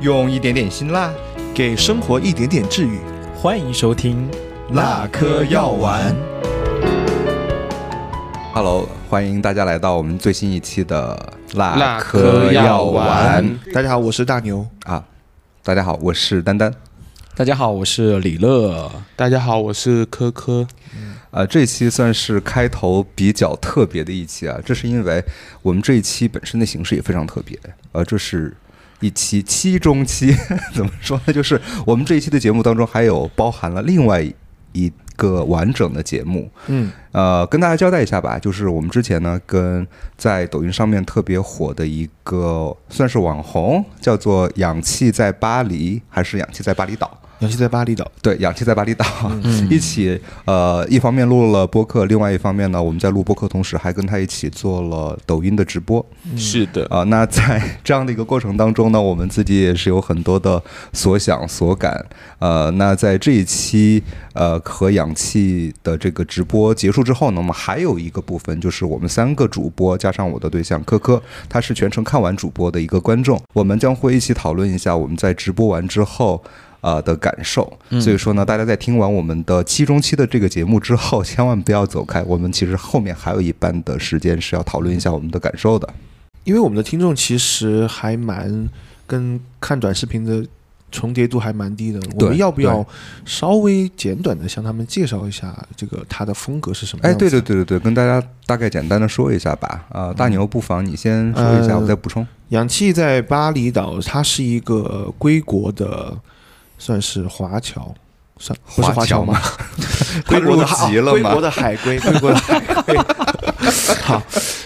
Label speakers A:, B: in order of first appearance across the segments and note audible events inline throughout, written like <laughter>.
A: 用一点点辛辣，
B: 给生活一点点治愈。
C: 欢迎收听
A: 辣颗药丸。
D: Hello，欢迎大家来到我们最新一期的
E: 辣
D: 科
E: 科
D: 药
E: 药丸
B: 大家好，我是大牛。
D: 啊！大家好，我是丹丹。
C: 大家好，我是李乐。
E: 大家好，我是科科。
D: 呃，这期算是开头比较特别的一期啊，这是因为我们这一期本身的形式也非常特别，呃，这是一期期中期， <laughs> 怎么说呢？就是我们这一期的节目当中还有包含了另外一个完整的节目，
B: 嗯，
D: 呃，跟大家交代一下吧，就是我们之前呢跟在抖音上面特别火的一个算是网红，叫做“氧气在巴黎”还是“氧气在巴厘岛”。
B: 尤其在巴厘岛，
D: 对，氧气在巴厘岛、 <laughs> 一起，呃，一方面录了播客，另外一方面呢，我们在录播客同时还跟他一起做了抖音的直播
E: 是的，
D: 啊、那在 <laughs> 这样的一个过程当中呢，我们自己也是有很多的所想所感。呃，那在这一期呃和氧气的这个直播结束之后呢，我们还有一个部分就是我们三个主播加上我的对象科科，他是全程看完主播的一个观众，我们将会一起讨论一下我们在直播完之后。呃的感受，所以说呢，大家在听完我们的期中期的这个节目之后，千万不要走开。我们其实后面还有一半的时间是要讨论一下我们的感受的。
B: 因为我们的听众其实还蛮跟看短视频的重叠度还蛮低的。我们要不要稍微简短的向他们介绍一下这个他的风格是什么
D: 哎，
B: 样子？
D: 对对对对对，跟大家大概简单的说一下吧。啊、大牛，不妨你先说一下，
B: 呃
D: 我再补充。
B: 氧气在巴厘岛，它是一个呃归国的，算是华侨，算不是华侨吗？<laughs>
D: 他
B: 归国
D: 入
B: 的
D: 籍了
B: 归
D: 吗
B: 国？的海归，归国的海归。 <laughs> 好，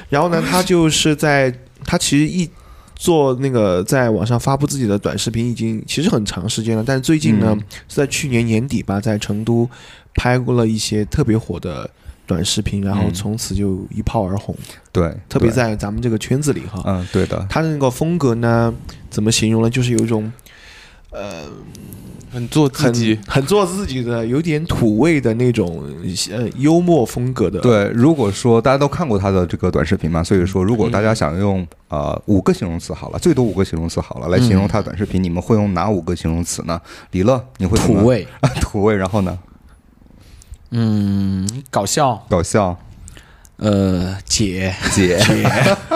B: 然后呢，他就是在他其实一做那个在网上发布自己的短视频已经其实很长时间了，但是最近呢、
D: 嗯
B: 是在去年年底吧，在成都拍过了一些特别火的短视频，然后
D: 嗯
B: 从此就一炮而红，
D: 对，
B: 特别
D: 对
B: 在啊咱们这个圈子里哈。
D: 嗯，对的，
B: 他的那个风格呢，怎么形容呢？就是有一种呃
E: 很做自
B: 很
E: 己，
B: 很做自己的，有点土味的那种呃幽默风格的。
D: 对，如果说大家都看过他的这个短视频嘛，所以说如果大家想用呃五个形容词好了，最多五个形容词好了来形容他的短视频，你们会用哪五个形容词呢？李乐，你会怎么
C: 土味，
D: 啊， <laughs> 土味，然后呢，
C: 嗯，搞笑，
D: 搞笑，
C: 呃，解
D: 姐，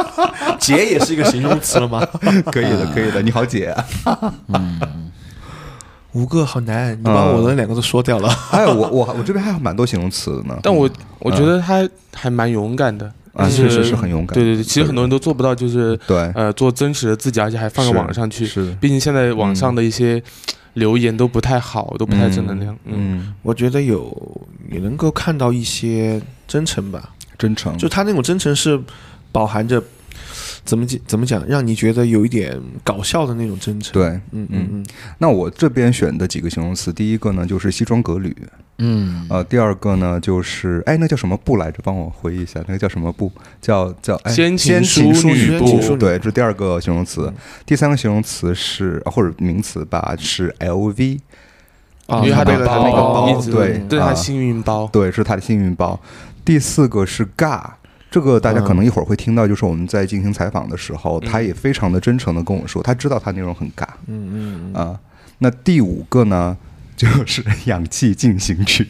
B: <laughs> 姐也是一个形容词了吗？
D: <laughs> 可以的，可以的，你好啊姐。
B: 五个好难，你把我的两个都说掉了。
D: 哎，我我我这边还有蛮多形容词的呢，
E: 但我我觉得他还蛮勇敢的，
D: 嗯啊，
E: 就
D: 确实是很勇敢，
E: 对对对，其实很多人都做不到，就是
D: 对，
E: 呃做真实的自己，而且还放到
D: 是
E: 网上去。
D: 是，
E: 毕竟现在网上的一些留言都不太好，都不太正能量。嗯，
D: 嗯，
B: 我觉得有你能够看到一些真诚吧，
D: 真诚，
B: 就他那种真诚是饱含着怎么讲怎么讲，让你觉得有一点搞笑的那种真诚。，
D: 对。
B: 嗯嗯嗯，
D: 那我这边选的几个形容词，第一个呢就是西装革履，
C: 嗯，
D: 呃，第二个呢就是哎，那叫什么部来着？帮我回忆一下，那个叫什么部？叫叫哎，
E: 先
D: 先
E: 秦
D: 秦
E: 淑
D: 女
E: 女
B: 部
D: 部，嗯对，这是第二个形容词。第三个形容词是啊或者名词吧，是 LV，
B: 啊
E: 因为
B: 他
E: 他
B: 背了
E: 背了
B: 他
E: 他
B: 那
E: 那
B: 个
E: 个
B: 包
E: 包，一直
D: 对
E: 对
D: 啊
E: 他幸运包，
D: 对，是他的幸运包。第四个是尬，这个大家可
B: 嗯
D: 能一会儿会听到，就是我们在进行采访的时候，他也非常的真诚的跟我说，他知道他内容很尬啊、
B: 嗯嗯
D: 那第五个呢，就是 <laughs> 氧气进
B: <laughs>
D: 行曲，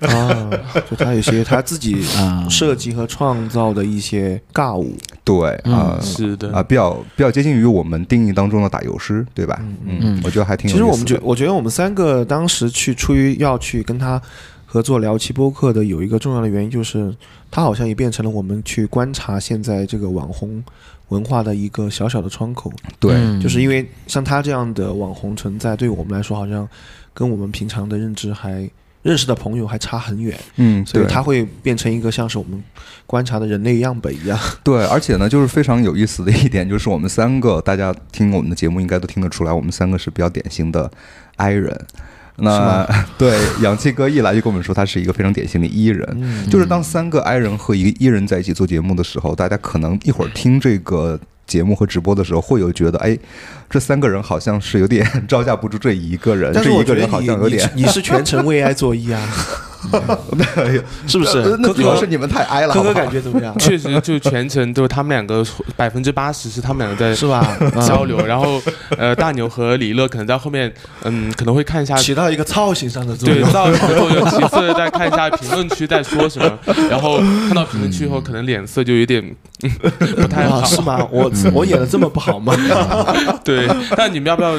B: 嗯啊，就他有些他自己
C: 啊
B: 设计和创造的一些尬舞。
D: 对啊。
E: 是的
B: 嗯
D: 啊，比较比较接近于我们定义当中的打油诗，对吧？嗯，
C: 嗯
D: 我觉得还挺
B: 其
D: 有
B: 实
D: 意思的。
B: 我们觉，我觉得我们呃三个当时去出于要去跟他合作聊期播客的，有一个重要的原因就是，他好像也变成了我们去观察现在这个网红文化的一个小小的窗口。
D: 对，
C: 嗯
B: 就是因为像他这样的网红存在，对我们来说好像跟我们平常的认知还认识的朋友还差很远，
D: 嗯，
B: 所以
D: 对
B: 他会变成一个像是我们观察的人类样本一样。
D: 对，而且呢，就是非常有意思的一点，就是我们三个，大家听我们的节目应该都听得出来，我们三个是比较典型的 I 人。那 <laughs>
E: <laughs>
D: 对氧气哥一来就跟我们说，他是一个非常典型的 E 人，
E: 嗯
D: 就是当三个 I 人和一个 E 人在一起做节目的时候，大家可能一会儿听这个节目和直播的时候，会有觉得，哎，这三个人好像 <laughs> 是有点招架不住这一个人，
B: 但
D: 这
B: 是
D: 一
B: 我觉
D: 个
B: 得
E: <laughs>
D: 人好像有
B: 你
D: 点
B: <laughs> 你你是全程为爱作揖啊，
D: <laughs>
E: 是不
D: 呃
E: 是？
D: 那主要
B: 哥
D: 是你们太挨了，
B: 科
D: 好
B: 科
D: 不好
B: 感觉怎么样？
E: 确实，就全程都他们两个百分之八十是他们两个
D: <laughs>
B: <laughs>
E: 在
B: 是吧？
E: 交流，然后呃，大牛和李乐可能在后面，嗯，可能会看一下
B: 起到一个造型上的作 <laughs>
E: 对
B: 用，。
E: 到时候就 <laughs> 其次再看一下评论区在说什么，然后看到评论区以后，可能脸色就有点 <laughs> 嗯不太
B: 啊，
E: 好。
B: 是吗？我我演的这么不好吗？
E: 对，那你们要不要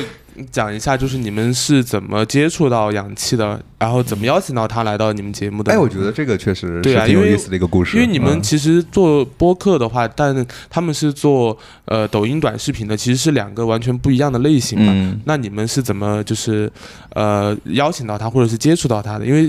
E: 讲一下，就是你们是怎么接触到氧气的，然后怎么邀请到他来到你们节目的？
D: 哎，我觉得这个确实
E: 对
D: 是
E: 啊
D: 挺有
E: 因为
D: 意思的一个故事，
E: 因为你们
D: 嗯
E: 其实做播客的话，但他们是做呃抖音短视频的，其实是两个完全不一样的类型嘛。
D: 嗯
E: 那你们是怎么就是呃邀请到他，或者是接触到他的？因为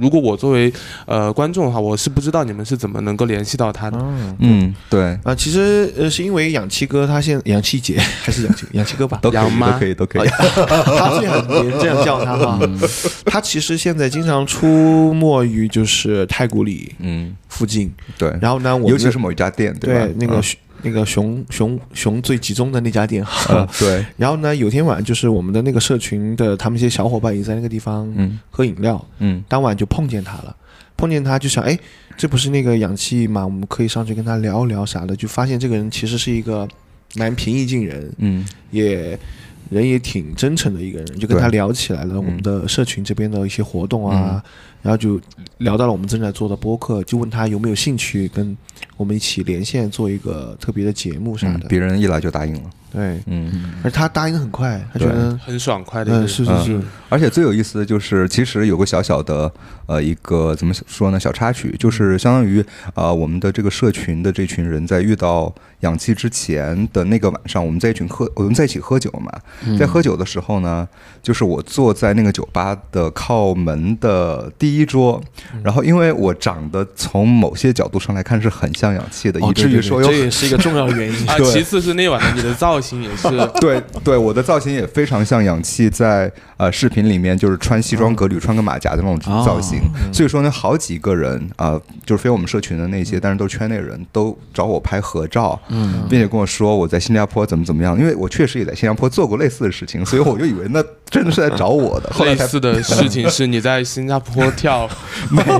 E: 如果我作为呃观众的话，我是不知道你们是怎么能够联系到他的。
D: 嗯，对，
B: <laughs> 啊，其实呃，是因为氧气哥他现氧气姐还是氧气氧气哥吧？
D: 都可
E: 养
D: 以，
E: 妈
D: 都可以，都可
B: <laughs>
D: 以。
B: 他最好别这样叫他哈。嗯他其实现在经常出没于就是太古里
D: 嗯，
B: 附近，
D: 对，
B: 然后呢，我们
D: 尤其是某一家店，吧
B: 对？那个
D: 嗯
B: 熊那个熊熊熊最集中的那家 <laughs> 店哈
D: 嗯。对，
B: 然后呢，有天晚上就是我们的那个社群的他们一些小伙伴也在那个地方
D: 嗯
B: 喝饮料，
D: 嗯
B: 当晚就碰见他了。碰见他就想，哎，这不是那个氧气嘛？我们可以上去跟他聊一聊啥的。就发现这个人其实是一个蛮平易近人，
D: 嗯
B: 也人也挺真诚的一个人，就跟他
D: 对
B: 聊起来了我们的社群这边的一些活动啊，
D: 嗯
B: 然后就聊到了我们正在做的播客，就问他有没有兴趣跟我们一起连线做一个特别的节目啥
D: 嗯
B: 的。
D: 别人一来就答应了，
B: 对，
D: 嗯，
B: 而他答应得很快，他觉得
E: 很爽快的一
B: 嗯
E: 个人，。
B: 是是是，
D: 而且最有意思的就是，其实有个小小的呃一个怎么说呢，小插曲，就是相当于呃我们的这个社群的这群人在遇到氧气之前的那个晚上，我们在一群喝，我们在一起喝酒嘛，
B: 嗯
D: 在喝酒的时候呢，就是我坐在那个酒吧的靠门的第一桌，
B: 嗯
D: 然后因为我长得从某些角度上来看是很像氧气的，
B: 哦
D: 以至于
B: 对对
D: 说
B: 对
D: 有
B: 这也是一个重要的原因 <laughs>
E: 啊，
D: 对
E: 其次是那晚的你的造型 <laughs> 也是，
D: 对对，我的造型也非常像氧气在呃视频里面就是穿西装革履、穿个马甲的那种
C: 哦
D: 造型，所以说呢，好几个人啊、就是非我们社群的那些，但是都是圈内人都找我拍合照，
C: 嗯，
D: 并且跟我说我在新加坡怎么怎么样，因为我确实也在新加坡做过类似的事情，所以我就以为那真的是在找我的，后来
E: 类
D: 才
E: 似的事情是你在新加坡跳，
D: <laughs>
E: <laughs>
D: 没有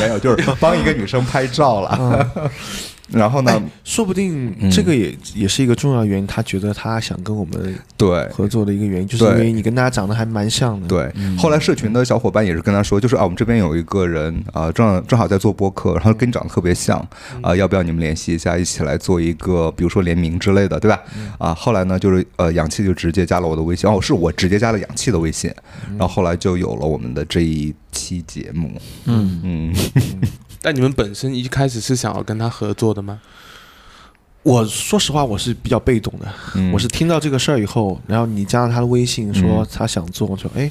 D: 没有，就是帮一个女生拍照了， <laughs> 然后呢，
B: 说不定这个也、也是一个重要原因，他觉得他想跟我们
D: 对。
B: 合作的一个原因，就是
D: 对
B: 因为你跟大家长得还蛮像的。
D: 对，后来社群的小伙伴也是跟他说，就是啊，我们这边有一个人啊，正正好在做播客，然后跟你长得特别像啊，要不要你们联系一下，一起来做一个，比如说联名之类的，对吧？啊，后来呢，就是呃，氧气就直接加了我的微信，哦，是我直接加了氧气的微信，然后后来就有了我们的这一期节目，
C: 嗯，
D: 嗯，
E: 但你们本身一开始是想要跟他合作的吗？
B: 我说实话，我是比较被动的，
D: 嗯
B: 我是听到这个事儿以后，然后你加了他的微信，说
D: 嗯
B: 他想做，我说哎，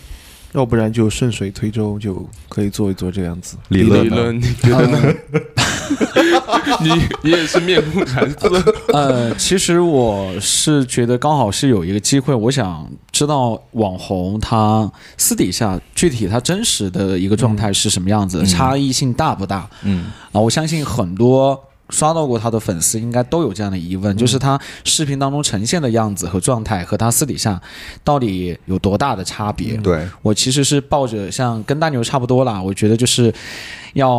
B: 要不然就顺水推舟，就可以做一做这样子。
D: 理
E: 理
D: 论啊呢
E: 论，你 <laughs> 觉得呢？
C: 嗯
B: <laughs>
E: 你你也是面目难
D: <laughs>
E: 色，
C: 呃，其实我是觉得刚好是有一个机会，我想知道网红他私底下具体他真实的一个状态是什么样子，
B: 嗯
C: 差异性大不大？
D: 嗯
C: 啊，我相信很多刷到过他的粉丝应该都有这样的疑
B: 嗯
C: 问，就是他视频当中呈现的样子和状态和他私底下到底有多大的差别？
B: 嗯
D: 对，
C: 我其实是抱着像跟大牛差不多啦，我觉得就是要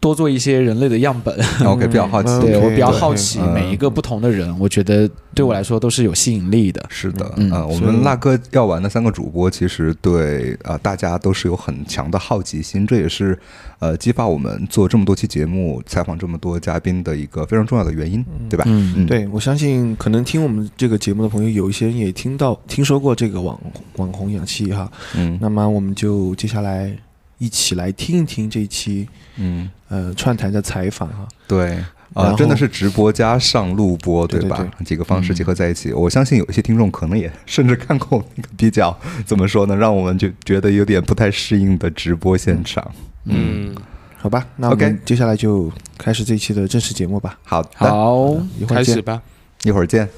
C: 多做一些人类的样本。
D: 那我给比较好奇，
B: 嗯
C: 对
B: OK，
C: 我比较
B: 对
C: 好奇
D: 嗯
C: 每一个不同的人，我觉得对我来说都是有吸引力的。
D: 是的，
C: 嗯
D: 嗯，我们辣哥要玩的三个主播，其实对啊、呃大家都是有很强的好奇心，这也是呃激发我们做这么多期节目、采访这么多嘉宾的一个非常重要的原因，对吧？
C: 嗯
D: 嗯，
B: 对，我相信可能听我们这个节目的朋友，有一些人也听到听说过这个网网红氧气哈。
D: 嗯
B: 那么我们就接下来一起来听一听这一期
D: 嗯，
B: 呃串台的采访哈。
D: 对。
B: 然
D: 啊、
B: 后
D: 真的是直播加上录播，
B: 对对
D: 吧？几个方式结合在一起，我相信有一些听众可能也 <laughs> 甚至看过那个比较怎么说呢，让我们就觉得有点不太适应的直播现场。
E: 嗯，
B: 好吧，那我
D: OK
B: 们接下来就开始这一期的正式节目吧。
D: 好的，
C: 好，
B: 一会儿
E: 开
B: 见
E: 始。吧。
D: 一会儿见。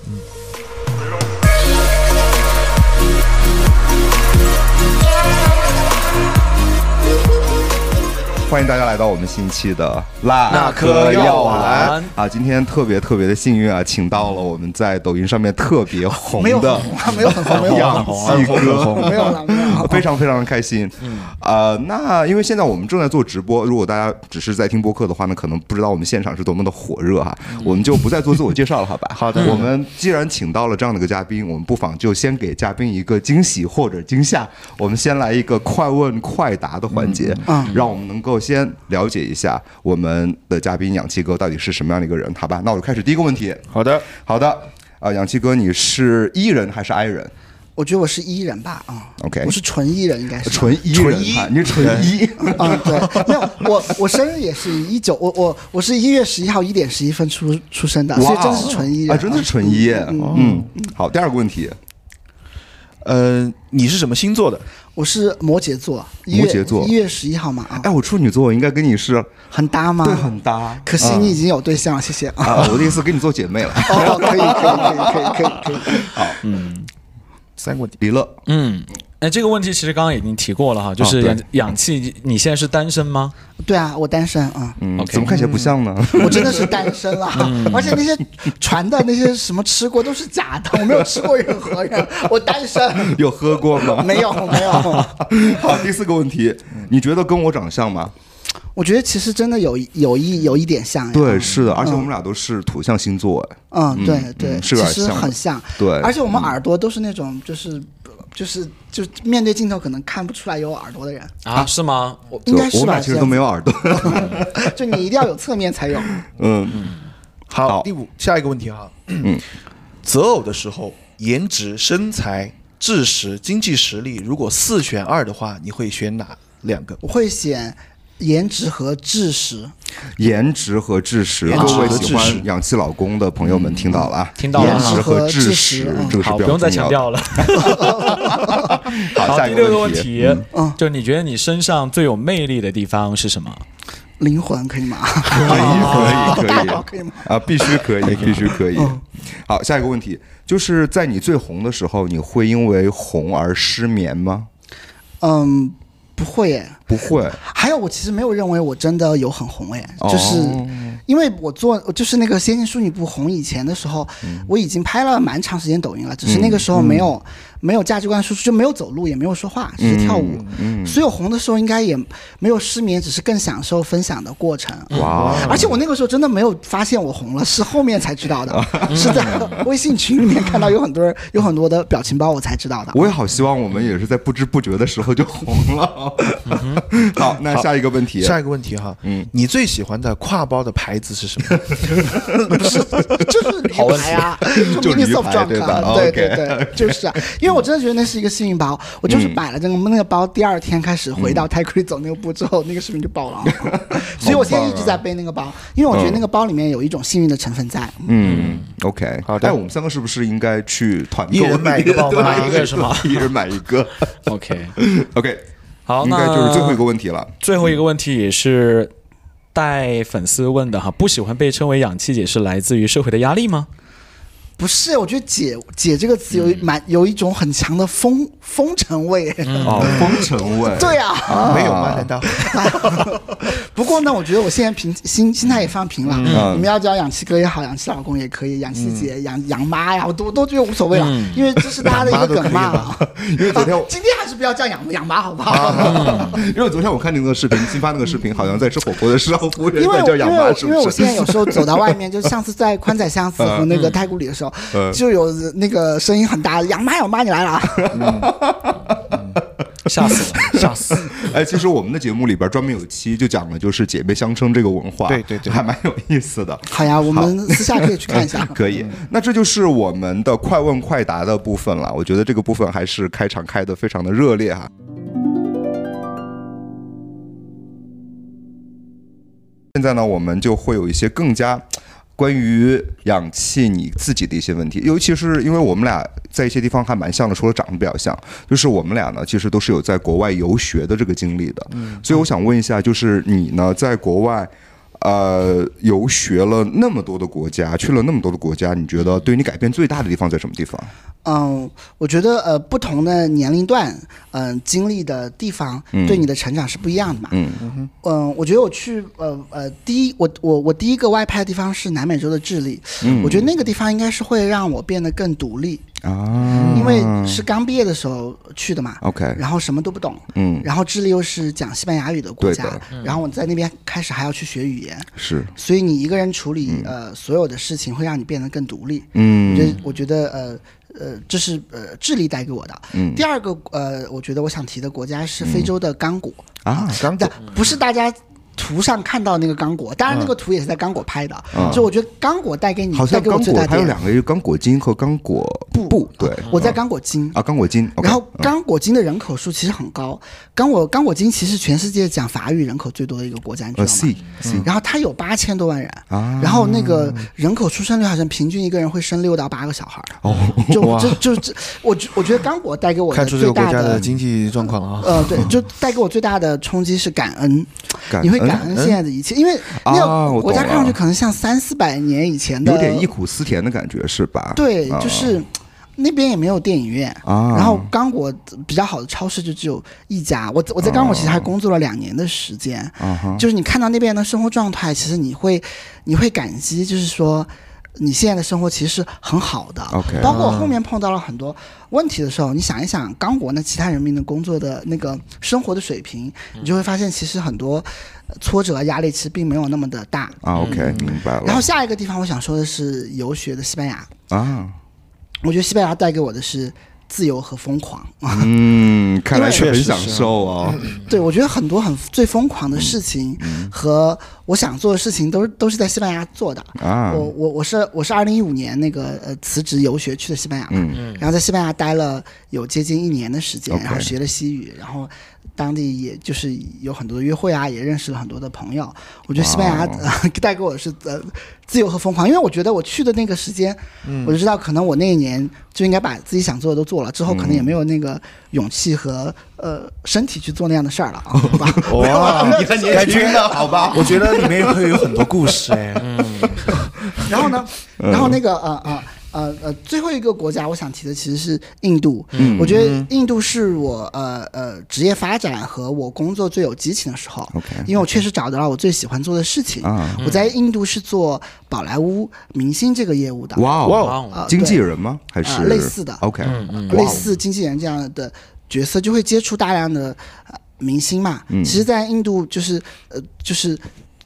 D: 欢迎大家来到我们新一期的辣
C: 那颗药丸
D: 啊！今天特别特别的幸运啊，请到了我们在抖音上面特别红
F: 没有
D: 的
F: 很红啊，没有很红，没有
D: 氧
F: 很红啊，
D: 气哥，
F: 没有了，没有了。嗯
D: 非常非常的开心。呃，那因为现在我们正在做直播，如果大家只是在听播客的话呢，可能不知道我们现场是多么的火热哈。
F: 嗯
D: 我们就不再做自我介绍了，好
F: <laughs>
D: 吧？好的。我们既然请到了这样的一个嘉宾，我们不妨就先给嘉宾一个惊喜或者惊吓。我们先来一个快问快答的环节，
F: 嗯
D: 让我们能够先了解一下我们的嘉宾氧气哥到底是什么样的一个人，好吧？那我就开始第一个问题。
B: 好的，
D: 好的，啊，氧气哥，你是 E 人还是 I 人？
F: 我觉得我是 E 人吧，啊
D: OK
F: 我是纯 E 人，应该是
D: 纯一人派，你是纯一，
F: <laughs> 啊，对，没有我我生日也是一九，我我我是一月十一号一点十一分出出生的，所以真的是纯 E 人，
D: 啊，真的是纯一。嗯，好，第二个问题，
B: 呃，你是什么星座的？
F: 我是摩羯座，一
D: 摩
F: 月
D: 羯座
F: 一月十一号嘛，啊
D: 哎，，我处女座，我应该跟你是
F: 很搭吗？
D: 对很搭，
F: 可惜你已经有对象了，谢谢啊。
D: 啊，我的意思跟你做姐妹了。
F: 哦，可以，可以，可以，可以，可以，可以。
B: 三个问题。
D: 李乐，
C: 嗯，哎，这个问题其实刚刚已经提过了哈，就
D: 啊
C: 是
D: 对
C: 氧、氧气，你现在是单身吗？
F: 对啊，我单身啊，
D: 嗯，
C: OK
D: 怎么看起来不像呢？
F: 我真的是单身了，啊
D: 嗯
F: 而且那些传的那些什么吃过都是假的，我没有吃过任何人，我单身，
D: <laughs>
F: <laughs>
D: 有喝过吗？
F: 没有，没有。
D: 好，第四个问题，你觉得跟我长相吗？
F: 我觉得其实真的有有一有一点像呀，
D: 对，是的，而且我们俩都是土象星座，哎，
F: 嗯，对
D: 嗯
F: 对，
D: 嗯是
F: 其
D: 有点
F: 实
D: 像的
F: 很像，
D: 对
F: 而且我们耳朵都是那种就是就是就面对镜头可能看不出来有耳朵的人，
C: 啊，是吗？我
F: 应该
D: 就我
F: 是
D: 们
F: 吧？
D: 俩其实都没有耳朵。
F: 现 <laughs> 在，就你一定要有侧面才有。
D: 嗯，好
B: 好，嗯第五下一个问题哈。 <clears throat> 择偶的时候，颜值、身材、智识、经济实力，如果四选二的话，你会选哪两个？
F: 我会选颜值和智识，
D: <laughs> 颜值和智识，
F: 颜
B: 值
D: 各位
B: 和
D: 喜
B: 智识
D: 欢氧气老公的朋友们听到了啊，
C: 听到了
D: 颜值和
F: 和
D: 智识
F: 智识嗯，
D: 这个是
C: 好，
D: 比
C: 不
D: 较
C: 用再
D: 重要
C: 强
D: 的。
C: 调
D: <laughs>
C: 了。
D: 好，
C: 好，
D: 下
C: 第
D: 一
C: 六个问
D: 问嗯
C: 题，就你觉得你身上最有魅力的地方是什么？
F: 灵魂可以吗？ <laughs>
D: 可以，可以，可
F: 大
D: 以
F: 佬可以吗？
D: 啊，必须可以，必须可以。
F: 嗯
D: 好，下一个问题就是在你最红的时候，你会因为红而失眠吗？
F: 嗯，不会耶。
D: 不会，
F: 还有，我其实没有认为我真的有很红哎，
D: 哦
F: 就是因为我做就是那个《仙剑淑女部》红以前的时候，
D: 嗯
F: 我已经拍了蛮长时间抖音了，只是那个时候没有、没有价值观输出，就没有走路，也没有说
D: 嗯
F: 话，只是跳舞。所以我红的时候应该也没有失眠，只是更享受分享的过程。
D: 哇，
F: 而且我那个时候真的没有发现我红了，是后面才知道的，
D: <laughs>
F: 是在微信群里面看到有很多人有很多的表情包，我才知道的。
D: 我也好希望我们也是在不知不觉的时候就红了。 <laughs> 好，那下一个问题，
B: 下一个问题哈，嗯，你最喜欢的挎包的牌子是什 <laughs> 么？
F: 就是驴牌 <laughs> 啊，
D: 哎就
F: 迷
D: 驴
F: 你 soft
D: 牌对
F: drunk
D: 吧哦
F: 啊，对对
D: OK 嗯
F: 对，就是啊，因为我真的觉得那是一个幸运包，我就是买了这个那个包，第二天开始回到泰克里走那个步之后，那个视频就
D: <laughs>
F: 爆了，啊所以我现在一直在
D: 啊
F: 背那个包，因为我觉得那个包里面有一种幸运的成分在。
D: 嗯，OK，
B: 好的
D: 哎，我们三个是不是应该去团购？
B: 一人买一个包吗
D: <laughs> 对
C: 买一个是吗
D: 一人买一个。 <laughs>
C: ？OK，
D: OK，
C: 好，
D: 应
C: 那
D: 该就是最后一个问题了。
C: 最后一个问题也是带粉丝问的哈，不喜欢被称为氧气姐是来自于社会的压力吗？
F: 不是，我觉得“姐姐”这个
D: 嗯
F: 词有一蛮有一种很强的风风尘味。
D: 哦，风尘味，
F: <laughs> 对啊，
B: 没有吗？难 <laughs> 道？
F: <laughs> 不过呢，我觉得我现在平心心态也放平了。
D: 嗯
F: 你们要叫氧气哥也好，氧气老公也可以，氧气姐、氧氧妈呀，我都都觉得无所谓了，
D: 嗯
F: 因为这是大家的一个梗嘛。
D: <laughs> 因为昨天我啊
F: 啊今天还是不要叫养养妈好不 <laughs> 好？
D: <laughs> 因为昨天我看那个视频，新发那个视频，好像在吃火锅的时候，
F: <laughs>
D: 服务员
F: 因为
D: 管
F: 我
D: 叫
F: 因
D: 养
F: 为我
D: 妈，是
F: 因为
D: 不
F: 我
D: 是
F: 现？在有时候走到外面，就上次在宽窄巷子和那个太古里的时候，
D: 嗯
F: 就有那个声音很大，养妈养妈你来了
D: <laughs>
F: 啊！
C: 吓死了，吓死！
D: <laughs> 哎，其实我们的节目里边专门有一期就讲了，就是姐妹相称这个文化，
B: 对对对
D: 还蛮有意思的。
F: 好呀，我们私下可以去看一下
D: <laughs> 。可以，那这就是我们的快问快答的部分了。我觉得这个部分还是开场开的非常的热烈哈、现在呢，我们就会有一些更加呃关于氧气你自己的一些问题，尤其是因为我们俩在一些地方还蛮像的，除了长得比较像，就是我们俩呢其实都是有在国外游学的这个经历的。所以我想问一下，就是你呢在国外，呃游学了那么多的国家，去了那么多的国家，你觉得对你改变最大的地方在什么地方？
F: 嗯，我觉得呃，不同的年龄段，嗯、经历的地方，对你的成长是不一样的嘛。
D: 嗯
F: 嗯，我觉得我去呃呃，第一，我我我第一个外派的地方是南美洲的智利，
D: 嗯
F: 我觉得那个地方应该是会让我变得更独立，
D: 啊，
F: 因为是刚毕业的时候去的嘛，
D: OK，
F: 然后什么都不懂，
D: 嗯，
F: 然后智利又是讲西班牙语的国
D: 对
F: 家
D: 的，
F: 然后我在那边开始还要去学语言，
D: 是，
F: 所以你一个人处理呃所有的事情，会让你变得更独立。我觉
D: 嗯
F: 得，我觉得呃呃，这是呃智利带给我的。
D: 嗯
F: 第二个呃，我觉得我想提的国家是非洲的刚果，
D: 啊，刚
F: 但不是大家。图上看到那个刚果，当然那个图也是在刚果拍的，
D: 嗯
F: 就我觉得刚果带给你
D: 好
F: 带
D: 像
F: 给我
D: 刚
F: 最
D: 果
F: 大
D: 还有
F: 的
D: 两个，有刚果金和刚果
F: 布
D: 布，对，
F: 我在刚果金，
D: 啊，刚果金，OK，
F: 然后刚果金的人口数其实很高，刚果刚果金其实全世界讲法语人口最多的一个国家，你知
D: 呃
F: 道吗
D: ，C？C
F: 然后它有八千多万人，
D: 啊，
F: 然后那个人口出生率好像平均一个人会生六到八个小孩儿，
D: 哦，
F: 就就就这，我觉我觉得刚果带给我
B: 看
F: 的
B: 出这个
F: 最
B: 国
F: 大
B: 家的
F: 的。
B: 经济状况了啊。
D: <laughs>
F: 呃，对，就带给我最大的冲击是感恩，
D: 感
F: 你会感
D: 恩
F: 恩现在的一切，因为那
D: 啊我
F: 个国家
D: 懂
F: 看上去
D: 了
F: 可能像三四百年以前的，
D: 有点忆苦思甜的感觉是吧？
F: 对，
D: 啊
F: 就是那边也没有电影院，
D: 啊，
F: 然后刚果比较好的超市就只有一家。我我在刚果其实还工作了两年的时间，
D: 啊哈，
F: 就是你看到那边的生活状态，其实你会你会感激，就是说你现在的生活其实是很好的。
D: OK
F: 包括我后面碰到了很多问题的时候，你想一想刚果那其他人民的工作的那个生活的水平，你就会发现其实很多呃挫折压力其实并没有那么的大。
D: 啊，OK，明白了。
F: 嗯然后下一个地方我想说的是游学的西班牙，
D: 啊，
F: 我觉得西班牙带给我的是自由和疯狂。
D: 嗯，看来
F: 因为
D: 是很享受啊。
F: 对，我觉得很多很最疯狂的事情和我想做的事情都是都是在西班牙做的。
D: 啊
F: 我，我我是我是二零一五年那个呃辞职游学去的西班牙嘛，
D: 嗯
F: 然后在西班牙待了有接近一年的时间
D: OK
F: 然后学了西语，然后当地也就是有很多的约会啊，也认识了很多的朋友。我觉得西班牙、
D: 哇哦
F: 呃、 <laughs> 带给我的是呃自由和疯狂，因为我觉得我去的那个时间，我就知道可能我那一年就应该把自己想做的都做了，之后可
D: 嗯
F: 能也没有那个勇气和呃身体去做那样的事儿了
D: <laughs>
F: 啊，好吧？
B: 哇，
A: 你很年轻的好吧？
B: 我觉得里面会有很多故事哎。
F: <laughs> 然后呢，
D: 嗯
F: 然后那个呃呃呃呃，最后一个国家我想提的其实是印度。
D: 嗯
F: 我觉得印度是我呃呃职业发展和我工作最有激情的时候，
D: OK
F: 因为我确实找到了我最喜欢做的事情。
D: 啊，
F: 我在印度是做宝莱坞明星这个业务的，
D: 哇
C: 哇
D: 哦，
F: 啊
C: 哦，
D: 经纪
F: 对
D: 人吗？还是
F: 啊类似的嗯
D: ？OK，哇
F: 类
D: 哦
F: 似经纪人这样的角色，就会接触大量的、呃、明星嘛。
D: 嗯
F: 其实，在印度就是呃，就是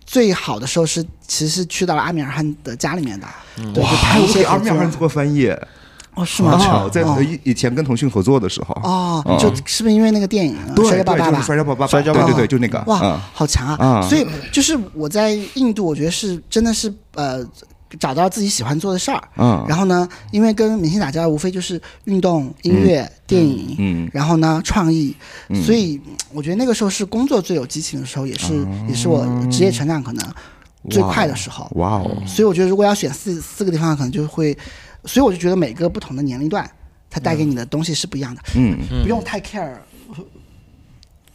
F: 最好的时候是，其实是去到了阿米尔汗的家里面的，对，就
D: 还
F: 拍
D: 嗯
F: 一
D: 有给
F: 些
D: 阿
F: 合
D: 米
F: 作
D: 尔汗做过翻译，
F: 哦，是吗？
D: 巧在
F: 哦
D: 以以前跟腾讯合作的时候，
F: 哦，就是不是因为那个电影《
D: 嗯对对，
F: 摔跤吧爸
D: 就
F: 爸
D: 是》？摔跤吧爸爸，
B: 摔跤
D: 对
F: 吧
D: 对
F: 爸
D: 对，就那个，
F: 哇
D: 嗯，
F: 好强啊！
D: 啊
F: 所以就是我在印度，我觉得是真的是呃，找到自己喜欢做的事儿。
D: 嗯
F: 然后呢，因为跟明星打交道，无非就是运动、音乐、电影，
D: 嗯
F: 然后呢，创意。所以嗯我觉得那个时候是工作最有激情的时候，也是
D: 嗯
F: 也是我职业成长可能最快的时候。
D: 哇哦，
F: 所以我觉得如果要选四四个地方，可能就会，所以我就觉得每个不同的年龄段，它带给你的东西是不一样的。
D: 嗯，
F: 不用太 care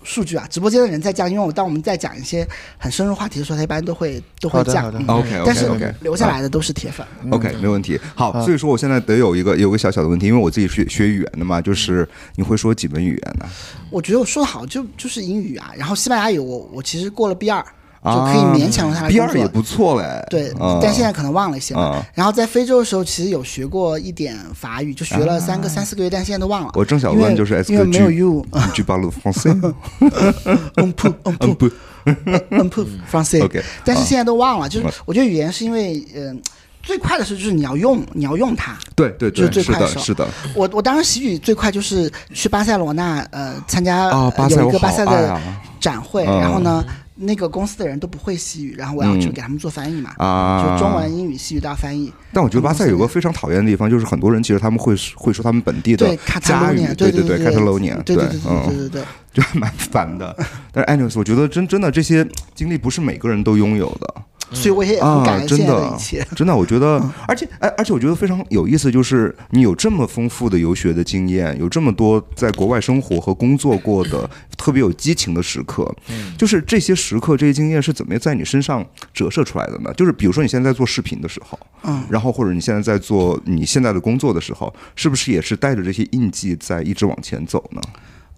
F: 数据啊。直播间的人在降，因为我当我们在讲一些很深入话题的时候，他一般都会都会
B: 好的
F: 降
B: 好。的
F: 嗯
D: OK，OK，OK
F: 但是留下来的都是铁粉。
D: OK，没问题。好，所以说我现在得有一个有个小小的问题，因为我自己学学语言的嘛，就是你会说几门语言呢？
F: 我觉得我说的好就就是英语啊，然后西班牙语我我其实过了 B 二，就
D: 啊
F: 可以勉强用它来
D: B
F: 工
D: 二也
F: 作。
D: 不错嘞，
F: 对
D: 嗯，
F: 但现在可能忘了一些嘛
D: 啊。
F: 然后在非洲的时候，其实有学过一点法语，就学了三个三四个月，但现在都忘了。
D: 啊我正想
F: 因为
D: 问，就是 S
F: 因为
D: K
F: 没有
D: G
F: you，
D: G 八路 français
F: 嗯噗嗯
D: 嗯
F: 噗
D: 不
F: 嗯噗 f r a n c i
D: OK，
F: 但是
D: 啊
F: 现在都忘了，就是
D: 嗯
F: 我觉得语言是因为，嗯、最快的时候就是你要用，你要用它。
D: 对对对，
F: 就是最快
D: 的，
F: 手
D: 是的，
F: 我我当时习语最快就是去巴塞罗那，呃，参加、
D: 啊，
F: 呃
D: 巴塞
F: 有一
D: 我
F: 个巴
D: 好
F: 塞
D: 爱
F: 的
D: 啊
F: 展会，
D: 嗯
F: 然后呢，那个公司的人都不会西语，然后我要去
D: 嗯
F: 给他们做翻译嘛，
D: 啊！
F: 就中文、英语、西语都要翻译。
D: 但我觉得巴塞有个非常讨厌的地方，就是很多人其实他们会会说他们本地的
F: 对，卡塔
D: 家
F: 罗
D: 语
F: 尼亚，，
D: 对
F: 对
D: 对
F: 对
D: ，Catalonia，
F: 对对对对对
D: 嗯，
F: 对对。
D: 就还蛮烦的。但是 anyways，我觉得真真的这些经历不是每个人都拥有的。
F: 所以我也很感
D: 啊，
F: 恩
D: 真
F: 现在的
D: 的
F: 一切。，嗯
D: 真的，我觉得，而且，哎，而且我觉得非常有意思，就是你有这么丰富的游学的经验，有这么多在国外生活和工作过的特别有激情的时刻，就是这些时刻、这些经验是怎么在你身上折射出来的呢？就是比如说你现在在做视频的时候，
F: 嗯，
D: 然后或者你现在在做你现在的工作的时候，是不是也是带着这些印记在一直往前走呢？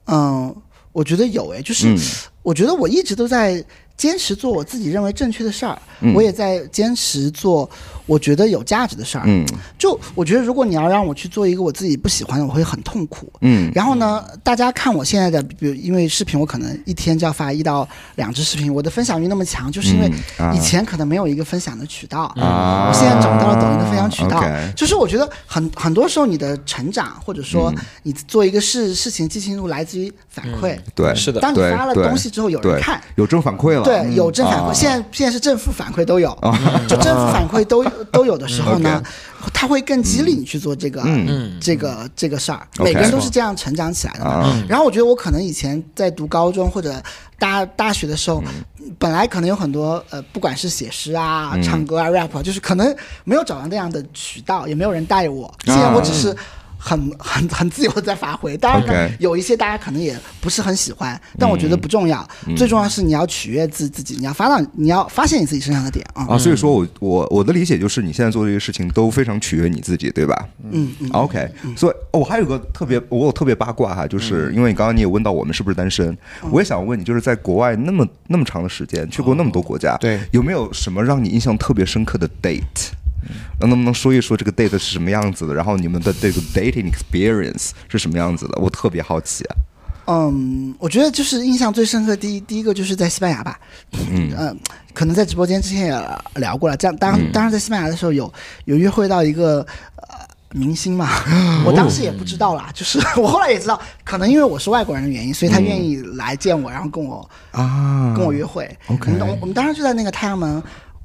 F: 嗯，我觉得有诶，就是、
D: 嗯
F: 我觉得我一直都在坚持做我自己认为正确的事儿，
D: 嗯
F: 我也在坚持做我觉得有价值的事儿。
D: 嗯
F: 就我觉得，如果你要让我去做一个我自己不喜欢的，我会很痛苦。
D: 嗯
F: 然后呢，大家看我现在的，比如因为视频，我可能一天就要发一到两支视频，我的分享欲那么强，就是因为
D: 嗯啊
F: 以前可能没有一个分享的渠道，
D: 啊
F: 我现在找到了抖音的分享渠道。
D: OK
F: 就是我觉得很很多时候你的成长，或者说
D: 嗯
F: 你做一个事事情，激情度来自于反馈。
D: 对，
C: 嗯是的
F: 当你
D: 对
F: 发了
D: 对
F: 东西之后，有人
D: 对
F: 看，，
D: 有正反馈了，
F: 对，有正反馈，
D: 啊
F: 现在现在是正负反馈都有， <laughs> 就正负反馈
D: <laughs>
F: 都都有的时候呢，他会更激励你去做这个这个这个事儿。
D: 嗯 OK
F: 每个人都是这样成长起来的嘛
D: 啊。
F: 然后我觉得我可能以前在读高中或者大大学的时候，
D: 嗯
F: 本来可能有很多呃，不管是写诗啊、唱歌啊、rap，啊就是可能没有找到那样的渠道，也没有人带
D: 啊
F: 我。现在我只是。很很很自由的在发挥，当然可能
D: OK
F: 有一些大家可能也不是很喜欢，但我觉得不重要，最重要是你要取悦自自己，你要发到你要发现你自己身上的点啊。
D: 啊，所以说我我我的理解就是，你现在做这些事情都非常取悦你自己，对吧？嗯，OK。所以，哦我还有个特别，我有特别八卦哈，就是因为你刚刚你也问到我们是不是单身，
F: 嗯
D: 我也想问你，就是在国外那么那么长的时间，去过那么多国家，
B: 对
D: 有没有什么让你印象特别深刻的 date？能不能说一说这个 date 是什么样子的？然后你们的这个 dating experience 是什么样子的？我特别好奇啊。
F: 嗯，我觉得就是印象最深刻第一第一个就是在西班牙吧，嗯、可能在直播间之前也聊过了。这样当
D: 嗯
F: 当时在西班牙的时候有有约会到一个呃明星嘛，
D: 哦
F: 我当时也不知道啦，就是 <laughs> 我后来也知道，可能因为我是外国人的原因，所以他愿意来见我，然后跟我
D: 啊
F: 跟我约会。
D: OK
F: 我们我们当时就在那个太阳门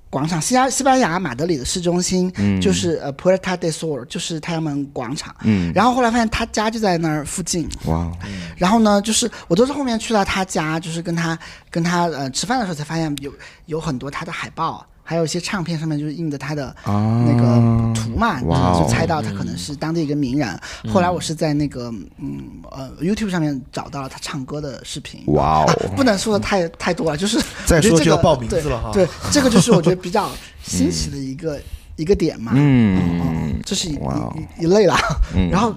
F: 广场，西班西班牙马德里的市中心，就是呃 Puerta de Sol，就是太阳门广场。
D: 嗯
F: 然后后来发现他家就在那儿附近，
D: 哇，
F: 然后呢，就是我都是后面去到他家，就是跟他跟他呃吃饭的时候才发现有有很多他的海报，还有一些唱片上面就是印的他的
B: 啊
F: 那个图嘛，
D: 哇哦
F: 就就猜到他可能是当地一个名人。
B: 嗯
F: 后来我是在那个嗯呃 YouTube 上面找到了他唱歌的视频。
D: 哇哦
F: 啊不能说的太太多了，就是
B: <laughs> 再
F: 我觉得
B: 说
F: 这
B: 就
F: 个
B: 要报名字了哈嗯
F: 对，对，
B: <laughs>
F: 这个就是我觉得比较 <laughs> 新奇的一个一个点嘛。哦
D: 嗯，
F: 这是一
D: 哇哦
F: 一一一类了。
B: 嗯
F: 然后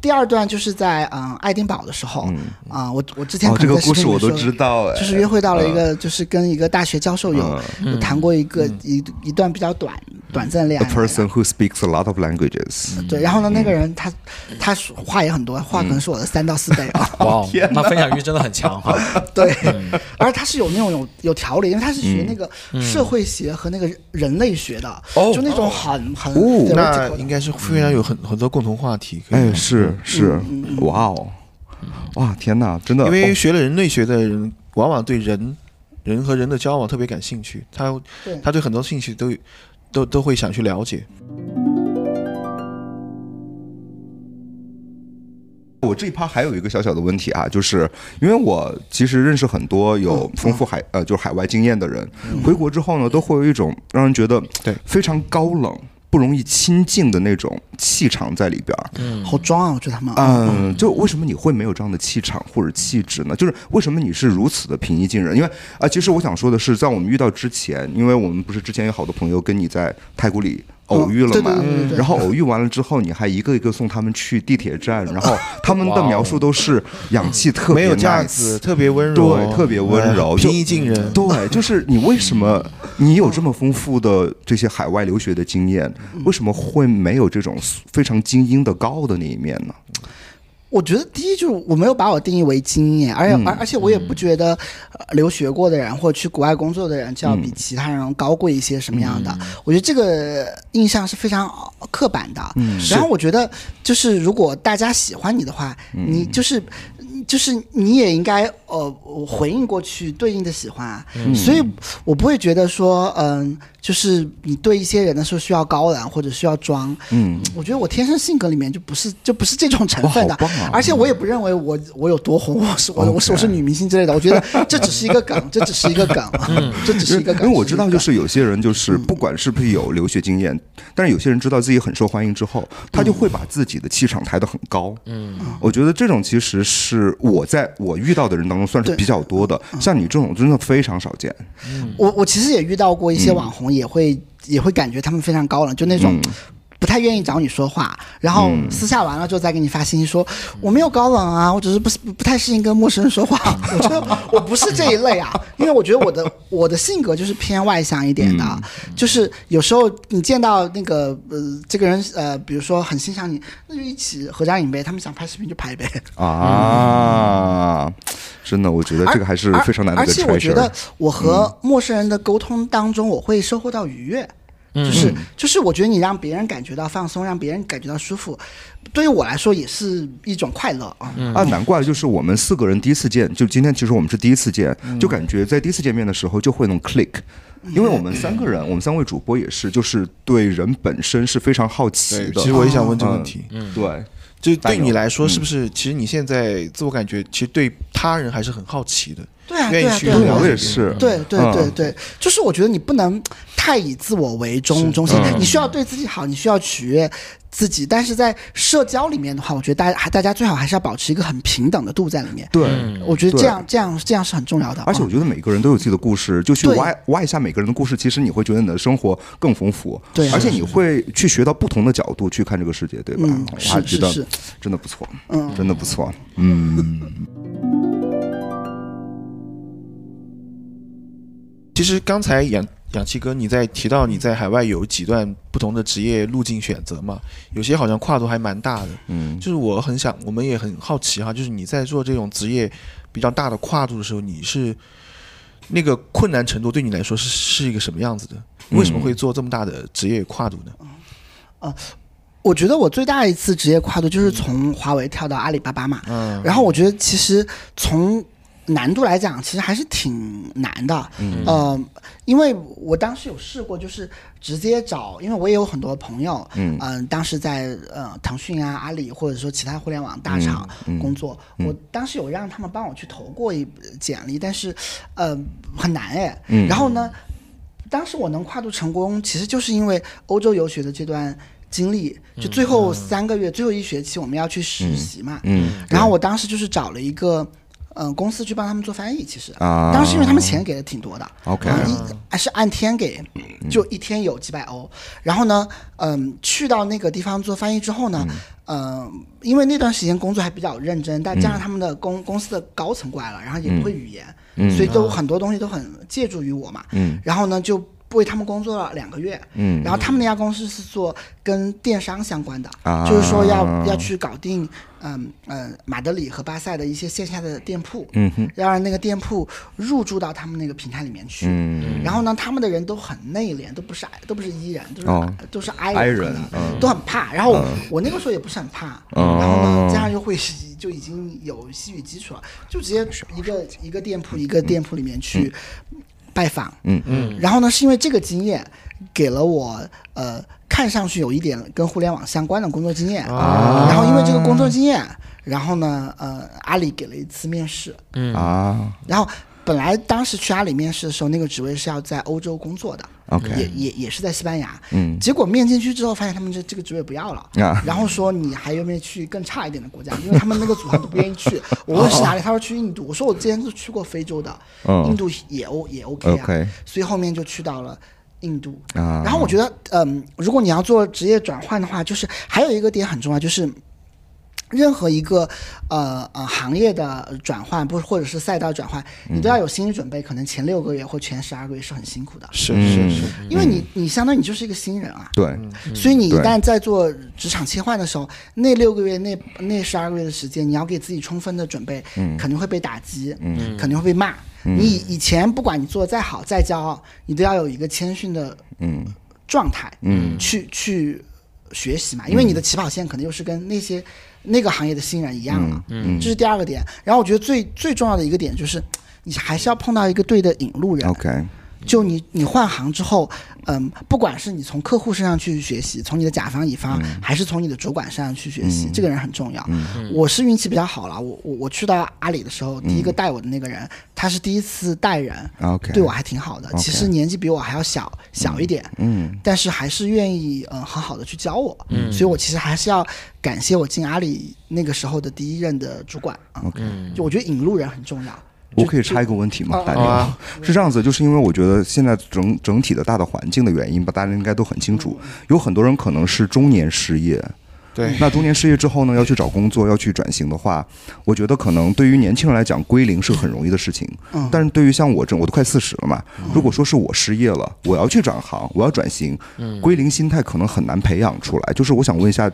F: 第二段就是在嗯、呃爱丁堡的时候，啊、我我之前
D: 嗯哦，
F: 可
D: 这
F: 能
D: 个
F: 在视
D: 故
F: 频
D: 事
F: 里
D: 我都
F: 说
D: 知道，哎嗯
F: 就是约会到了一个，就是跟一个大学教授有有谈过一个一一段比较短短暂的恋
D: a
F: 爱。
D: person who speaks a lot of languages。
B: Mm.
F: 对，然后呢，那个人他他说话也很多，话可能是我的三到四倍
D: <laughs>
F: 啊。
C: 哇哦，那分享欲真的很强哈。
F: 对，
D: 嗯
F: 而他是有那种有有条理，因为他是学那个社会学和那个人类学的，就那种很很
D: 哦
F: theoretical
B: 那
F: 的
B: 应该是非常有很很多共同话题。可以
D: 哎，是
B: Mm.
D: 是，哇哦，哇天哪，真的，
B: 因
D: 哦
B: 为学了人类学的人，往往对人、人和人的交往特别感兴趣，他
F: 对
B: 他对很多兴趣都有都都会想去了解。
D: 哦我这一趴还有一个小小的问题啊，就是因为我其实认识很多
B: 嗯
D: 有丰富海呃就是海外经验的人，回国之后呢，都会有一种让人觉得
B: 对
D: 非常高冷、不容易亲近的那种气场在里边儿。
F: 好装啊，我觉得他们
D: 嗯，就为什么你会没有这样的气场或者气质呢？就是为什么你是如此的平易近人？因为啊、其实我想说的是，在我们遇到之前，因为我们不是之前有好多朋友跟你在太古里。偶遇了嘛
F: 嗯对对对对，对
D: 然后偶遇完了之后，你还一个一个送他们去地铁站，然后他们的描述都是氧气特
B: 没
D: 别
B: 有
D: nice
B: 架子，特别温柔，
D: 对，特别温柔，
B: 呃
D: 就
B: 平易近人。
D: 对，就是你为什么你有这么丰富的这些海外留学的经验，为什么会没有这种非常精英的高傲的那一面呢？
F: 我觉得第一就是我没有把我定义为经验，而且
D: 嗯
F: 而、而且我也不觉得、呃留学过的人或者去国外工作的人就要
D: 嗯
F: 比其他人高贵一些什么样的。我觉得这个印象是非常刻板的。
D: 嗯
F: 然后我
D: 嗯
F: 觉得就是如果大家喜欢你的话，你就是就是你也应该呃我回应过去对应的喜欢啊，
D: 嗯
F: 所以我不会觉得说嗯、就是你对一些人的时候需要高冷或者需要装，嗯，我觉得我天生性格里面就不是就不是这种成分的，
D: 哇好棒啊
F: 而且我也不认为我我有多红，我是我我是我是女明星之类的，我觉得这只是一个梗，这只是一个梗，这只
D: 因
F: 是
D: 为
F: 一个梗，
D: 嗯因为我知道，
F: 这
D: 就
F: 只
D: 是
F: 一个梗嗯
D: 有些人就是不管是不是有留学经验，但是有些人知道自己很受欢迎之后，他就会把自己的气场抬得很高。嗯，我觉得这种其实是我在我遇到的人当中算是
F: 对
D: 比较多的，
F: 嗯
D: 像你这种真的非常少见。
F: 我我其实也遇到过一些网红，也会、也会感觉他们非常高冷，就那种。不太愿意找你说话，然后私下完了之后再给你发信息说、我没有高冷啊，我只是不不不太适应跟陌生人说话，我觉得我不是这一类啊，因为我觉得我的我的性格就是偏外向一点的，就是有时候你见到那个呃这个人呃，比如说很欣赏你，那就一起合张影呗，他们想拍视频就拍呗，
D: 啊，真的，我觉得这个还是
F: 嗯而
D: 非常难的一个
F: 而且我觉
D: treasure。
F: 得我和
D: 嗯
F: 陌生人的沟通当中，我会收获到愉悦，
D: 嗯
F: 就是就是我觉得你让别人感觉到放松，让别人感觉到舒服，对于我来说也是一种快乐啊。
D: 啊，难怪就是我们四个人第一次见，就今天其实我们是第一次见，
F: 嗯
D: 就感觉在第一次见面的时候就会那种 click，因为我们三个人，我们三位主播也是，就是对人本身是非常好奇的。
B: 其实我也想问这个问题，嗯
D: 嗯，对，
B: 就是对
D: 大
B: 你
D: 牛
B: 来说，是不是其实你现在自我感觉，其实对他人还是很好奇的，
F: 对啊，
B: 愿
F: 对啊
B: 意，去
F: 对
B: 了
F: 啊
D: 我
B: 解
D: 也是。
F: 对对
D: 嗯
F: 对对，就是我觉得你不能太以自我为中中心，
D: 嗯
F: 你需要对自己好，你需要取悦自己。但是在社交里面的话，我觉得大家还大家最好还是要保持一个很平等的度在里面。
D: 对，
F: 我觉得这
D: 嗯对
F: 样这样这样是很重要的啊。
D: 而且我觉得每个人都有自己的故事，就去
F: 对
D: 挖挖一下每个人的故事，其实你会觉得你的生活更丰富，
F: 对
D: 而且你会去学到不同的角度去看这个世界，对吧？
F: 嗯
D: 我
F: 是
D: 还觉得
F: 是是
D: 真的不错，
F: 嗯
D: 真的不错，嗯。
B: 其实刚才氧氧气哥你在提到你在海外有几段不同的职业路径选择嘛，有些好像跨度还蛮大的。
D: 嗯
B: 就是我很想，我们也很好奇哈，就是你在做这种职业比较大的跨度的时候，你是那个困难程度对你来说是是一个什么样子的？
D: 嗯
B: 为什么会做这么大的职业跨度呢？
F: 我觉得我最大一次职业跨度就是从华为跳到阿里巴巴嘛，
B: 嗯
F: 然后我觉得其实从难度来讲，其实还是挺难的，嗯、呃，因为我当时有试过，就是直接找，因为我也有很多朋友，嗯、当时在呃腾讯啊、阿里或者说其他互联网大厂
D: 嗯
F: 工作，我当时有让他们帮我去投过一简历，但是呃很难哎，
D: 嗯
F: 然后呢，当时我能跨度成功，其实就是因为欧洲游学的这段经历，就最后三个月、最后一学期我们要去实习嘛，
D: 嗯
F: 然后我当时就是找了一个。嗯，公司去帮他们做翻译，其实、
D: 啊
F: 当时因为他们钱给的挺多的
D: OK 嗯
F: 然后一还是按天给，就一天有几百欧。然后呢，嗯，去到那个地方做翻译之后呢，嗯、因为那段时间工作还比较认真，但加
D: 嗯
F: 上他们的公、公司的高层过来了，然后也不会语言，所以都很多东西都很借助于我嘛。
D: 嗯
F: 然后呢就为他们工作了两个月。
D: 嗯
F: 然后他们那家公司是做跟电商相关的，
D: 啊
F: 就是说要要去搞定，嗯嗯，马德里和巴塞的一些线下的店铺，
D: 嗯哼，
F: 要让那个店铺入驻到他们那个平台里面去。
D: 嗯
F: 然后呢，他们的人都很内敛，都不是都不是 E 人，都是、
D: 哦
F: 都是
D: I
F: I
D: 人
F: 可能
D: 嗯
F: 都很怕。然后我,、那个时候也不是很怕，
D: 哦
F: 然后呢，加上又会就已经有西语基础了，就直接一个一个店铺一个店铺里面去拜访。
D: 嗯
F: 嗯。然后呢，是因为这个经验给了我呃看上去有一点跟互联网相关的工作经验，
D: 啊
F: 然后因为这个工作经验，然后呢，呃，阿里给了一次面试，
D: 啊
F: 然后本来当时去阿里面试的时候，那个职位是要在欧洲工作的
D: OK
F: 也也也是在西班牙。
D: 嗯
F: 结果面进去之后，发现他们这这个职位不要了，
D: 啊
F: 然后说你还有没有去更差一点的国家？因为他们那个组合都不愿意
D: <laughs>
F: 去。
D: 哦
F: 我问是哪里，他说去印度。我说我之前是去过非洲的，
D: 嗯
F: 印度也 O 也 OK 啊。
D: OK
F: 所以后面就去到了印度。
D: 啊
F: 然后我觉得，嗯，如果你要做职业转换的话，就是还有一个点很重要，就是任何一个呃呃行业的转换，不或者是赛道转换，你都要有心理准备，可能前六个月或前十二个月是很辛苦的，
B: 是是是，
F: 因为你你相当于你就是一个新人啊。
D: 嗯对，
F: 所以你一
D: 嗯对
F: 旦在做职场切换的时候，那六个月、那那十二个月的时间，你要给自己充分的准备，
D: 嗯
F: 肯定会被打击，肯定会被骂。你以以前不管你做得再好、再骄傲，你都要有一个谦逊的
D: 嗯
F: 状态，嗯，去去学习嘛，因为你的起跑线可能又是跟那些那个行业的新人一样了。嗯，这是第二个点。然后我觉得最最重要的一个点就是，你还是要碰到一个对的引路人。
D: OK，
F: 就你你换行之后，嗯，不管是你从客户身上去学习，从你的甲方乙方，还是从你的主管身上去学习，这个人很重要。我是运气比较好了，我我我去到阿里的时候，第一个带我的那个人，他是第一次带人
D: OK
F: 对我还挺好的。其实年纪比我还要小小一点，嗯，但是还是愿意嗯很好的去教我，嗯，所以我其实还是要感谢我进阿里那个时候的第一任的主管啊，嗯，就我觉得引路人很重要。
D: 我可以插一个问题吗
F: 啊？
D: 大家是这样子，就是因为我觉得现在整整体的大的环境的原因吧，大家应该都很清楚，
F: 嗯
D: 有很多人可能是中年失业。
E: 对，
D: 那中年失业之后呢，要去找工作，要去转型的话，我觉得可能对于年轻人来讲，归零是很容易的事情。
F: 嗯
D: 但是对于像我这，我都快四十了嘛，如果说是我失业了，我要去转行，我要转型，
F: 嗯
D: 归零心态可能很难培养出来。就是我想问一下，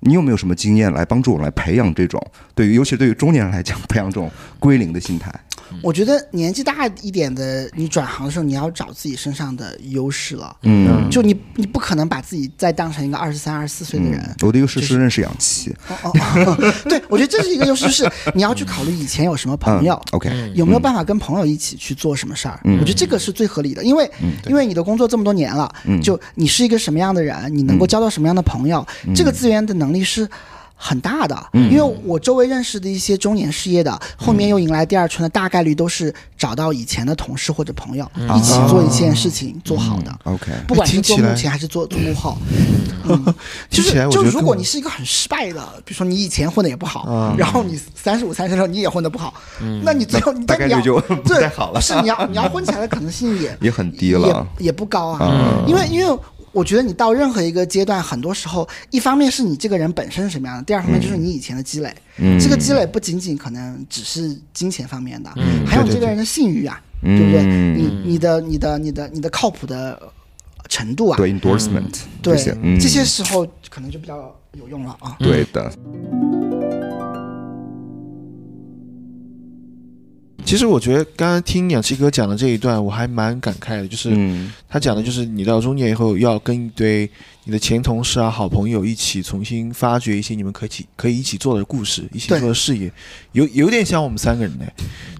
D: 你有没有什么经验来帮助我们来培养这种，对于尤其对于中年人来讲，培养这种归零的心态？
F: 我觉得年纪大一点的，你转行的时候，你要找自己身上的优势了。
D: 嗯，
F: 就你，你不可能把自己再当成一个二十三、二十四岁的人。
D: 我的优势是认识氧气。嗯
F: 哦哦哦，对，我觉得这是一个优势，就是你要去考虑以前有什么朋友，
D: OK，
F: 有没有办法跟朋友一起去做什么事儿？我觉得这个是最合理的，因为因为你的工作这么多年了，就你是一个什么样的人，你能够交到什么样的朋友，这个资源的能力是。很大的，因为我周围认识的一些中年失业的，后面又迎来第二春的，大概率都是找到以前的同事或者朋友一起做一件事情做好的。
D: OK，
F: 不管是
B: 听起
F: 做幕
B: 来
F: 前还是做做幕后，嗯，就
B: 听起来
F: 是
B: 我觉
F: 就
B: 得
F: 如
B: 跟
F: 果
B: 我
F: 你是一个很失败的，比如说你以前混的也不好，然后你三十五、三十六你也混的不好，那你最后你
D: 大
F: 但你
D: 概
F: 要
D: 率
F: <laughs>
D: 就不
F: 对
D: 太好了
F: 是你要你要混起来的可能性也
D: 也很 <laughs> 低了
F: 也也不高啊，因为因为。我觉得你到任何一个阶段，很多时候，一方面是你这个人本身是什么样的，第二方面就是你以前的积累。
D: 嗯
F: 这个积累不仅仅可能只是金钱方面的，
D: 嗯
B: 嗯
F: 还有这个人的信誉啊，对不对？你你的你的你的你的靠谱的程度啊，
D: 对 endorsement 这
F: 对
D: 些，嗯
F: 这些时候可能就比较有用了啊。
D: 对的，
B: 其实我觉得刚刚听氧气哥讲的这一段，我还蛮感慨的，就是
D: 嗯
B: 他讲的就是你到中年以后，要跟一堆你的前同事啊、好朋友一起重新发掘一些你们可以起可以一起做的故事，一起
F: 对
B: 做的事业，有有点像我们三个人呢。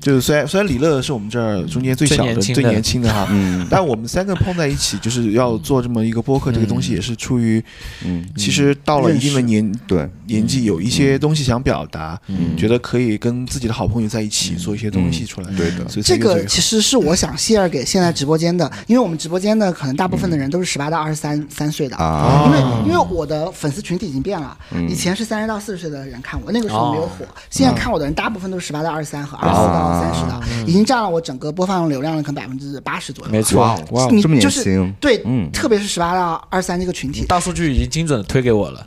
B: 就是虽然虽然李乐是我们这儿中间最
C: 最
B: 小
C: 年
B: 的、
C: 轻
B: 最
C: 的
B: 年轻的
D: <laughs>
B: 哈，
D: 嗯
B: 但我们三个碰在一起，就是要做这么一个播客，这个东西也是出于，
D: 嗯，
B: 其实到了一定的年
D: 对，
B: 年纪，有一些东西想表达，
F: 嗯
D: 嗯
B: 觉得可以跟自己的好朋友在一起做一些东西出来。
D: 对的
B: 所以
F: 这
B: 三
F: 个
B: 最
F: 其实是我想 share 给现在直播间的，
D: 嗯
F: 因为我们直播间的可能大部分的人都是十八到二十三三岁的，
D: 啊嗯
F: 因为因为我的粉丝群体已经变了，以前是三十到四十岁的人看我，那个时候没有
D: 哦
F: 火，现在看我的人大部分都是十八到二十三和二十四到三十
D: 啊
F: 的，已经占了我整个播放流量的可能百分之八十左右。
C: 没错，哇哦
F: 你
D: 这么
F: 就
D: 年
F: 是
D: 轻嗯
F: 对，特别是十八到二三这个群体，
C: 大数据已经精准的推给我了。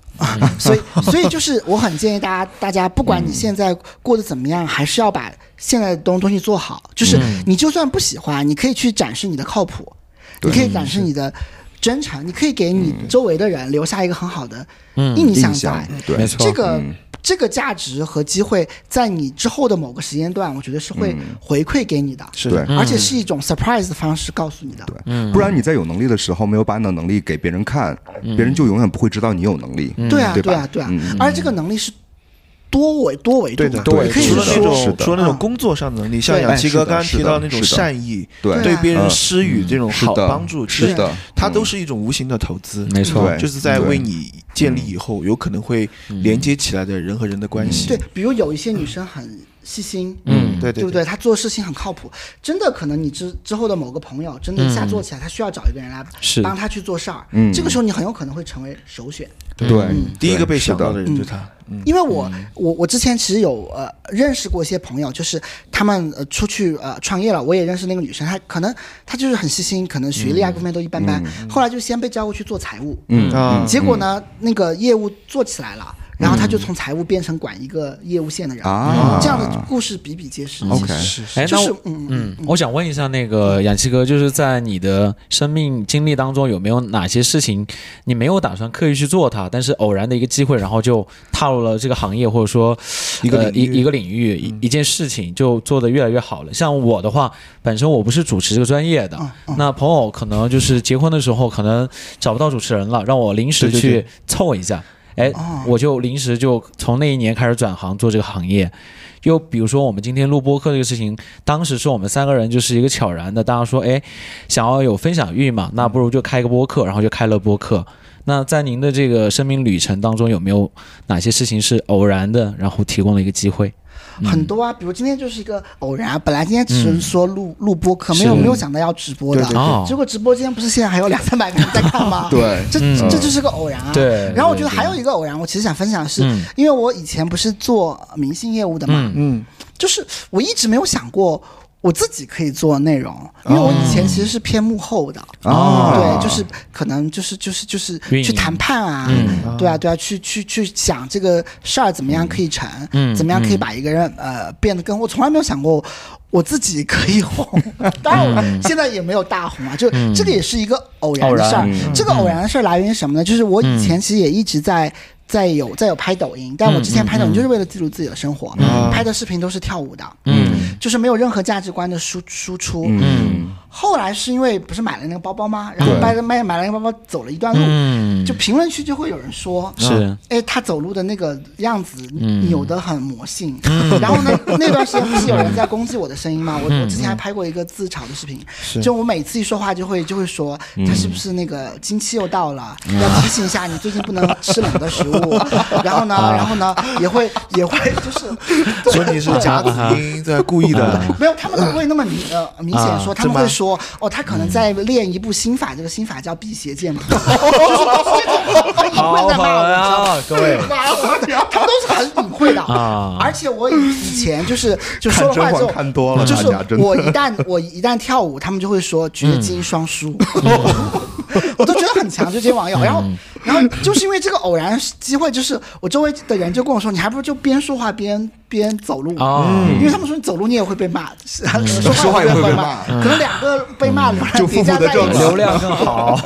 F: 所以，所以就是我很建议大家，大家不管你现在过得怎么样，还是要把现在的东东西做好。就是你就算不喜欢，你可以去展示你的靠谱，你可以展示你的真诚，你可以给你周围的人留下一个很好的印
D: 印
F: 象在。
D: 象嗯对
C: 没嗯错
F: 嗯这个、这个价值和机会，在你之后的某个时间段，我觉得是会回馈给你的，
B: 是
D: 对
B: 的，
F: 而且是一种 surprise 的方式告诉你的。
C: 嗯
D: 对，不然你在有能力的时候没有把你的能力给别人看，
F: 嗯
D: 别人就永远不会知道你有能力。
F: 对啊，
D: 对吧嗯
F: 对啊，对啊，而这个能力是多维多维度
B: 对
F: 嘛，
B: 的，
C: 对
B: 除
F: 可以
B: 了
F: 说
B: 那
D: 是
B: 种
D: 的
B: 除了那种
F: 嗯
B: 工作上的能力，像
F: 对
B: 氧气
D: 哎
B: 哥
D: 是的
B: 刚刚提到那种
D: 是的
B: 善意，
D: 对
F: 啊
B: 对别人
D: 嗯
B: 施予这种
D: 是
B: 好
D: 的
B: 帮助，其
D: 是
B: 实
D: 的
B: 它都是一种无形的投资，
C: 没错
D: 对
B: 就是在为
D: 对嗯
B: 你建立以后有可能会连接起来的人和人的关系。
F: 对，比如有一些女生很细心，
C: 嗯
B: 对
F: 对不
B: 对，
F: 对？她做事情很靠谱，真的可能你之之后的某个朋友真的一下做起来，她需要找一个人来
C: 是
F: 帮她去做事儿，
D: 嗯
F: 这个时候你很有可能会成为首选。
D: 对，对
F: 嗯
B: 第一个被
D: 是
B: 想
D: 的
B: 到的人就是他。嗯，
F: 因为我、我我之前其实有呃认识过一些朋友，就是他们呃出去呃创业了，我也认识那个女生，她可能她就是很细心，可能学历啊各方面都一般般，后来就先被招过去做财务，
D: 嗯
B: 啊
F: 结果呢，那个业务做起来了，然后他就从财务变成管一个业务线的人，
D: 啊
F: 这样的故事比比皆是。其
D: OK
F: 实
C: 哎，
F: 就
C: 那
F: 是
C: 我
F: 嗯
C: 嗯，我想问一下那个氧气哥，就是在你的生命经历当中，有没有哪些事情你没有打算刻意去做它，但是偶然的一个机会，然后就踏入了这个行业，或者说
B: 一个
C: 呃
B: 领域
C: 一一个领域一一件事情，就做得越来越好了。像我的话，本身我不是主持这个专业的，那朋友可能就是结婚的时候可能找不到主持人了，让我临时
B: 对对
C: 去凑一下。哎，我就临时就从那一年开始转行做这个行业。又比如说我们今天录播客这个事情，当时是我们三个人就是一个悄然的，大家说，哎，想要有分享欲嘛，那不如就开个播客，然后就开了播客。那在您的这个生命旅程当中，有没有哪些事情是偶然的，然后提供了一个机会？嗯
F: 很多啊，比如今天就是一个偶然啊，本来今天只是说录、录播客，没有
C: 是
F: 没有想到要直播的
B: 对对
C: 对哦，
F: 结果直播间不是现在还有两三百个人在看吗？
D: 对
F: 这
C: 嗯
F: 这就是个偶然啊。
C: 对
F: 然后我
C: 对
F: 觉得
C: 对
F: 还有一个偶然，我其实想分享的是
C: 嗯，
F: 因为我以前不是做明星业务的嘛，
B: 嗯，
F: 就是我一直没有想过我自己可以做内容，因为我以前其实是偏幕后的。
D: 啊
F: 对，就是可能就是就是就是
C: 运营
F: 去谈判啊，
C: 嗯
F: 对啊对啊，去去去想这个事儿怎么样可以成，
C: 嗯
F: 怎么样可以把一个人呃变得更，我从来没有想过我自己可以红，
C: 嗯
F: 当然我现在也没有大红啊，就这个也是一个偶然的事
C: 偶
F: 儿
C: 然，嗯
F: 这个偶然的事儿来源于什么呢？就是我以前其实也一直在。在有在有拍抖音，
C: 嗯
F: 但我之前拍抖音就是为了记录自己的生活，拍的视频都是跳舞的，
C: 嗯
F: 就是没有任何价值观的输输出。
D: 嗯
F: 后来是因为不是买了那个包包吗？然后
D: 对
F: 买了买买了那个包包，走了一段路，
C: 嗯
F: 就评论区就会有人说
C: 是。嗯
F: 哎，他走路的那个样子扭得很魔性。 <laughs> 然后
C: <laughs>
F: 呢，那段时间不是有人在攻击我的声音
C: 嗯
F: 吗？我我之前还拍过一个自嘲的视频，就我每次一说话就会就会说
C: 嗯
F: 他是不是那个经期又到了，要提醒一下你最近不能吃冷的食物。 <laughs> 然后呢，然后呢也会也会 <laughs> 就是
B: 所以
D: <laughs>
B: 你是假子音在故意
D: 嗯
C: 嗯
B: 的，
F: 没有，他们不会那么明呃明显
C: 啊
F: 说，他们会说哦，他可能在练一部心法，这个心法叫辟邪
C: <laughs>
F: 剑嘛，就是都是这种很隐晦在骂我，你知道吗？
C: 各位
F: 哇我他们都是很隐晦的
C: 啊
F: 而且我以前就是就说了
A: 看
F: 话之
A: 甄
F: 后
A: 嬛看多了
F: 就是
A: 大家真的
F: 我一旦我一旦跳舞，他们就会说绝技双输。
A: <laughs>
F: <laughs> 我都觉得很强，就这些
C: 嗯
F: 网友，然后，然后就是因为这个偶然机会，就是我周围的人就跟我说，你还不如就边说话边边走路，
C: 哦
F: 因为他们说你走路你也会被骂，啊说
A: 说话也
F: 会
A: 会被
F: 骂，可能两个被骂流
B: 嗯
F: 量
A: 就负
F: 叠
A: 负
F: 加
A: 得
F: 在一
A: 正
D: <laughs>
F: 起，
A: 了
C: 流量啊更好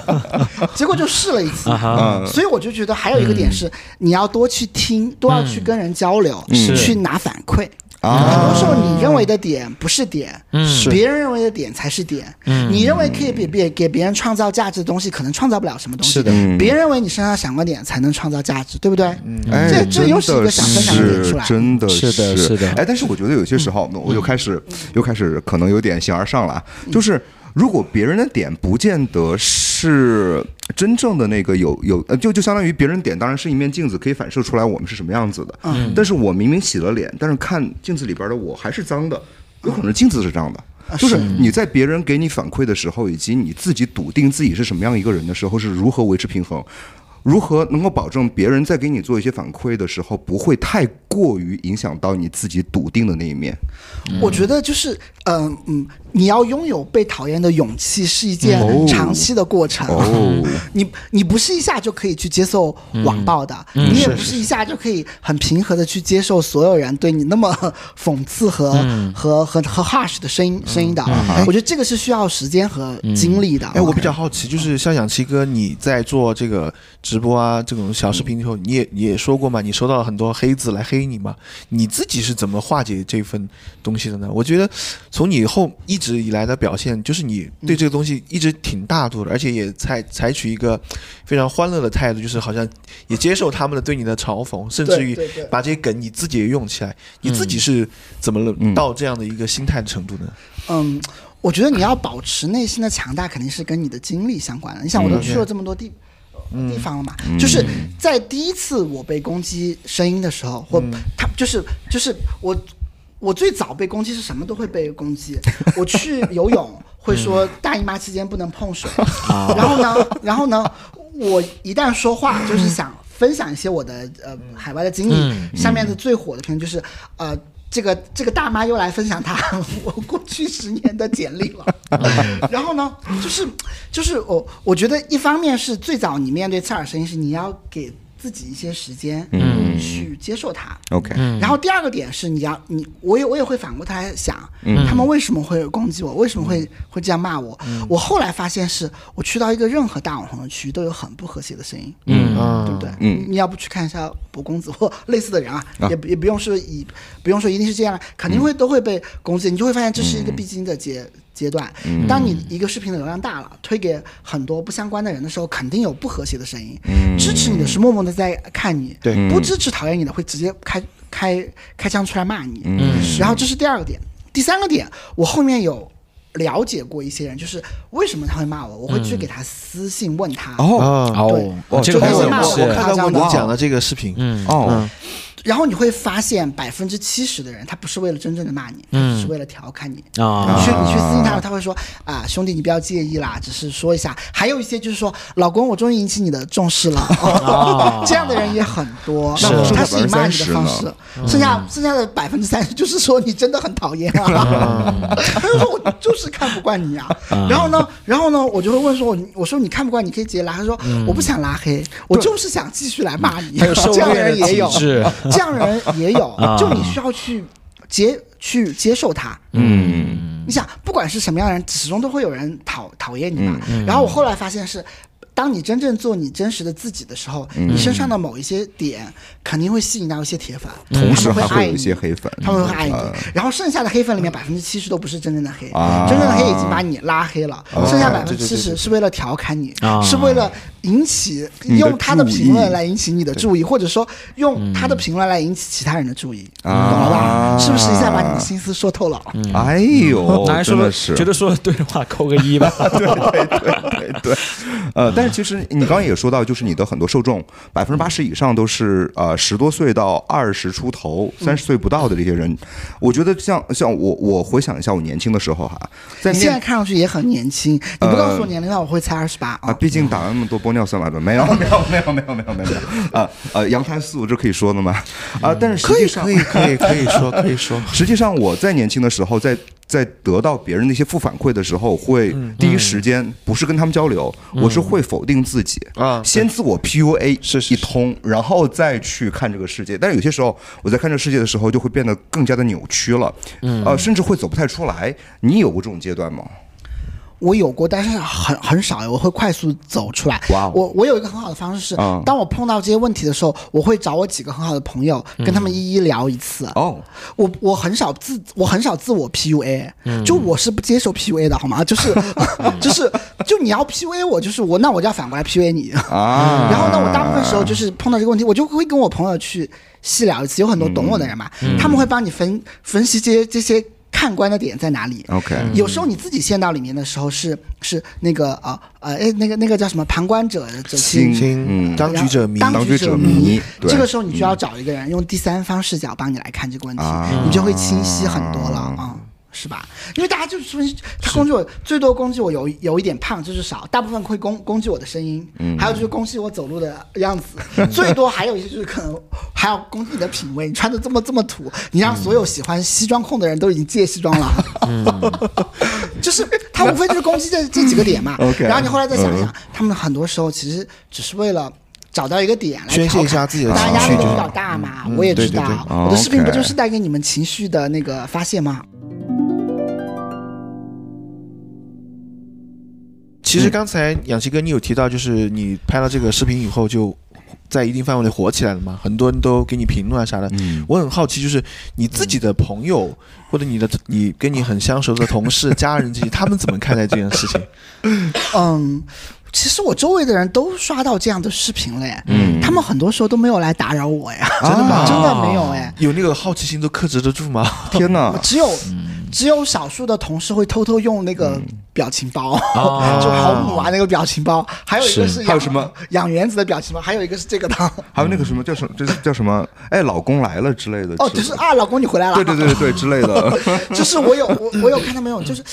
F: 结果就试了一次，
D: 嗯
F: 所以我就觉得还有一个点是，你要多去听，多要去跟人交流，
C: 是
F: 去拿反馈。
D: 啊
F: 很多时候你认为的点不是点，
B: 是
F: 别人认为的点才是点。你认为可以给别给别人创造价值的东西，可能创造不了什么东西。
C: 是的
D: 嗯
F: 别人认为你身上闪光点才能创造价值，对不对？
D: 哎，
F: 这
D: 真
F: 这又是一个
D: 的
F: 想分享的点
D: 是
F: 出来。
D: 真的
C: 嗯是的是的嗯
D: 哎，但是我觉得有些时候，我又开始又开始可能有点形而上了啊，
F: 嗯
D: 就是如果别人的点不见得是真正的那个有有，呃就就相当于别人点当然是一面镜子，可以反射出来我们是什么样子的。嗯，但是我明明洗了脸，但是看镜子里边的我还是脏的，有可能镜子是脏的。
F: 啊
D: 就是你在别人给你反馈的时候，以及你自己笃定自己是什么样一个人的时候，是如何维持平衡，如何能够保证别人在给你做一些反馈的时候，不会太过于影响到你自己笃定的那一面？
F: 我觉得就是，嗯、嗯，你要拥有被讨厌的勇气是一件
D: 哦
F: 长期的过程。
D: 哦，
F: 你你不是一下就可以去接受网暴的，你也不是一下就可以很平和的去接受所有人对你那么讽刺和、和和和 harsh 的声音声音的。我觉得这个是需要时间和精力的。
B: 哎，我比较好奇，就是像氧气哥，你在做这个直播啊，这种小视频以后，你也你也说过嘛，你收到了很多黑子来黑你嘛，你自己是怎么化解这份东西的呢？我觉得从你后一直以来的表现，就是你对这个东西一直挺大度的，而且也采采取一个非常欢乐的态度，就是好像也接受他们的对你的嘲讽，甚至于
F: 对对对
B: 把这些梗你自己也用起来，你自己是怎么了到这样的一个心态的程度呢？
F: 嗯，我觉得你要保持内心的强大，肯定是跟你的经历相关的。你想，我都去了这么多地。地方了嘛，就是在第一次我被攻击声音的时候，或他就是就是我我最早被攻击是什么都会被攻击。我去游泳会说大姨妈期间不能碰水，然后呢，然后呢，我一旦说话就是想分享一些我的呃海外的经历，下面的最火的评论就是呃。这个这个大妈又来分享她 <laughs> 我过去十年的简历了，然后呢，就是就是我我觉得一方面是最早你面对刺耳声音是你要给自己一些时间，嗯，去接受它。
D: OK，
F: 然后第二个点是你要你，我也我也会反过头来想，他们为什么会攻击我，为什么会会这样骂我？我后来发现是我去到一个任何大网红的区域都有很不和谐的声音，嗯，对不对？
D: 嗯
F: 你要不去看一下博公子 <laughs> 或类似的人啊，嗯也不也不用说以不用说一定是这样，肯定会都会被攻击，你就会发现这是一个必经的阶阶段。当你一个视频的流量大了，推给很多不相关的人的时候，肯定有不和谐的声音，支持你的是默默的在看你，
B: 对
F: 不支持讨厌你的会直接开开开枪出来骂你。然后这是第二个点，第三个点，我后面有了解过一些人，就是为什么他会骂我，我会去给他私信问他。
D: 哦
B: 啊，
C: 哦
D: 对，
C: 这个
F: 就
B: 哎
F: 是
B: 我
C: 我
F: 骂
C: 也
F: 我
B: 我
C: 是
B: 看到过你讲的这个视频，嗯，
D: 哦，
F: 然后你会发现百分之七十的人，他不是为了真正的骂你，他只是为了调侃你。
C: 啊，
F: 你去你去私信他，他会说啊，兄弟，你不要介意啦，只是说一下。还有一些就是说，老公，我终于引起你的重视
C: <laughs>
F: 了。哦这样的人也很多，
D: 那我是
F: 他是以骂你的
D: 30%
F: 方
D: 呢
F: 式，剩下剩下的百分之三十 <laughs> 就是说你真的很讨厌
C: 嗯
F: 啊。他就说我就是看不惯你啊。然后呢，然后呢，我就会问说，我我说你看不惯，你可以直接拉黑。他说我不想拉黑，我就是想继续来骂你。
C: 嗯还有受
F: 这样的
C: 虐的啊
F: 人也
C: 体
F: 有，
C: 质，
F: 这样的人
C: <laughs>
F: 也有，就你需要去接去接受他。
D: 嗯
F: 你想，不管是什么样的人，始终都会有人讨讨厌你嘛。
D: 嗯
F: 然后我后来发现是，当你真正做你真实的自己的时候，
D: 嗯
F: 你身上的某一些点肯定会吸引到一些铁粉，
D: 同时
F: 他们
D: 还
F: 会爱
D: 会有
F: 你
D: 一些黑粉，
F: 他们会爱你
D: 啊。
F: 然后剩下的黑粉里面百分之七十都不是真正的黑，
D: 啊
F: 真正的黑已经把你拉黑了，剩下百分之七
B: 对对
F: 十是为了调侃你，
C: 啊
F: 是为了引起
D: 你的
F: 用他的
D: 注意嗯
F: 评论来引起你的注意，或者说用他的评论来引起其他人的注意，懂
D: 啊
F: 了吧？是不是一下把你的心思说透了？
D: 哎呦，
C: 拿来说
D: 真
C: 了，
D: 的是
C: 觉嗯得说的对的话扣个
D: <laughs>
C: 一吧。
D: 对
B: <laughs>
D: 对，呃，但是其实你刚刚也说到，就是你的很多受众，百分之八十以上都是呃十多岁到二十出头、三十岁不到的这些人。我觉得像像我，我回想一下我年轻的时候哈，在
F: 你现
D: 念
F: 在
D: 呃
F: 看上去也很年轻，你不告诉我年龄的话，我会猜二十八
D: 啊，
F: 啊。
D: 毕竟打完那么多玻尿酸麻醉，没有没有没有没有没有没有没有啊呃，羊胎素这可以说的吗？啊，但是实际上
B: 可以可以可以说
F: <laughs>
B: 可以说，
D: 实际上，我在年轻的时候，在在得到别人的一些负反馈的时候，会第一时间不是跟他们交流，我是会否定自己
B: 啊
D: 先自我 PUA
B: 是是
D: 一通，然后再去看这个世界。但是有些时候，我在看这个世界的时候，就会变得更加的扭曲了，呃，甚至会走不太出来。你有过这种阶段吗？
F: 我有过，但是很很少，我会快速走出来。
D: 哇哦
F: 我我有一个很好的方式是
D: 啊，
F: 当我碰到这些问题的时候，我会找我几个很好的朋友，跟他们一一聊一次。
D: 嗯哦，
F: 我我很少自我很少自我 PUA，就
D: 嗯
F: 我是不接受 PUA 的，好吗？就是 <laughs> 就是就你要 PUA 我，就是我那我就要反过来 PUA 你。
D: 啊，
F: 然后呢，我大部分时候就是碰到这个问题，我就会跟我朋友去细聊一次。有很多懂我的人嘛，他们会帮你分分析这些这些看官的点在哪里。
D: OK，
F: 有时候你自己陷到里面的时候是是那个呃呃哎那个那个叫什么旁观者者清。
B: 亲，
F: 嗯
B: 当局者迷，
F: 然后当
D: 嗯局者
F: 者
D: 迷对
F: 这个时候你就要找一个人用第三方视角帮你来看这个问题，
D: 啊
F: 你就会清晰很多了啊、嗯是吧？因为大家就是说他攻击我，最多攻击我有有一点胖，就是少，大部分会攻攻击我的声音，
D: 嗯
F: 还有就是攻击我走路的样子，最多还有一些就是可能还要攻击你的品味，你穿的这么这么土，你让所有喜欢西装控的人都已经戒西装了。
D: 嗯
F: <laughs> 就是他无非就是攻击这这几个点嘛。
D: OK 嗯
F: 然后你后来再想一想，他们很多时候其实只是为了。找到一个点来
B: 宣泄一下
F: 调侃
B: 自己的
F: 大家
B: 情
F: 压
B: 绪
F: 力都
B: 就
F: 比
B: 是
F: 较大嘛，我也
B: 对
F: 知
B: 对哦
F: 道
B: 对，
F: 我的视频不
D: OK
F: 就是带给你们情绪的那个发泄吗？
B: 其实刚才养鸡哥，你有提到，就是你拍了这个视频以后，就在一定范围内火起来了嘛，很多人都给你评论啊啥的。
D: 嗯
B: 我很好奇，就是你自己的朋友，或者你的你跟你很相熟的同事、家人这些，他们怎么看待这件
F: <laughs>
B: 事情？
F: 嗯，其实我周围的人都刷到这样的视频了耶，
B: 嗯
D: 嗯
F: 他们很多时候都没有来打扰我
B: 啊
F: 呀，真的吗？ <laughs> 真的没有哎，
B: 有那个好奇心都克制得住吗？
D: 天哪！
F: 只有
B: 嗯
F: 只有少数的同事会偷偷用那个表情包，
B: 哦
F: <laughs> 就好母啊那个表情包，还有一个
C: 是
F: 是
D: 还有
F: 养
D: 什么
F: 养原子的表情包，还有一个是这个的。
B: <laughs>
D: 还有那个什么叫什么，这叫什么？哎，老公来了之类的。
F: 哦，就是啊，老公你回来了。
D: 对对对对对之类的。 <laughs>
F: 对，就是我有我我有看他们有，就是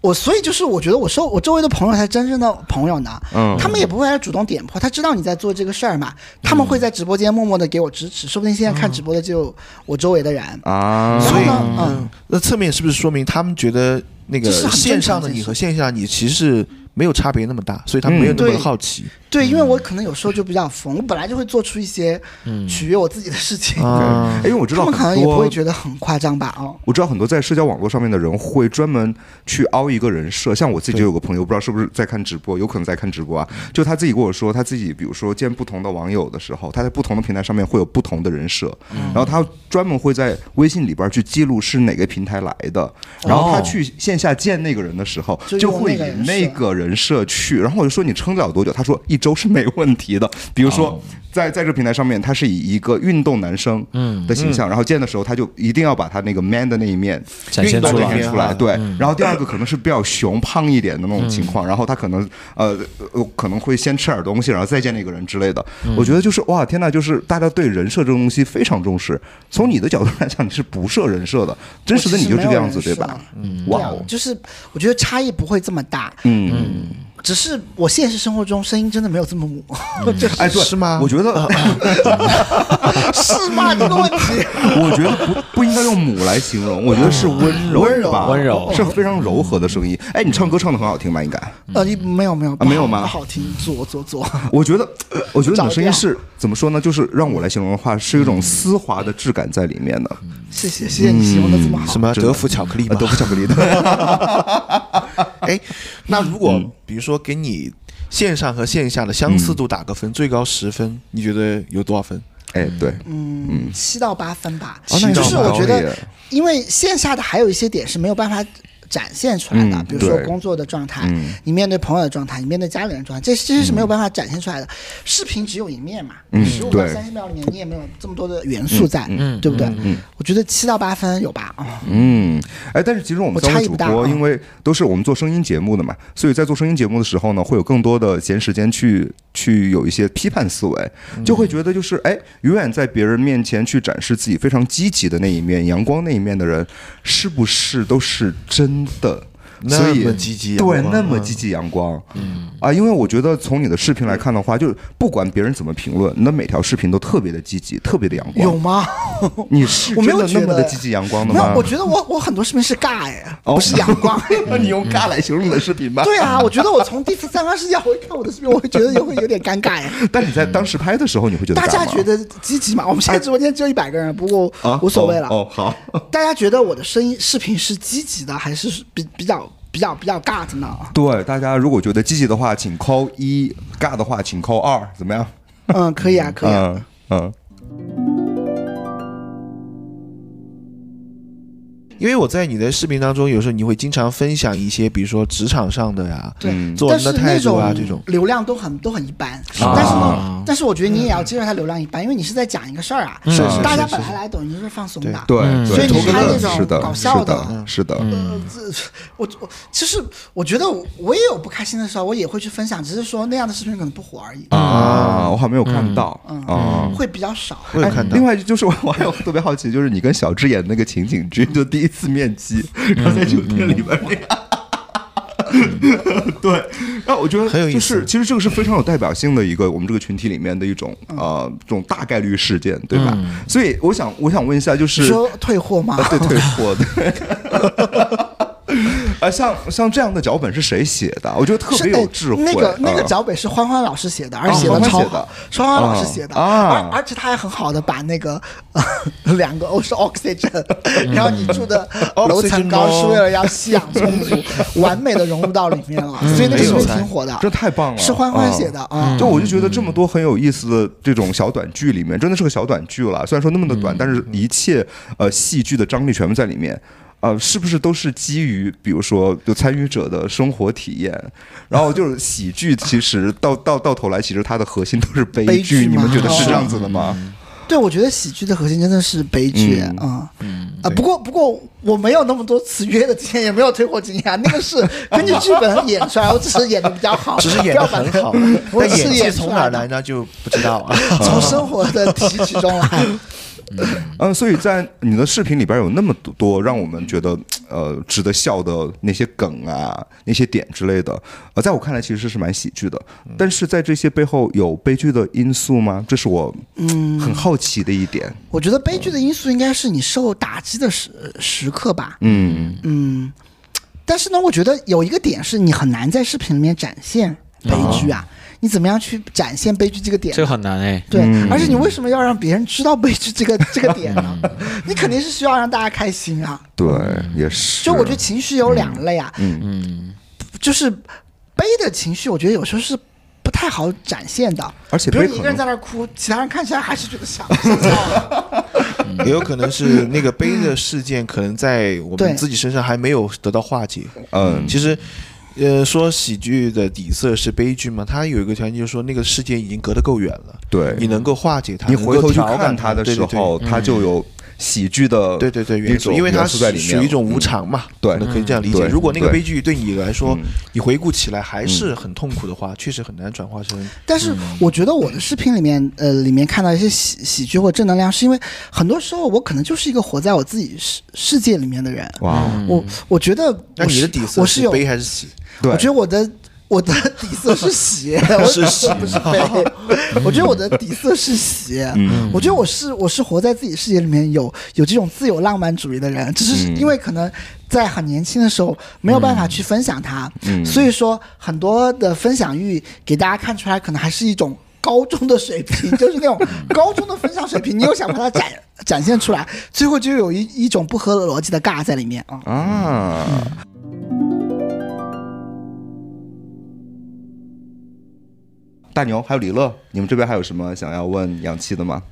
F: 我，所以就是我觉得我收我周围的朋友才是真正的朋友呢。
D: 嗯
F: 他们也不会来主动点破，他知道你在做这个事儿嘛，他们会在直播间默默的给我支持，说不定现在看直播的就我周围的人。
D: 啊，
F: 所以呢，
B: 嗯
F: 嗯，
B: 那侧面是不是说明他们觉得那个
F: 这是很正常
B: 线上的你和线下你其实是没有差别那么大，所以他
F: 嗯
B: 没有那么好奇。
F: 对，因为我可能有时候就比较疯，我本来就会做出一些取悦我自己的事情，
B: 啊
D: 因为嗯我知
F: 他
D: 道
F: 们可能
D: 很
F: 也不
D: 多
F: 会觉得很夸张吧？哦，
D: 我知道很多在社交网络上面的人会专门去凹一个人设，像我自己就有个朋友，不知道是不是在看直播，有可能在看直播啊。就他自己跟我说，他自己比如说见不同的网友的时候，他在不同的平台上面会有不同的人设，
F: 嗯
D: 然后他专门会在微信里边去记录是哪个平台来的，然后他去线下见那个人的时候，
F: 哦就
D: 就
F: 用
D: 会
F: 那个
D: 以
F: 人
D: 那
F: 设
D: 个人设去。然后我就说你撑得了多久？他说一周是没问题的。比如
C: 哦
D: 说。在在这个平台上面，他是以一个运动男生的形象，然后见的时候，他就一定要把他那个 man 的那一面
C: 嗯展现
D: 运动
C: 出
D: 的
C: 来嗯
D: 那一面出来。对，然后第二个可能是比较熊胖一点的那种情况，然后他可能呃呃可能会先吃点东西，然后再见那个人之类的。
C: 嗯
D: 我觉得就是哇天呐，就是大家对人设这种东西非常重视。从你的角度来讲，你是不设人设的，真实的你就这个样子，
F: 我其
D: 对
F: 实没有
D: 吧？
F: 人设？
D: 哇
F: 对啊
D: 哦，
F: 就是我觉得差异不会这么大，
D: 嗯，
F: 只是我现实生活中声音真的没有这么母， <laughs> 就是
D: 哎，对，
B: 是吗
D: 我觉得。
F: 是吗？这个问
D: <laughs>
F: 题，
D: 我觉得不不应该用母来形容，我觉得是温柔吧，
F: 温柔
C: 温柔
D: 是非常柔和的声音。哎，你唱歌唱的很好听吧？应该，
F: 呃，你没有没有
D: 啊没有吗
F: 不好听，左左左，
D: 我觉得，呃我觉得你的声音
F: 嗯找调
D: 是怎么说呢？就是让我来形容的话，是有一种丝滑的质感在里面的。
F: <laughs> 谢谢谢谢
D: 嗯
F: 你形容的这么好
B: 什。么德芙巧克力
D: 啊，
B: 嘛
D: 德？芙巧克力
B: <laughs>
D: 的，
B: 哎，那如果比如说给你线上和线下的相似度打个分，最高十分，你觉得有多少分？
D: 哎，对，
F: 嗯，七到八分吧。
D: 哦那也
F: 就是
D: 蛮
F: 我
D: 高
F: 觉
D: 的
F: 得
D: 耶，
F: 因为线下的还有一些点是没有办法展现出来的，
D: 嗯
F: 比如说
D: 对
F: 工作的状态，
D: 嗯
F: 你面对朋友的状态，你面对家里人的状态，这这些是没有办法展现出来的。视频只有一面嘛，十五到
D: 嗯对
F: 三十秒里面你也没有这么多的元素在，对不对？我觉得七到八分有吧。哦
D: 嗯，哎，但是其实我们
F: 我
D: 三
F: 差
D: 位
F: 异
D: 主
F: 不大
D: 播，
F: 啊
D: 因为都是我们做声音节目的嘛，所以在做声音节目的时候呢，会有更多的闲时间去去有一些批判思维，
F: 嗯
D: 就会觉得就是哎，永远在别人面前去展示自己非常积极的那一面、阳光那一面的人，是不是都是真的？所
B: 那
D: 以
B: 么积极，
D: 对，那
F: 啊
D: 么积。极阳光，嗯啊，因为我觉得从你的视频来看的话，就是不管别人怎么评论，你的每条视频都特别的积极，特别的阳光。
F: 有吗？
D: 你是
F: 我
D: 真
F: 没
D: 的
F: 有
D: 那
F: 觉
D: 么
F: 得哎
D: 的积极阳光的
F: 没有
D: 吗？，
F: 我觉得我我很多视频是尬哎，
D: 哦嗯
F: 不是阳
D: <laughs>
F: 光。
D: 得你用尬来形容你的视频吧。
F: 对啊，我觉得我从第四三二视角回看我的视频，我会觉得也会有点尴尬
D: <laughs>
F: 哎。
D: 但你在当时拍的时候，你会觉得
F: 大
D: 尬
F: 家
D: 吗
F: 觉得积极吗？我们现在直播间只有一百个人，不过
D: 啊
F: 无所谓了。
D: 哦，哦好，
F: 大家觉得我的声音视频是积极的，还是比比较比较比较尬的呢？
D: <laughs> 对大家如果觉得积极的话，请扣一；尬的话，请扣二，怎么样？
F: 嗯，可以啊，可以啊。
D: 嗯嗯
B: 因为我在你的视频当中，有时候你会经常分享一些，比如说职场上的呀，
D: 嗯
F: 对，
B: 做
F: 但
B: 人的
F: 是
B: 态
F: 那
B: 度
F: 种
B: 啊这种。
F: 流量都很都很一般，
D: 啊
F: 但是呢，但是我觉得你也要接受它流量一般，因为你是在讲一个事儿啊，
D: 嗯是是
F: 大家
D: 是
F: 本来来抖音就是放松的，
D: 对，对
F: 嗯所以你
D: 抽个
F: 拍
D: 乐
F: 那种
D: 是的，
F: 搞
D: 是
F: 笑
D: 的，是的，
F: 呃，这 <laughs> 我我其实我觉得我也有不开心的啊时候，我也会去分享，只是说那样的视频可能不火而已，
D: 啊，我好像没有
F: 嗯
D: 看到啊。
F: 会比较少。
B: 我有看到
D: 另，外就是我我还有特别好奇，就是你跟小智演那个情景
F: <laughs>
D: 剧，就第一次面基，
F: 嗯
D: 然后在酒店里边那个。
F: 嗯
D: <laughs> 对，那我觉得
B: 很有意
D: 就
B: 思
D: 是其实这个是非常有代表性的一个我们这个群体里面的一种
F: 嗯
D: 呃这种大概率事件，对吧？所以我想我想问一下，就
F: 你
D: 是
F: 说退货吗
D: 啊？对退货对。 <laughs> 啊，像像这样的脚本是谁写的？我觉得特
F: 是
D: 别有智慧。
F: 哎那个那个
D: 嗯
F: 脚本是欢欢老师写的，而
D: 啊
F: 且写的
D: 欢欢
F: 超
D: 写的
F: 好，欢欢老师写的，
D: 啊
F: 而而且他还很好的把那个 <laughs> 两个欧哦是 oxygen，然
D: 嗯
F: <laughs> 后你住的楼层高是为了要吸氧
D: <laughs>
F: 充足，完美的融入到里面了，所以那个视频挺火的，
D: 嗯这太棒了，
F: 是欢欢写的啊
D: 就我就觉得这么多很有意思的这种小短剧里面，真的是个小短剧了。虽然说那么的短，
F: 嗯
D: 但是一切呃戏剧的张力全部在里面。呃，是不是都是基于比如说就参与者的生活体验，然后就是喜剧，其实到到到头来，其实它的核心都是悲剧。
F: 悲剧
D: 你
F: 嘛
D: 们觉得是这样子的吗？
F: 对，我觉得喜剧的核心真的是悲剧
D: 嗯
F: 啊。啊，不过不过我没有那么多词约的经验，也没有退货经验啊。那个是根据剧
B: <laughs>
F: 本演出来，我只是演的比较好，
B: 只是演
F: 不
B: 的
F: 要把
B: 很
F: 它，
B: 好
F: 我
B: 但
F: 只是
B: 演技
F: 演出
B: 从哪儿
F: 的
B: 来？呢就不知 <laughs> 道啊。
F: <laughs> 从生活的提取
B: <laughs>
F: 中来。
D: 嗯，所以在你的视频里边有那么多让我们觉得呃值得笑的那些梗啊、那些点之类的，呃，在我看来其实是蛮喜剧的。但是在这些背后有悲剧的因素吗？这是我嗯很好奇的一点。
F: 我觉得悲剧的因素应该是你受打击的时时刻吧。
D: 嗯
F: 嗯，但是呢，我觉得有一个点是你很难在视频里面展现悲剧
B: 哦
F: 啊，你怎么样去展现悲剧这个点
C: <laughs>
F: 呢？
C: 这个很难哎。
F: 对，而且你为什么要让别人知道悲剧这个这个点呢？你肯定是需要让大家开心啊。
D: 对，
B: 嗯
D: 也是。
F: 就我觉得情绪有两类啊，嗯嗯，就是悲的情绪，我觉得有时候是不太好展现的。
D: 而且
F: 比如
D: 悲
F: 你一
D: 可
F: 个人
D: 能
F: 在那儿哭，其他人看起来还是觉得想想笑啊。
D: 嗯
B: 也有可能是那个悲的事件，可能在我
F: 对
B: 们自己身上还没有得到化解。
D: 嗯
B: 其实，呃，说喜剧的底色是悲剧嘛，它有一个条件，就是说那个事件已经隔得够远了，
D: 对
B: 你能够化解它，
D: 你回
B: 能够
D: 头去
B: 调
D: 看
B: 侃
D: 它的
B: 对
D: 时
B: 对对
D: 候，它就有喜剧的
B: 对对对，
D: 一
B: 元素，
D: 种
B: 因为它
D: 元素在
B: 是
D: 里面
B: 属于一种无
D: 嗯
B: 常嘛，
D: 对嗯
B: 可能可以这样理解。
D: 对
B: 如果那个
D: 对
B: 悲剧对你来说
D: 嗯，
B: 你回顾起来还是很痛苦的话，确实很难转化成
F: 但是我觉得我的视频里面，呃，里面看到一些喜喜剧或正能量，是因为很多时候我可能就是一个活在我自己世世界里面的人。
D: 哇，哦
F: 我我觉得
B: 那
D: 嗯
F: 我
B: 你的
F: 是
B: 底色
F: 我是有
B: 悲还是喜？
D: 对，
F: 我觉得我的我的底色是
B: <laughs>
F: 喜，我
B: 是喜
F: 不是悲。
B: <laughs>
F: 我觉得我的底色是喜，
B: 嗯
F: 我觉得我是我是活在自己世界里面有有这种自由浪漫主义的人，只是
B: 嗯
F: 因为可能在很年轻的时候没有办法去分享它，
B: 嗯
F: 所以说很多的分享欲给大家看出来，可能还是一种。高中的水
B: <laughs>
F: 平就是那种高中的分享水平，你又想把它展 <laughs> 展现出来，最后就有一一种不合逻辑的尬在里面啊。
D: 啊，大牛还有李乐，你们这边还有什么想要问氧气的吗？嗯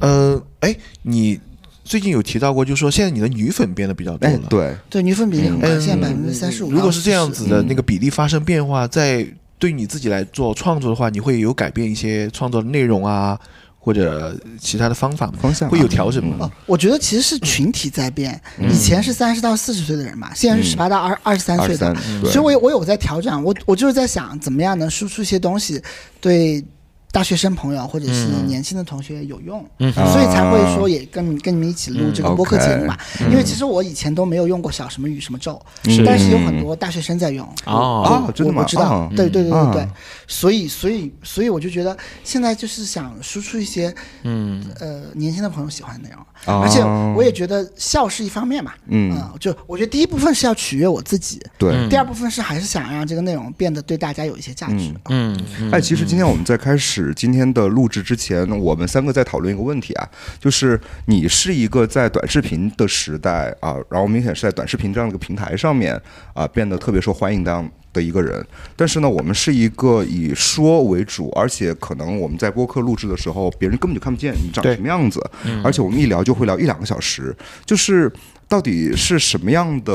B: 呃，哎，你最近有提到过，就是说现在你的女粉变得比较多
D: 哎
B: 了，，。
D: 对，
F: 对，女粉比例很高，
B: 嗯
F: 现在百分之三十五。
B: 如果是这样子的那个比例发生变化，在对你自己来做创作的话，你会有改变一些创作的内容啊，或者其他的方法吗？
D: 方向啊
B: 会有调整吗？
F: 哦，我觉得其实是群体在变，以前是三十到四十岁的人嘛，现在是十八到二嗯二十三岁的，
D: 23对
F: 所以我有我有在调整，我我就是在想怎么样能输出一些东西对。大学生朋友或者是年轻的同学有用，所以才会说也跟跟你们一起录这个播客节目嘛。因为其实我以前都没有用过小什么宇什么宙，但嗯是有嗯很多大学生在用。
C: 哦
F: 我
D: 啊
F: 我
D: 真的吗
F: 我知道
D: 啊，
F: 对对对
D: 啊
F: 对对。所以所以所以我就觉得现在就是想输出一些嗯呃年轻的朋友喜欢的内容，
D: 哦
F: 而且我也觉得笑是一方面嘛，
D: 嗯
F: 就我觉得第一部分是要取悦我自己，
D: 对，
F: 第二部分是还是想让这个内容变得对大家有一些价值。
C: 嗯，
D: 哎，其实今天我们在开始今天的录制之前，我们三个在讨论一个问题啊，就是你是一个在短视频的时代啊，然后明显是在短视频这样一个平台上面啊变得特别受欢迎的的一个人，但是呢，我们是一个以说为主，而且可能我们在播客录制的时候，别人根本就看不见你长什么样子，而且我们一聊就会聊一两个小时，就是到底是什么样的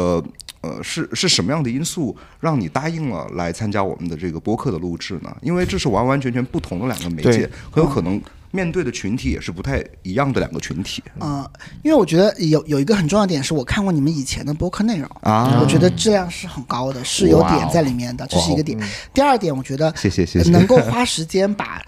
D: 呃，是是什么样的因素让你答应了来参加我们的这个播客的录制呢？因为这是完完全全不同的两个媒介
B: 对，
D: 很有可能面对的群体也是不太一样的两个群体
F: 呃，因为我觉得有有一个很重要的点是我看过你们以前的播客内容，
D: 啊。
F: 我觉得质量是很高的，是有点在里面的，这是一个点。第二点，我觉得
D: 哦嗯谢谢谢谢
F: 能够花时间把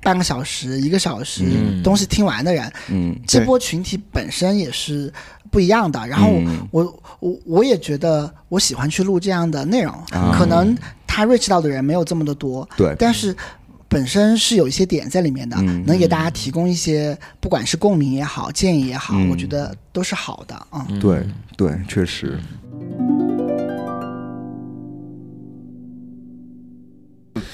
F: 半个小时、一个小时东西听完的人，嗯，这波群体本身也是不一样的。
D: 嗯
F: 然后我我我也觉得我喜欢去录这样的内容，
D: 啊
F: 可能他 reach 到的人没有这么的多，
D: 对
F: 但是。本身是有一些点在里面的，
D: 嗯
F: 能给大家提供一些，不管是共鸣也好，建议也好，
D: 嗯
F: 我觉得都是好的啊。嗯
D: 对对，确实。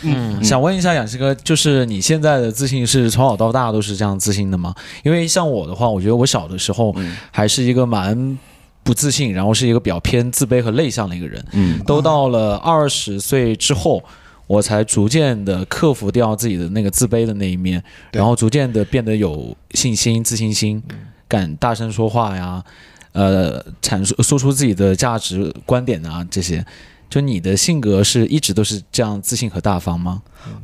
C: 嗯，想问一下养鸡哥，就是你现在的自信是从小到大都是这样自信的吗？因为像我的话，我觉得我小的时候还是一个蛮不自信，然后是一个比较偏自卑和内向的一个人。
D: 嗯，
C: 都到了二十岁之后，我才逐渐的克服掉自己的那个自卑的那一面，然后逐渐的变得有信心、自信心，
F: 嗯
C: 敢大声说话呀，呃，阐述说出自己的价值观点啊这些。就你的性格是一直都是这样自信和大方吗？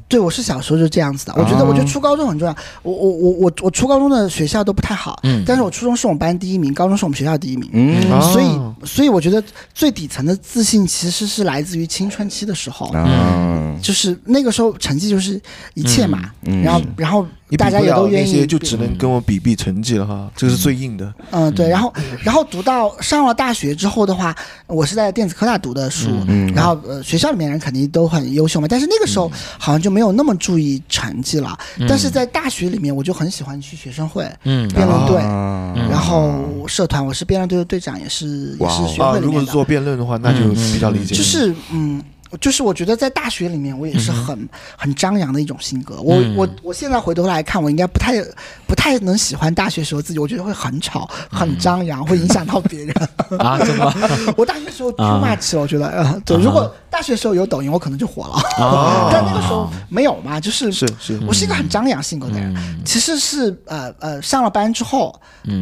F: 对，我是小时候就这样子的。我觉
B: 哦
F: 得，我觉得初高中很重要。我我我我我初高中的学校都不太好，
B: 嗯
F: 但是我初中是我们班第一名，高中是我们学校第一名。
D: 嗯
F: 所
B: 哦
F: 以，所以我觉得最底层的自信其实是来自于青春
B: 哦
F: 期的时候，
D: 啊，
F: 就是那个时候成绩就是一切嘛。然后，然后
B: 嗯你比
F: 大
B: 不
F: 家也都
B: 了
F: 愿
B: 那
F: 意
B: 些，就
F: 比
B: 只能跟我比比成绩了哈，这个是最硬的。
F: 嗯，对，然后然后读到上了大学之后的话，我是在电子科大读的书，
D: 嗯
F: 然后呃学校里面人肯定都很优秀嘛，但是那个时候好像就没有那么注意成绩了，
D: 嗯
F: 但是在大学里面我就很喜欢去学生会、
C: 嗯
F: 辩论队，
D: 啊
F: 然后社团，我是辩论队的队长，也是也
D: 哇
F: 是
D: 哦
F: 学
B: 啊，
F: 会里
B: 如果
F: 面
B: 是
F: 的，
B: 做辩论的话，那就比较理解。
F: 就是嗯。就是我觉得在大学里面，我也是很、很张扬的一种性格。我、我我现在回头来看，我应该不太不太能喜欢大学时候自己，我觉得会很吵、很张扬，会影响到别人。
C: 啊，真的吗？
F: <laughs> 我大学时候 too much 了，我觉得，呃，对，如果大学时候有抖音，我可能就火了， <laughs> 但那个时候没有嘛，就是
B: 是是
F: 我是一个很张扬性格的人，其实是呃呃，上了班之后，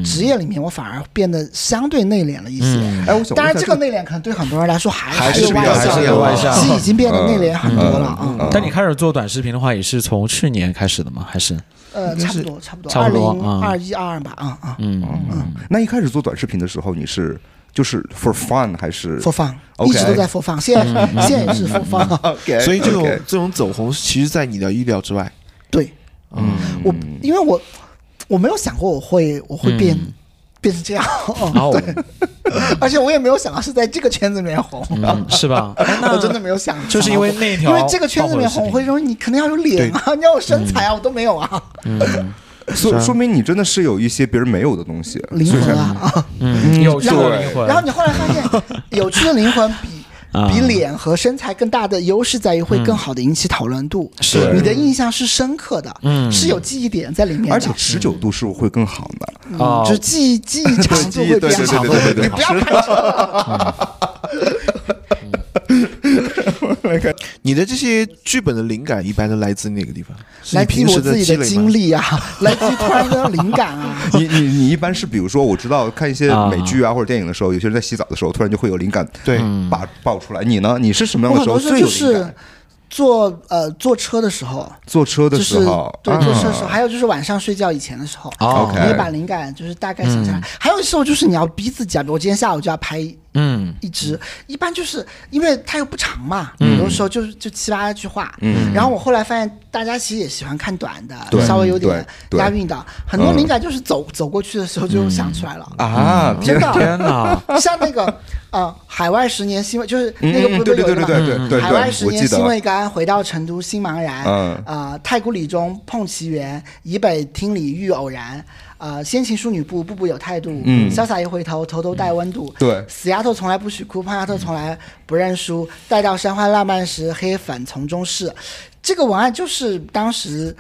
F: 职业里面我反而变得相对内敛了一些。
D: 哎，我想
F: 当然，
D: 问一
F: 这
D: 下
F: 个内敛可能对很多人来说还
A: 还
F: 还
A: 是
F: 是
A: 比较
F: 外
A: 还
F: 向
A: 是
F: 的，
A: 有
C: 外
A: 向
F: 其实已经变得内敛很多了
D: 嗯
F: 啊
D: 嗯。
C: 但你开始做短视频的话，也是从去年开始的吗？还是
F: 呃，差不多，差不多，
C: 差
F: 二
C: 不多
F: 零二一二二吧，啊啊
D: 嗯那一开始做短视频的时候，你是就是 for fun 还是
F: ，for fun，
D: OK
F: 一直都在 for fun，现在现在也是 for fun，
D: OK？
B: 所以这种
D: OK
B: 这种走红，其实在你的意料之外。
F: 对。
D: 嗯
F: 我因为我我没有想过我会我会变、变成这样，嗯
C: 哦，
F: <laughs> 而且我也没有想到是在这个圈子里面红，
C: <laughs> 嗯，是吧？哎那
F: <laughs> 我真的没有想到，
C: 就是因为那条
F: 因为这个圈子里面红，
C: 爆火
F: 我会
C: 的视频
F: 说你肯定要有脸啊，你要有身材啊，我都没有啊，
D: 说说明你真的是有一些别人没有的东西，
F: 灵魂啊，啊
C: 嗯，有趣的
D: 对
C: 灵魂，
F: 然后你后来发现有趣的灵魂比。
C: 啊
F: 比脸和身材更大的优势在于会更好的引起讨论度，
C: 是
F: 你的印象是深刻的，是有记忆点在里面的，
D: 而且持久度是会更好的。
C: 哦
F: 嗯，就记忆记忆长度
D: 记忆
F: 会
D: 对
F: 比
D: 对
F: 较好，
D: 对对对对
F: 你不要拍手。
B: 你的这些剧本的灵感一般都来自哪个地方？是你
F: 来自于
B: 平
F: 我
B: 时
F: 自己
B: 积
F: 的
B: 累
F: 经
B: 吗。
F: 历啊，来自于突然的灵感啊。
D: 你你你一般是比如说，我知道看一些美剧啊或者电影的时候，有些人在洗澡的时候突然就会有灵感，
B: 对，
D: 把爆出来。你呢？你是什么
F: 我
D: 样的
F: 很
D: 时候
F: 多时候
D: 最
F: 就
D: 有灵
F: 是
D: 感？
F: 坐呃坐车的时候，
D: 坐车的
F: 就
D: 时
F: 是
D: 候，
F: 对
D: 啊
F: 坐车的时候，还有就是晚上睡觉以前的时候，
C: 哦
F: 你会把灵感就是大概想下
D: 嗯
F: 来。还有时候就是你要逼自己啊，比如我今天下午就要拍
C: 嗯
F: 一支，一般就是因为它又不长嘛，
D: 嗯
F: 有的时候就是就七八句话。嗯，然后我后来发现大家其实也喜欢看短的，
D: 对
F: 稍微有点
D: 对对
F: 押韵的，很多
D: 嗯
F: 灵感就是走走过去的时候就想出来了。
D: 啊，
F: 真
D: 天 <laughs>
F: 的，
C: 天哪，
F: <laughs> 像那个呃，海外十年新闻，就是那个
D: 嗯
F: 不是
D: 对
F: 有一
D: 对
F: 个嘛
D: 对对对对对
F: 海外十
D: 我
F: 年
D: 记得
F: 新未干，回到成都心茫然。
D: 嗯
F: 呃，太古里中碰奇缘，以北听里遇偶然。呃，先秦淑女步，步步有态度。
D: 嗯
F: 潇洒一回头，头头带温度。
D: 对
F: 死丫头从来不许哭，胖丫头从来不认输。待到山花烂漫时，黑粉丛中事。这个文案就是当时。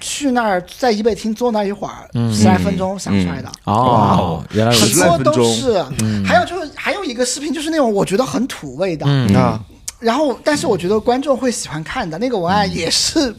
F: 去那儿，在怡北厅坐那一会儿，
D: 嗯
F: 十来分钟想出来的。
C: 哦，原来如
F: 很
C: 此
D: 十来
F: 多
D: 分
F: 都
D: 钟嗯
F: 是，还有就是还有一个视频，就是那种我觉得很土味的，
D: 嗯
B: 啊，
F: 然后但是我觉得观众会喜欢看的那个文案也是，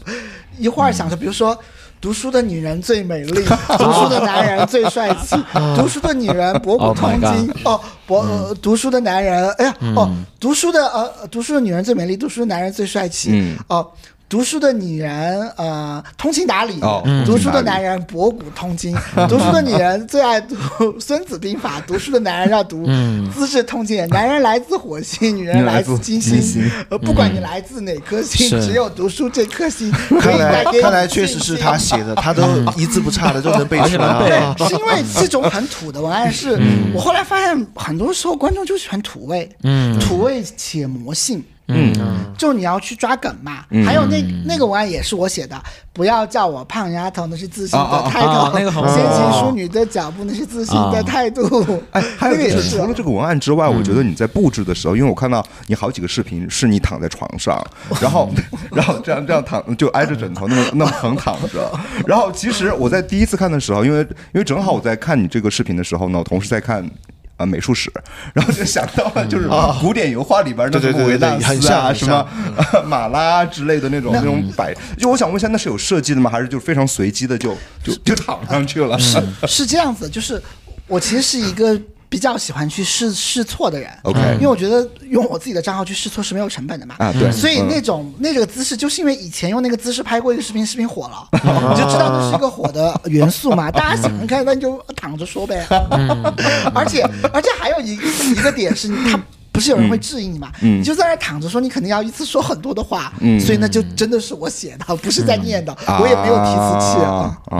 F: 一会儿想着，比如说。读书的女人最美丽，读书的男人最帅气，读书的女人博古
C: Oh my
F: 通今。哦，博、呃读书的男人，哎呀，哦，读书的呃，读书的女人最美丽，读书的男人最帅气。
D: 嗯
F: 哦，读书的女人呃，通情达理。
D: 哦嗯
F: 读书的男人博古通今，读书的女人最爱读《孙子兵法》，读书的男人要读《资治通鉴》。男人来自火星，女人
D: 女人
F: 来
D: 来
F: 自
D: 自
F: 金
D: 金
F: 星。呃，不管你来自哪颗星，
C: 是
F: 只有读书这颗星可以
B: 看
F: 带
B: 来
F: 给你
B: 看来确实是
F: <laughs>
B: 他
F: 信
B: 写的，他都一字不差的就能背
C: 而且
B: 出来
C: 能背
B: 啊
F: 心。。是因为这种很土的文案是，我后来发现很多时候观众就喜欢土味，土味且魔性。嗯，就你要去抓梗嘛。还有那那个文案也是我写的，不要叫我胖丫头，那是自信的态
C: 啊啊啊
F: 度。
C: 那个很
F: 先
C: 火
F: 行淑女的脚步，那是自信的态度。
D: 哎，还有
F: <laughs> 那个也
D: 就是
F: 是
B: 啊
F: 啊
D: 除了这个文案之外，我觉
B: 嗯
D: 得你在布置的时候，因为我看到你好几个视频是你躺在床上，
B: <laughs>
D: 然后然后这样这样躺就挨着枕头那么那么横躺着。然后其实我在第一次看的时候，因为因为正好我在看你这个视频的时候呢，我同时在看。啊，美术史，然后就想到了就是古典油画里边
B: 嗯
D: 的
B: 啊对
D: 什
B: 对
D: 么
B: 对
D: 维纳
B: 对很
D: 斯
B: 像
D: 啊，
B: 很
D: 什么 <laughs> 马拉之类的那种那种摆。就我想问一下，那是有设计的吗？还是就非常随机的就就就躺上去了？
B: 嗯
D: <laughs>
F: 是这样子，就是我其实是一个比较喜欢去试试错的人。嗯
D: OK
F: 因为我觉得用我自己的账号去试错是没有成本的嘛。嗯
D: 啊对
F: 所以那种那个姿势，就是因为以前用那个姿势拍过一个视频，视频火了，
D: <laughs>
F: 你就知道那是一个火的元素嘛。大家喜
D: 嗯 <laughs>
F: 欢 <laughs> 看，那你就躺着说呗。而且而且还有一一个点是，它。不不是有人会质疑你嘛？
D: 嗯
F: 你就在那儿躺着说，你肯定要一次说很多的话，
D: 嗯
F: 所以那就真的是我写的，不是在念的，我也没有提词器。嗯
D: 啊啊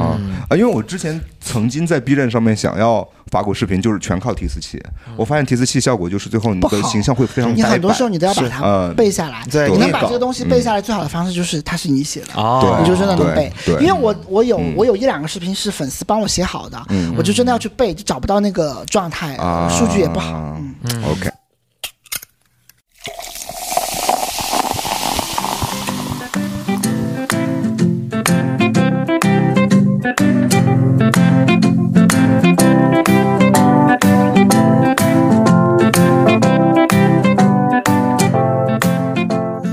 D: 啊！因为我之前曾经在 B 站上面想要发过视频，就是全靠提词器，我发现提词器效果就是最后你
F: 不
D: 的
F: 好
D: 形象会非常
F: 你
D: 呆
F: 很多
D: 板
F: 时候你都要把
D: 是呃
F: 它背下来，
A: 在
F: 你能
A: 念
F: 把
A: 稿
F: 这个东西背下来，最好的方式就是它是你写的。
C: 哦
D: 对
F: 你就真的能背
D: 对，对
F: 因为我我有我有一两个视频是粉丝帮我写好的，我就真的要去背，就找不到那个状态，
D: 啊，
F: 数据也不好。嗯。
D: OK，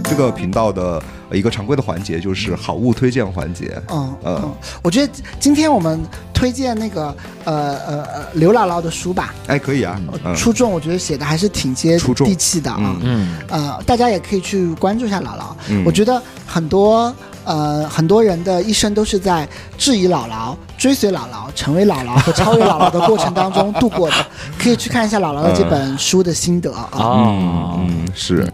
D: 这个频道的呃一个常规的环节就是好物推荐环节。
F: 嗯
D: 呃
F: 嗯，我觉得今天我们推荐那个呃呃呃刘姥姥的书吧，
D: 哎，可以啊，嗯
F: 初中我觉得写的还是挺接
D: 初中
F: 地气的啊。
C: 嗯，
F: 呃，大家也可以去关注一下姥姥。
D: 嗯
F: 我觉得很多呃很多人的一生都是在质疑姥姥、追随姥姥、成为姥姥和超越姥姥的过程当中度过的。可以去看一下姥姥的这本书的心得啊。
C: 啊，
D: 嗯，是。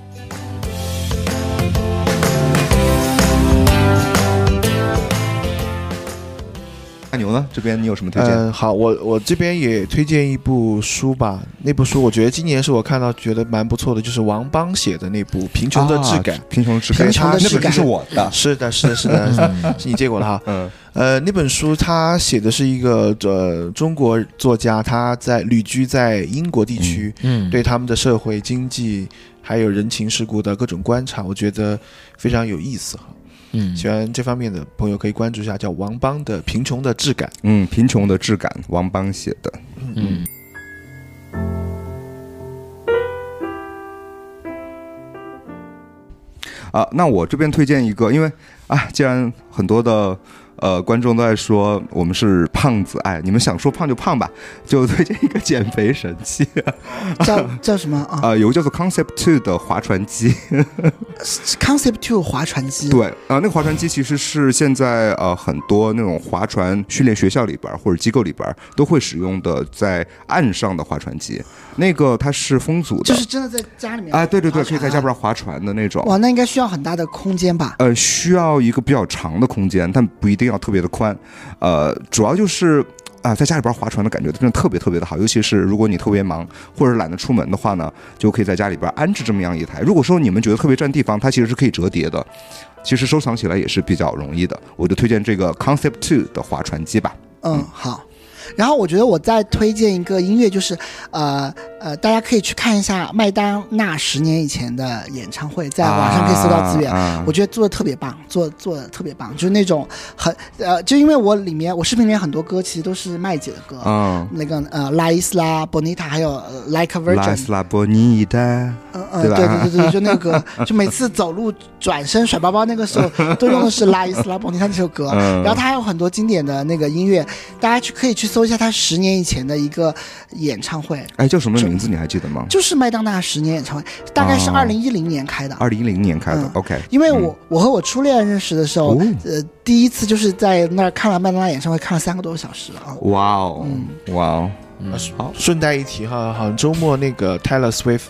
D: 大牛呢？这边你有什么推荐？
B: 嗯，好，我我这边也推荐一部书吧。那部书我觉得今年是我看到觉得蛮不错的，就是王邦写的那部《贫穷的质感》
D: 啊贫穷的质感，
F: 贫穷的
D: 那
F: 质
D: 本
F: 感
D: 书是我的。
B: 是的，是的，是的，是你借过的哈。
D: 嗯
B: 呃，那本书它写的是一个呃中国作家，他在旅居在英国地区，
C: 嗯，
B: 对他们的社会、经济还有人情世故的各种观察，我觉得非常有意思哈。
C: 嗯，
B: 喜欢这方面的朋友可以关注一下，叫王邦的《贫穷的质感》。
D: 嗯，贫穷的质感，王邦写的。
C: 嗯，
D: 啊，那我这边推荐一个，因为啊，既然很多的呃观众都在说我们是胖子，哎，你们想说胖就胖吧，就推荐一个减肥神器
F: 叫叫什么啊、
D: 啊，有个叫做 Concept Two 的划船机。
F: 是 c o n c e p t Two 划船机。
D: 对，啊、那个划船机其实是现在呃很多那种划船训练学校里边儿或者机构里边儿都会使用的，在岸上的划船机。那个它是风阻的，
F: 就是真的在家里面
D: 啊，对对对，可以在家边儿
F: 边。
D: 划船的那种。
F: 哇，那应该需要很大的空间吧？
D: 呃，需要一个比较长的空间，但不一定要特别的宽。呃，主要就是啊、在家里边划船的感觉真的特别特别的好，尤其是如果你特别忙或者懒得出门的话呢，就可以在家里边安置这么样一台。如果说你们觉得特别占地方，它其实是可以折叠的，其实收藏起来也是比较容易的。我就推荐这个 Concept Two 的划船机吧。
F: 嗯，好。然后我觉得我再推荐一个音乐，就是呃呃，大家可以去看一下麦当娜十年以前的演唱会，在网上可以搜到资源。
D: 啊
F: 我觉得做的特别棒，做做的特别棒，就是那种很呃，就因为我里面我视频里面很多歌其实都是麦姐的歌，
D: 啊，
F: 那个呃，La Isla Bonita，还有、呃 Like a
D: 嗯，拉
F: Virgin，
D: 斯拉波尼达，
F: 嗯
D: 对
F: 嗯，对
D: 吧
F: 对对对，就那个，就每次走路转身甩包包那个时候，都用的是《拉伊斯拉邦尼他》这首歌。
D: 嗯
F: 然后他还有很多经典的那个音乐，大家去可以去搜一下他十年以前的一个演唱会，
D: 哎，叫什么名字？你还记得吗？
F: 就是麦当娜十年演唱会，大概是
D: 哦
F: 二零一零年开的。
D: 二零一零年开的
F: 嗯。
D: OK，
F: 因为我、我和我初恋认识的时候，
D: 哦
F: 呃，第一次就是在那儿看了麦当娜演唱会，看了三个多小时啊。
D: 哇哦，
F: 嗯
D: 哇哦，
B: 顺带一提哈，好像周末那个 Taylor Swift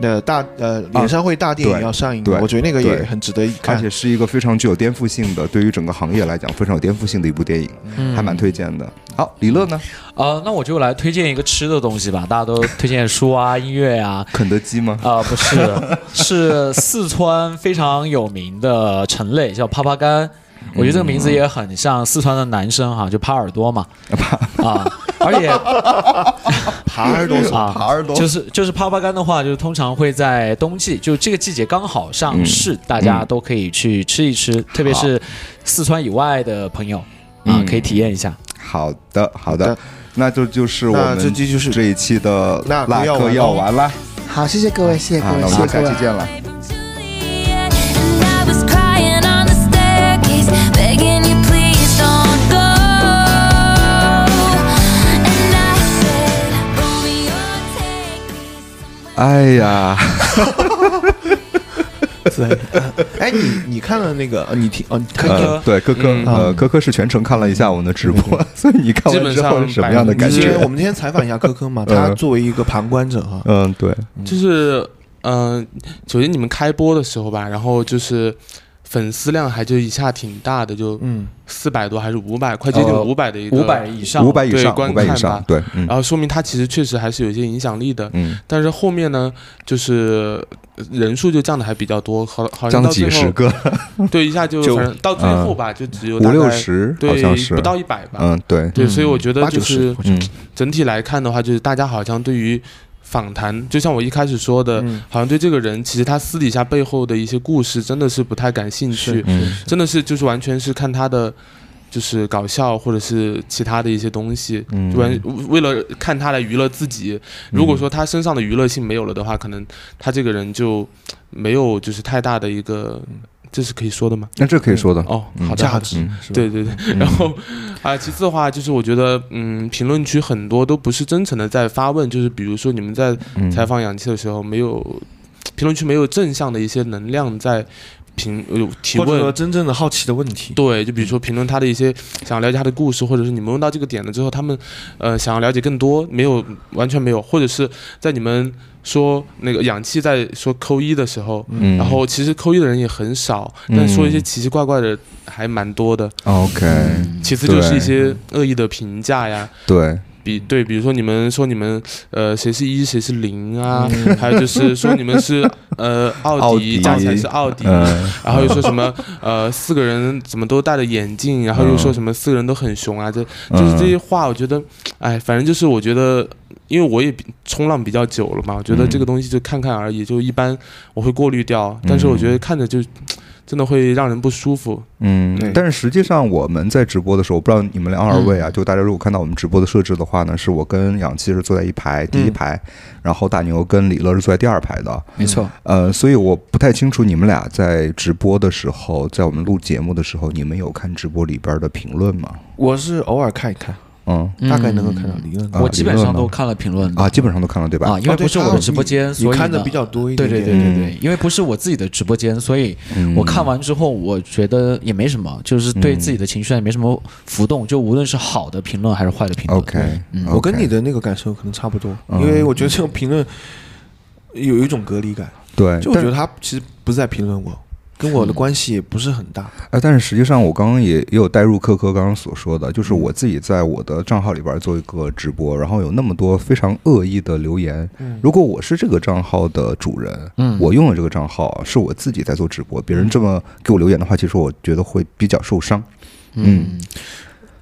B: 的大呃演唱会大电影
D: 啊对
B: 要上映
D: 对
B: 了，我觉得那个
D: 对
B: 也很值得一
D: 而
B: 看
D: 且。是一个非常具有颠覆性的，对于整个行业来讲非常有颠覆性的一部电影，还蛮推荐的。好，李乐呢？
C: 啊，那我就来推荐一个吃的东西吧，大家都推荐书啊、 <laughs> 音乐啊。
D: 肯德基吗？
C: 啊、不是，是四川非常有名的橙类，叫啪啪干。我觉得这个名字也很像四川的男生哈，就耙耳朵嘛，嗯啊，而且
A: 耙耳
D: <laughs>
A: 朵是吧
C: 啊
A: 耙耳朵，
C: 就是就是啪啪干的话，就是通常会在冬季，就这个季节刚好上市，大家都可以去吃一吃，特别是四川以外的朋友啊，
D: 嗯
C: 可以体验一下。
D: 好的，好的
B: 好的，
D: 那这就是我
B: 那
D: 们
B: 这期就是
D: 这一期的
B: 那
D: 辣
B: 要
D: 哥
B: 完
D: 要
E: <laughs>
D: 完啦，
F: 好，谢谢各位，谢谢各
D: 啊，
F: 位，
D: 那我
F: 谢
D: 们
F: 谢
D: 就
F: 各
D: 下
F: 位
D: 期。见了。
G: And I was crying on the staircase, begging you please don't go. And I said, Romeo, take me somewhere.
D: 哎呀，
B: 哎，你你看了那个？呃你听哦，你看
D: 呃，对，科科，
E: 嗯
D: 呃，科科是全程看了一下我们的直播， <laughs> 所以你看
E: 基
D: 完
E: 本
D: 之后
E: 上
D: 是什么样的
E: 百分
D: 感
E: 之
B: 因为
D: 觉 <laughs>
B: 我？们今天采访一下科科嘛，
D: 嗯
B: 他作为一个旁观者哈，
D: 嗯，对，
E: 就是嗯、首先你们开播的时候吧，然后就是粉丝量还就一下挺大的，就
B: 嗯，
E: 四百多还是五百，快接近
C: 呃
E: 五百的一个
C: 五百以上，
D: 五百以
E: 对
D: 上，
E: 观
D: 五百以
E: 看
D: 上
E: 吧，
D: 对，嗯
E: 然后说明它其实确实还是有一些影响力的。
D: 嗯，
E: 但是后面呢，就是呃人数就降的还比较多，好好
D: 降
E: 像
D: 了
E: 到
D: 几
E: 最
D: 十 <laughs>
E: 后，
D: 个，
E: 对，一下就
D: 就
E: 反正到最
D: 嗯
E: 后吧，就只有
D: 五
E: 大
D: 六
E: 概
D: 十好像
E: 对
D: 是，
E: 不到一百吧。
D: 嗯，对，
E: 对，所以我觉得
B: 八
E: 就
B: 九
E: 是
B: 十，我觉得
D: 嗯
E: 整体来看的话，就是大家好像对于访谈，就像我一开始说的，
B: 嗯
E: 好像对这个人其实他私底下背后的一些故事真的是不太感兴
B: 是
E: 趣，
D: 嗯
E: 真的是就是完全是看他的。就是搞笑或者是其他的一些东西，
D: 嗯
E: 就完为了看他来娱乐自己。
B: 嗯
E: 如果说他身上的娱乐性没有了的话，可能他这个人就没有就是太大的一个，这是可以说的吗？
D: 那这可以说的，
E: 哦，
D: 嗯
E: 好的，
B: 嗯价
E: 好的
B: 值
D: 嗯
B: 是吧？
E: 对对对，然后啊、其次的话就是我觉得，嗯，评论区很多都不是真诚的在发问，就是比如说你们在
D: 嗯
E: 采访氧气的时候，没有评论区没有正向的一些能量在评呃提
B: 或者说
E: 问。
B: 真正的好奇的问题，
E: 对，就比如说评论他的一些想了解他的故事，或者是你们问到这个点了之后，他们呃想要了解更多，没有完全没有，或者是在你们说那个氧气在说扣一的时候，
D: 嗯，
E: 然后其实扣一的人也很少，但说一些
D: 嗯
E: 奇奇怪怪的还蛮多的。
D: 哦 OK，
E: 其次就是一些恶意的评价呀，
D: 对，
E: 比对，比如说你们说你们呃谁是一谁是零啊， <laughs> 还有就是说你们是呃奥
D: 嗯奥
E: 迪
D: 迪
E: 加起来是奥迪，
D: 嗯
E: 然后又说什么呃四个人怎么都戴着眼镜，然后
D: 嗯
E: 又说什么四个人都很熊啊，这就是这些话，我觉得哎，反正就是我觉得。因为我也比冲浪比较久了嘛，我觉得
D: 嗯
E: 这个东西就看看而已，就一般我会过滤掉，但是我觉得看着就真的会让人不舒服。
D: 嗯
B: 对，
D: 但是实际上我们在直播的时候，我不知道你们两二位啊，就大家如果看到我们直播的设置的话呢，是我跟氧气是坐在一排第一排，然后大牛跟李乐是坐在第二排的，
C: 没错，
D: 呃，所以我不太清楚你们俩在直播的时候，在我们录节目的时候，你们有看直播里边的评论吗？
B: 我是偶尔看一看，
D: 嗯
B: 大概能够看到理论。
C: 我
D: 啊
C: 基本上
D: 理论呢
C: 都看了评论
D: 啊，基本上都看了对吧？
C: 啊，因为
B: 哦对
C: 不是我
B: 他
C: 的直播间，
B: 你
C: 所以
B: 看的
C: 呢
B: 比较多一
C: 对
B: 点
C: 对
B: 点，
C: 对对对，因为不是我自己的直播间，所以
D: 嗯
C: 我看完之后，我觉得也没什么，就是对
D: 嗯
C: 自己的情绪也没什么浮动，就无论是好的评论还是坏的评论
D: OK，
B: 嗯我跟你
D: 的
B: 的那个感受可能差不多，
D: 嗯
B: 因为我觉得这种评论有一种隔离感，
D: 对，
B: 就我
D: 哎但嗯
B: 觉得他其实不是在评论我，跟我的关系也不是很大。
D: 哎，但是实际上，我刚刚也也有带入科科刚刚所说的，
B: 嗯
D: 就是我自己在我的账号里边做一个直播，然后有那么多非常恶意的留言。
B: 嗯
D: 如果我是这个账号的主人，
C: 嗯
D: 我用了这个账号啊是我自己在做直播，别
B: 嗯
D: 人这么给我留言的话，其实我觉得会比较受伤。嗯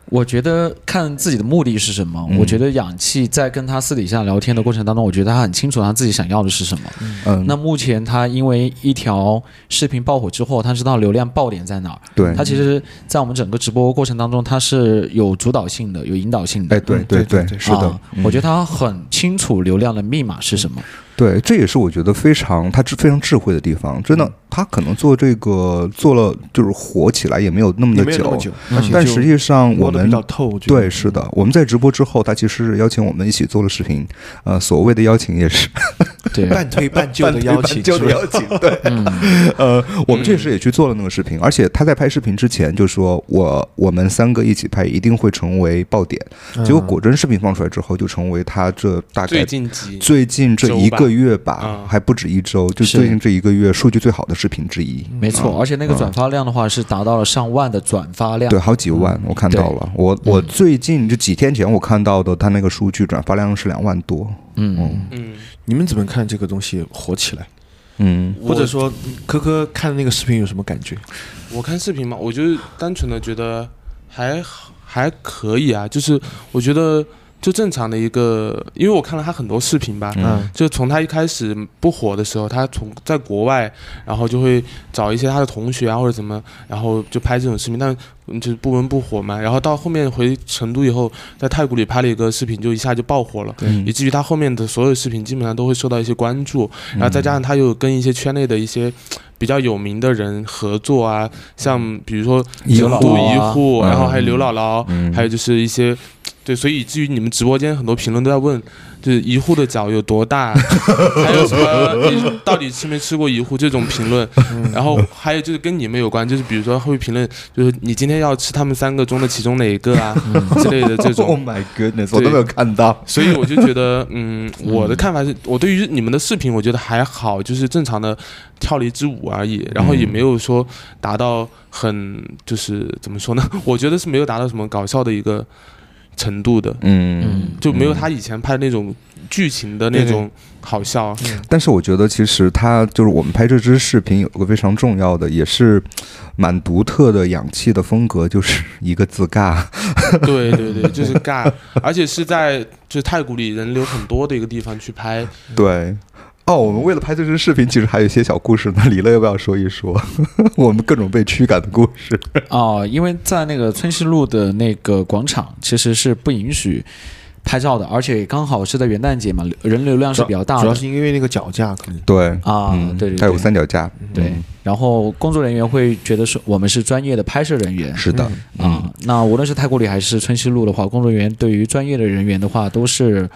C: 我觉得看自己的目的是什么。
D: 嗯
C: 我觉得氧气在跟他私底下聊天的过程当中，我觉得他很清楚他自己想要的是什么。
D: 嗯，
C: 那目前他因为一条视频爆火之后，他知道流量爆点在哪儿。
D: 对
C: 他，其实，在我们整个直播过程当中，他是有主导性的，有引导性的。
D: 哎，对
B: 嗯对
D: 对
B: 对，对
D: 是的
C: 啊，我觉得他很清楚流量的密码是什么。
D: 对，这也是我觉得非常他智非常智慧的地方。真的，
B: 嗯
D: 他可能做这个做了就是火起来也没有那么
B: 也
D: 的
B: 没有那么
D: 久，
B: 久，
C: 嗯
B: 而且
D: 但
B: 就
D: 实际上
B: 摸
D: 我
B: 得
D: 们
B: 比较透，我觉得
D: 对，是的，我们在直播之后，他其实是邀请我们一起做了视频，呃，所谓的邀请也是嗯
C: 对，
B: 半推半就
D: <laughs>
B: 的邀请，
D: 就是的
B: 吧
D: 邀请，
E: <laughs>
D: 对，
E: 嗯
D: 呃，我们确实也去做了那个视频，而且他在拍视频之前就说我我们三个一起拍一定会成为爆点，
B: 嗯
D: 结果果真视频放出来之后，就成为他这大
E: 最
D: 概。
E: 近几
D: 最近这一个月吧，
E: 嗯
D: 还不止一周，就是最近这一个月数据最好的视频之一，
C: 没错，而且那个转发量的话是达到了上万的转发量
D: 对，。好几万，我看到了。我我最近就几天前我看到的，他那个数据转发量是两万多。
C: 嗯，
E: 嗯，
B: <laughs> 你们怎么看这个东西火起来？
D: 嗯
B: 或者说，科科看那个视频有什么感觉？
E: 我看视频嘛，我就是单纯的觉得还好还可以啊，就是我觉得就正常的一个，因为我看了他很多视频吧，
B: 嗯
E: 就从他一开始不火的时候，他从在国外，然后就会找一些他的同学啊或者怎么，然后就拍这种视频，但嗯就是不温不火嘛。然后到后面回成都以后，在太古里拍了一个视频，就一下就爆火了，以至于他后面的所有视频基本上都会受到一些关注。然后再加上
D: 嗯
E: 他又跟一些圈内的一些。比较有名的人合作啊，像比如说
D: 遗
E: 成都
C: 老
E: 一
C: 啊
E: 户，然后
D: 嗯
E: 还有刘姥姥，
D: 嗯
E: 还有就是一些对，所以以至于你们直播间很多评论都在问，就是一户的脚有多大，还有什么你到底吃没吃过一户这种评论，然后还有就是跟你们有关，就是比如说会评论，就是你今天要吃他们三个中的其中哪一个啊之类的这
D: <laughs> Oh
E: 种。
D: my goodness，我都没有看到。
E: 所以我就觉得，嗯，我的看法是我对于你们的视频，我觉得还好，就是正常的跳了一支舞而已，然后也没有说达到很就是怎么说呢？ <laughs> 我觉得是没有达到什么搞笑的一个程度的。
D: 嗯，
E: 就没有他以前拍的那种剧情的那种好笑。啊
D: 但是我觉得其实它就是我们拍这支视频有个非常重要的，也是蛮独特的氧气的风格，就是一个字尬。
E: <laughs> 对对对，就是尬，而且是在就是太古里人流很多的一个地方去拍。
D: 对。哦，我们为了拍这支视频，其实还有一些小故事呢。李乐要不要说一说我们各种被驱赶的故事？
C: 哦，因为在那个春熙路的那个广场其实是不允许拍照的，而且刚好是在元旦节嘛，人流量是比较大
B: 主要
C: 的
B: 是因为那个脚架可能。
D: 对
C: 啊对对
D: 它嗯有
C: 对
D: 三脚嗯架，
C: 对。然后工作人员会觉得说我们是专业的拍摄人员，
D: 是的，
C: 啊、那无论是太古里还是春熙路的话，工作人员对于专业的人员的话都是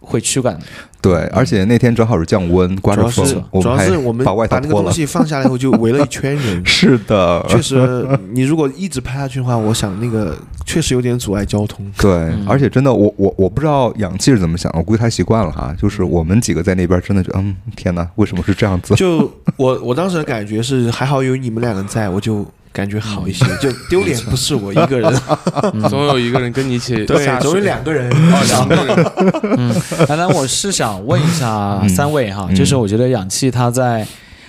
C: 会驱赶的。
D: 对，而且那天正好是降温，刮
B: 主
D: 着
B: 要是
D: 风，我
B: 主
D: 们
B: 要
D: 还
B: 是我们
D: 把外
B: 把
D: 套
B: 那个
D: 脱
B: 东
D: 了。。
B: 西放下来以后，就围了一圈人
D: <laughs> 是
B: <laughs>
D: 的，
B: 确实，你如果一直拍下去的话，我想那个确实有点阻碍交通。
D: 对，而且真的，我我我不知道氧气是怎么想的，我估计他习惯了哈。就是我们几个在那边真的觉得，嗯，天哪，为什么是这样子？ <laughs>
B: 就我我当时的感觉是，还好有你们两个在，我就感觉好一些。就丢脸不是我一个人，
E: 总有一个人跟你一起下
B: <laughs> 对，
E: 水
B: 总有两个人。 <laughs>
E: 哦，两个人，
C: 当然，我是想问一下三位哈，就是我觉得氧气它在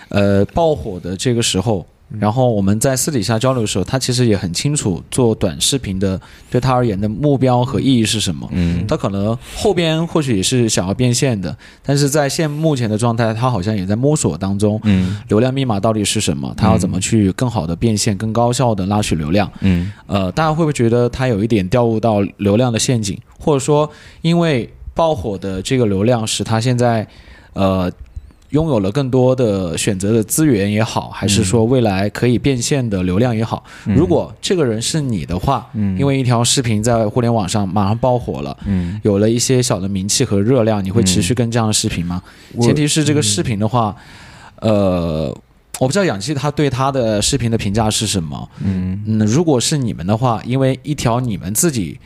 C: 呃爆火的这个时候，然后我们在私底下交流的时候，他其实也很清楚做短视频的对他而言的目标和意义是什么。
D: 嗯，
C: 他可能后边或许也是想要变现的，但是在现目前的状态，他好像也在摸索当中。
D: 嗯
C: 流量密码到底是什么？他要怎么去更好的变现、更高效的拉取流量？
D: 嗯
C: 呃，大家会不会觉得它有一点掉入到流量的陷阱，或者说因为爆火的这个流量使它现在呃拥有了更多的选择的资源也好，还
D: 嗯
C: 是说未来可以变现的流量也好？如果这个人是你的话，
D: 嗯
C: 因为一条视频在互联网上马上爆火了。
D: 嗯，
C: 有了一些小的名气和热量，你会持续跟这样的视频吗？前提是这个
D: 嗯
C: 视频的话，呃，我不知道氧气他对他的视频的评价是什么。嗯如果是你们的话，因为一条你们自己。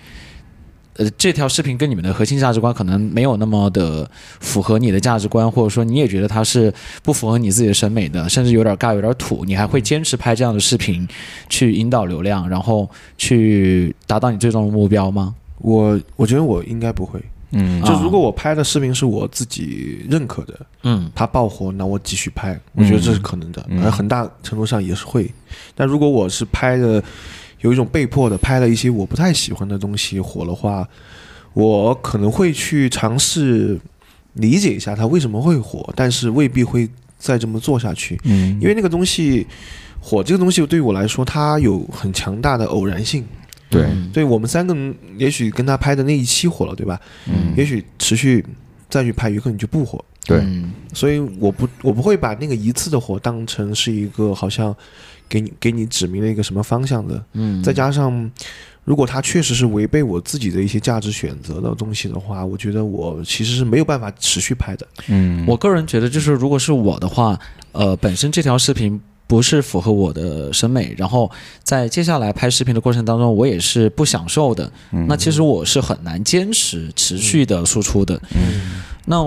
C: 呃，这条视频跟你们的核心价值观可能没有那么的符合你的价值观，或者说你也觉得它是不符合你自己的审美的，甚至有点尬，有点土，你还
B: 嗯
C: 会坚持拍这样的视频去引导流量，然后去达到你最终的目标吗？啊
B: 我我觉得我应该不会。
D: 嗯
B: 就如果我拍的视频是我自己认可的，
C: 嗯
B: 它爆火，那我继续拍，我觉得这是可能的，
D: 嗯
B: 而很大程度上也是会。但如果我是拍的有一种被迫的，拍了一些我不太喜欢的东西火的话，我可能会去尝试理解一下它为什么会火，但是未必会再这么做下去，
D: 嗯
B: 因为那个东西火这个东西对于我来说，它有很强大的偶然性。
D: 对，
B: 对我们三个人，也许跟他拍的那一期火了，对吧？
D: 嗯
B: 也许持续再去拍鱼可能就不火。
D: 对
C: 嗯
B: 所以我不我不会把那个一次的火当成是一个好像给你给你指明了一个什么方向的。
C: 嗯，
B: 再加上，如果它确实是违背我自己的一些价值选择的东西的话，我觉得我其实是没有办法持续拍的。
D: 嗯
C: 我个人觉得，就是如果是我的话，呃，本身这条视频不是符合我的审美，然后在接下来拍视频的过程当中，我也是不享受的。那其实我是很难坚持持续的输出的。那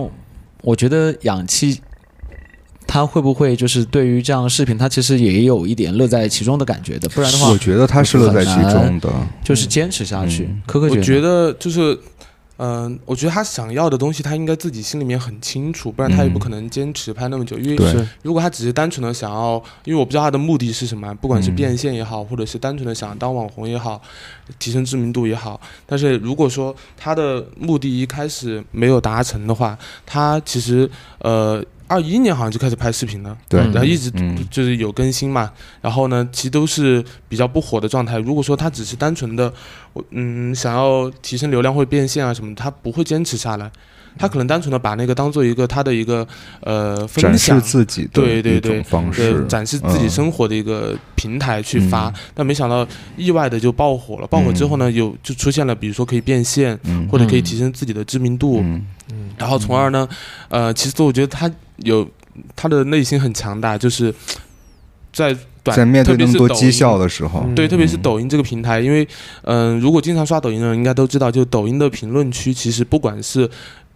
C: 我觉得氧气。他会不会就是对于这样的视频，他其实也有一点乐在其中的感觉的，不然的话
D: 我觉得他是乐在其中的。
C: 就是坚持下去。
D: 嗯
C: 可可
E: 我
C: 得
E: 觉得就是。嗯、我觉得他想要的东西，他应该自己心里面很清楚，不然他也不可能坚持拍那么久。因为
D: 对，
E: 如果他只是单纯的想要，因为我不知道他的目的是什么，不
D: 嗯
E: 管是变现也好，或者是单纯的想当网红也好，提升知名度也好，但是如果说他的目的一开始没有达成的话，他其实呃二一年好像就开始拍视频了，
D: 对
E: 然后一直
D: 嗯
E: 就是有更新嘛。然后呢，其实都是比较不火的状态。如果说他只是单纯的，我嗯想要提升流量或者变现啊什么的，他不会坚持下来。他可能单纯的把那个当做一个他的一个呃分
D: 展
E: 享
D: 示，自己的
E: 对对
D: 一种
E: 对
D: 方
E: 对
D: 式，
E: 展示自己
D: 嗯
E: 生活的一个平台去发，但没想到意外的就爆火了。爆火之后呢，有就出现了，比如说可以变现，
D: 嗯
E: 或者可以提升自己的知名度，
D: 嗯
E: 然后从而呢，呃，其实我觉得他有他的内心很强大，就是在短
D: 在面对
E: 特别
D: 那
E: 是
D: 么多
E: 抖音嗯
D: 绩效的时候，
E: 对，特别是抖音这个平台，因为，嗯、如果经常刷抖音的人应该都知道，就抖音的评论区，其实不管是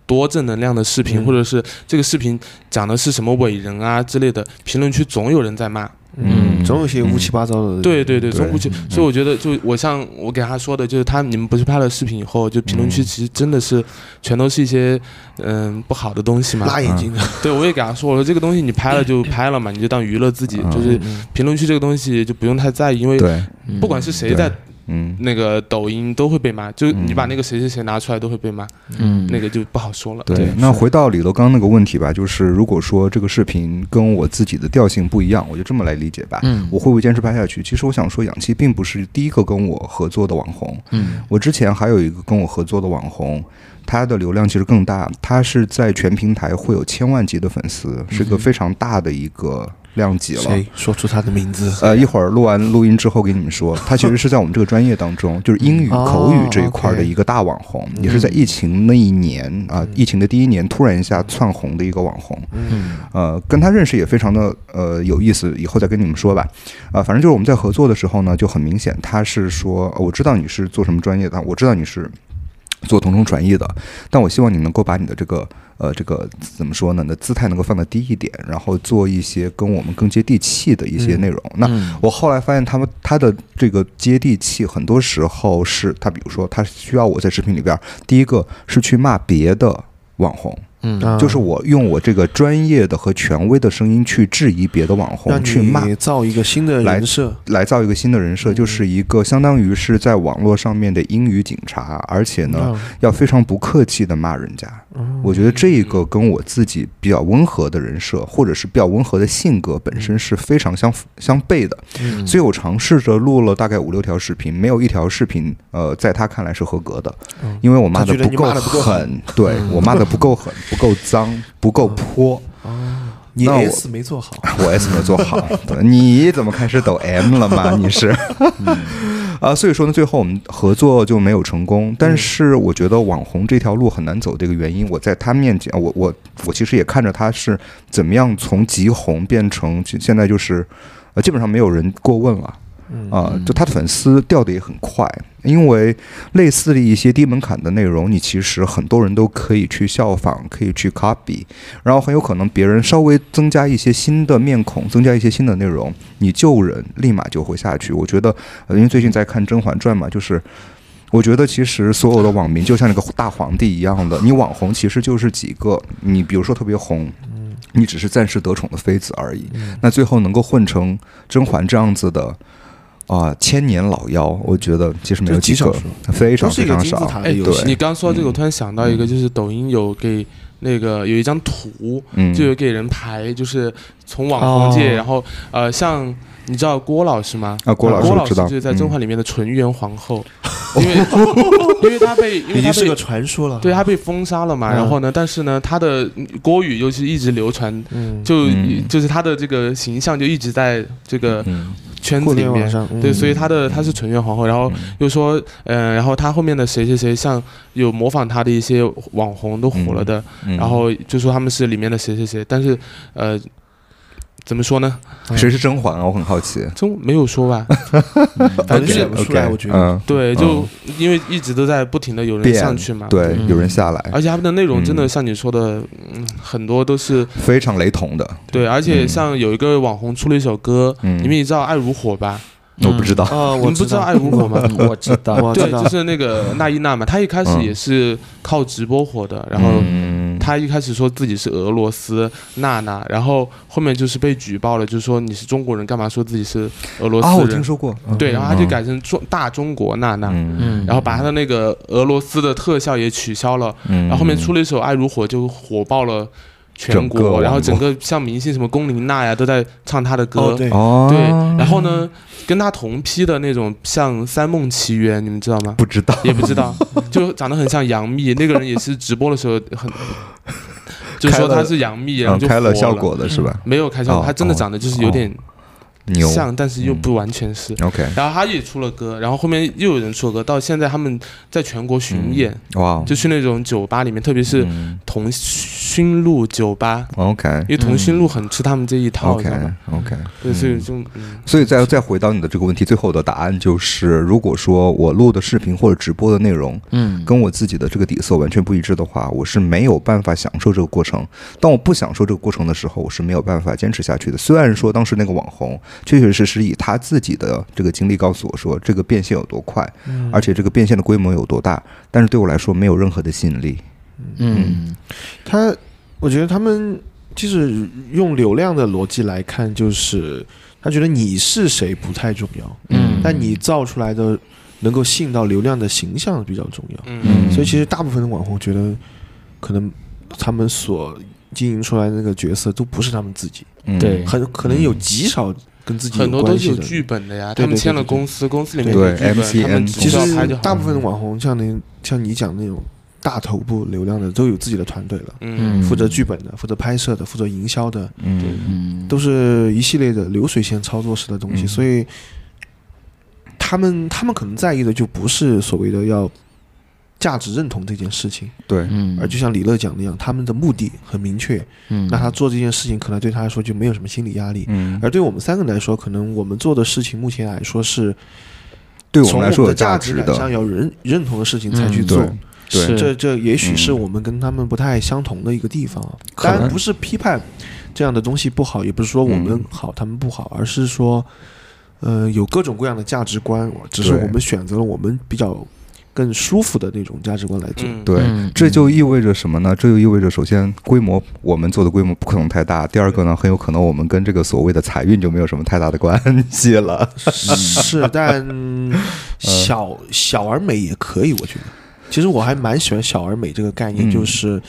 E: 多正能量的视频，
B: 嗯
E: 或者是这个视频讲的是什么伟人啊之类的，评论区总有人在骂。
D: 嗯
B: 总有一些乌七八糟的。
E: 对对对，
D: 对
E: 从不去。所以我觉得，就我像我给他说的，就是他你们不是拍了视频以后，就评论区其实真的是全都是一些嗯、不好的东西嘛。
B: 辣眼睛的，
E: 对，我也给他说，我说这个东西你拍了就拍了嘛，你就当娱乐自己，
D: 嗯
E: 就是评论区这个东西就不用太在意，因为
D: 对，
E: 不管是谁
D: 对
E: 在
D: 嗯，
E: 那个抖音都会被骂，就你把那个谁谁谁拿出来都会被骂，
C: 嗯
E: 那个就不好说了。
D: 对，那回到李楼刚刚那个问题吧，就是如果说这个视频跟我自己的调性不一样，我就这么来理解吧。
C: 嗯
D: 我会不会坚持拍下去？其实我想说，氧气并不是第一个跟我合作的网红。
C: 嗯
D: 我之前还有一个跟我合作的网红，他的流量其实更大，他是在全平台会有千万级的粉丝，是个非常大的一个量级了。
B: 谁说出他的名字？
D: 呃，一会儿录完录音之后给你们说，他其实是在我们这个专业当中，就是英语
B: 哦
D: 口语这一块儿的
B: OK
D: 一个大网红，也是在疫情那一年啊、疫情的第一年突然一下窜红的一个网红。
C: 嗯
D: 呃，跟他认识也非常的呃有意思，以后再跟你们说吧。啊、反正就是我们在合作的时候呢，就很明显，他是说、呃我知道你是做什么专业的，我知道你是做同声传译的，但我希望你能够把你的这个呃这个怎么说呢？你的姿态能够放得低一点，然后做一些跟我们更接地气的一些内容。那
C: 嗯
D: 我后来发现，他们他的这个接地气，很多时候是他，比如说他需要我在视频里边儿，第一个是去骂别的网红，
C: 呃嗯
B: 啊
D: 就是我用我这个专业的和权威的声音去质疑别的网红，
B: 让
D: 去骂
B: 你造一个新的
D: 来
B: 人设，
D: 来造一个新的人设，
B: 嗯
D: 就是一个相当于是在网络上面的英语警察，而且
B: 啊
D: 呢，要非常不客气的骂人家。
B: 嗯
D: 我觉得这一个跟我自己比较温和的人设，或者是比较温和的性格本
B: 嗯
D: 身是非常相符相悖的。所以我尝试着录了大概五六条视频，没有一条视频呃，在他看来是合格的，因为我
B: 嗯
D: 骂
B: 他
D: 的
B: 觉得你
D: 够
B: 骂得不够狠嗯
D: 狠，对我骂的不够狠，不够脏，不够泼。
B: 你
D: 那我
B: S 没做好，
D: 我 S 没有做好，对你怎么开始抖 M 了嘛？你是， <laughs> 啊，所以说呢，最后我们合作就没有成功。但是我觉得网红这条路很难走，这个原因，我在他面前，我我我其实也看着他是怎么样从极红变成现在就是，呃，基本上没有人过问了。啊，就他的粉丝掉的也很快，因为类似的一些低门槛的内容，你其实很多人都可以去效仿，可以去 copy，然后很有可能别人稍微增加一些新的面孔，增加一些新的内容，你救人立马就会下去。我觉得，呃因为最近在看《甄嬛传》嘛，就是。我觉得其实所有的网民就像那个大皇帝一样的，你网红其实就是几个，你比如说特别红，你只是暂时得宠的妃子而已。那最后能够混成甄嬛这样子的啊、千年老妖，我觉得其实没有几
B: 就
D: 个
B: 极少，
D: 非常
B: 都是一
D: 非
B: 个
D: 常
B: 金字
D: 少。
B: 塔的
E: 哎，
B: 游戏。
E: 你刚说到这个，我突然想到一个，就是抖音有给那个有一张图，
D: 嗯，
E: 就有给人排，就是从网红界，
B: 哦
E: 然后呃，像你知道郭老师吗？
D: 啊郭老师
E: 郭
D: 我
E: 老师
D: 知道
E: 就是在《
D: 嗯
E: 甄嬛》里面的纯元皇后，因为因为她被因为
B: 已经
E: 她
B: 是
E: 被
B: 个传说了。
E: 对，她被封杀了嘛，
B: 嗯
E: 然后呢，但是呢，她的嗯郭语又是一直流传，
B: 嗯，
E: 就
D: 嗯
E: 就是她的这个形象就一直在这个
D: 嗯
E: 圈子
B: 互
E: 里
B: 联网
E: 面。
B: 上，
E: 对，
B: 嗯
E: 所以她的她是纯元皇后，然后
D: 嗯
E: 又说，嗯、然后她后面的谁谁谁，像有模仿她的一些网红都火了的，
D: 嗯
E: 然后就说他们是里面的谁谁谁，但是呃，怎么说呢？
D: 谁是甄嬛啊？我很好奇。
E: 真没有说
D: <laughs>
E: 吧？
B: 反正
E: OK，
B: 写不出来，
D: OK，
B: 我觉得。
D: 嗯，
E: 对，就因为一直都在不停的有人
D: 变
E: 上去
B: 啊
E: 嘛，，
D: 对，
B: 嗯
D: 有人下来，
E: 而且他们的内容真的
D: 嗯
E: 像你说的，嗯，很多都是
D: 非常雷同的。
E: 对，而且
D: 嗯
E: 像有一个网红出了一首歌，
D: 嗯
E: 你们也知道《爱如火》吧？
D: 我不知道，
B: 啊，
E: 你
B: 我啊
E: 们不知道《啊爱如火》吗？
D: <laughs>
C: 嗯我知
B: <laughs>
C: 道，
B: 我
E: 对
B: 知，道
E: 就，是那个那依娜嘛，她一开始
D: 嗯
E: 也是靠直播火的，然后
D: 嗯
E: 她一开始说自己是俄罗斯娜娜，然后后面就是被举报了，就是说你是中国人，干嘛说自己是俄罗
D: 啊，我
E: 斯
D: 听
E: 人？
D: 说过。
E: 对，然后她就
D: 嗯
E: 改成中大中国娜娜，
D: 嗯
E: 然后把她的那个俄罗斯的特效也取消了，
D: 嗯
E: 然后后面出了一首《爱如火》，就火爆了。全
D: 整个网
E: 国，
D: 络
E: 然后整个像明星什么龚琳娜呀都在唱她的歌。
B: 哦，对，
D: 哦
E: 对然后呢，跟她同批的那种像《三梦奇缘》，你们知道吗？
D: 不知道，嗯
E: 也不知道，就长得很像杨幂。那个人也是直播的时候很，就是说
D: 开了
E: 她是杨幂，然后
D: 嗯，
E: 就
D: 开
E: 火
D: 了效果的是吧？
E: 没有开效
D: 哦
E: 果，她真的长得就是有点
D: 牛
E: 像，但是又不完全是。
D: ，OK，
E: 然后她也出了歌，然后后面又有人出了歌，到现在他们在全国巡演，
D: 哇，哦
E: 就去那种酒吧里面，特别是
D: 嗯
E: 同勋路酒吧，
D: OK
E: 因为同勋路很吃他们这一套，你
D: 嗯 OK
E: 知道吗？
D: OK，
E: 对，所以就嗯
D: 所以再再回到你的这个问题，最后的答案就是，如果说我录的视频或者直播的内容
C: 嗯，
D: 跟我自己的这个底色完全不一致的话，我是没有办法享受这个过程。当我不享受这个过程的时候，我是没有办法坚持下去的。虽然说当时那个网红确确实实以他自己的这个经历告诉我说，这个变现有多快，
B: 嗯
D: 而且这个变现的规模有多大，但是对我来说没有任何的吸引力。
C: 嗯
B: 他，我觉得他们就是用流量的逻辑来看，就是他觉得你是谁不太重要，
C: 嗯
B: 但你造出来的能够吸引到流量的形象比较重要。
E: 嗯
B: 所以其实大部分的网红觉得，可能他们所经营出来的那个角色都不是他们自己，
D: 嗯
C: 对
B: 很可能有极少跟自己有
E: 很多都
B: 关
E: 是
B: 系
E: 有
B: 的。
E: 剧本的呀，
B: 对对
E: 他们签了
B: 对对
E: 公司，公司里面
D: 对
E: 有剧本，
D: MCN
E: 他们
B: 其
E: 只需
B: 实
E: 要拍就好。嗯
B: 大部分的网红像那像你讲那种大头部流量的，都有自己的团队了。
E: 嗯，
B: 负责剧本的，负责拍摄的，负责营销的，
D: 嗯
C: 嗯
B: 都是一系列的流水线操作式的东西，
D: 嗯
B: 所以他们他们可能在意的就不是所谓的要价值认同这件事情，
D: 对，
C: 嗯
B: 而就像李乐讲的一样，他们的目的很明确，
C: 嗯
B: 那他做这件事情可能对他来说就没有什么心理压力。
D: 嗯，
B: 而对我们三个来说，可能我们做的事情目前来说是
D: 对我
B: 从
D: 们来
B: 们
D: 说有
B: 的
D: 价
B: 价
D: 值
B: 感上
D: 的，
B: 要认认同的事情才去
C: 嗯
B: 做，
D: 对对
C: 是
B: 这这也许是
D: 嗯
B: 我们跟他们不太相同的一个地方啊。
C: 可
B: 当然
C: 能
B: 不是批判这样的东西不好，也不是说我们
D: 嗯
B: 好、他们不好，而是说，呃，有各种各样的价值观，只是
D: 对
B: 我们选择了我们比较更舒服的那种价值观来做。
E: 嗯，
D: 对
C: 嗯，
D: 这就意味着什么呢？这就意味着，首先规模我们做的规模不可能太大，第二个呢，很有可能我们跟这个所谓的财运就没有什么太大的关系了。
B: 是，
D: <laughs>
B: 但
D: 呃
B: 小小而美也可以，我觉得。其实我还蛮喜欢小而美这个概念，
D: 嗯
B: 就是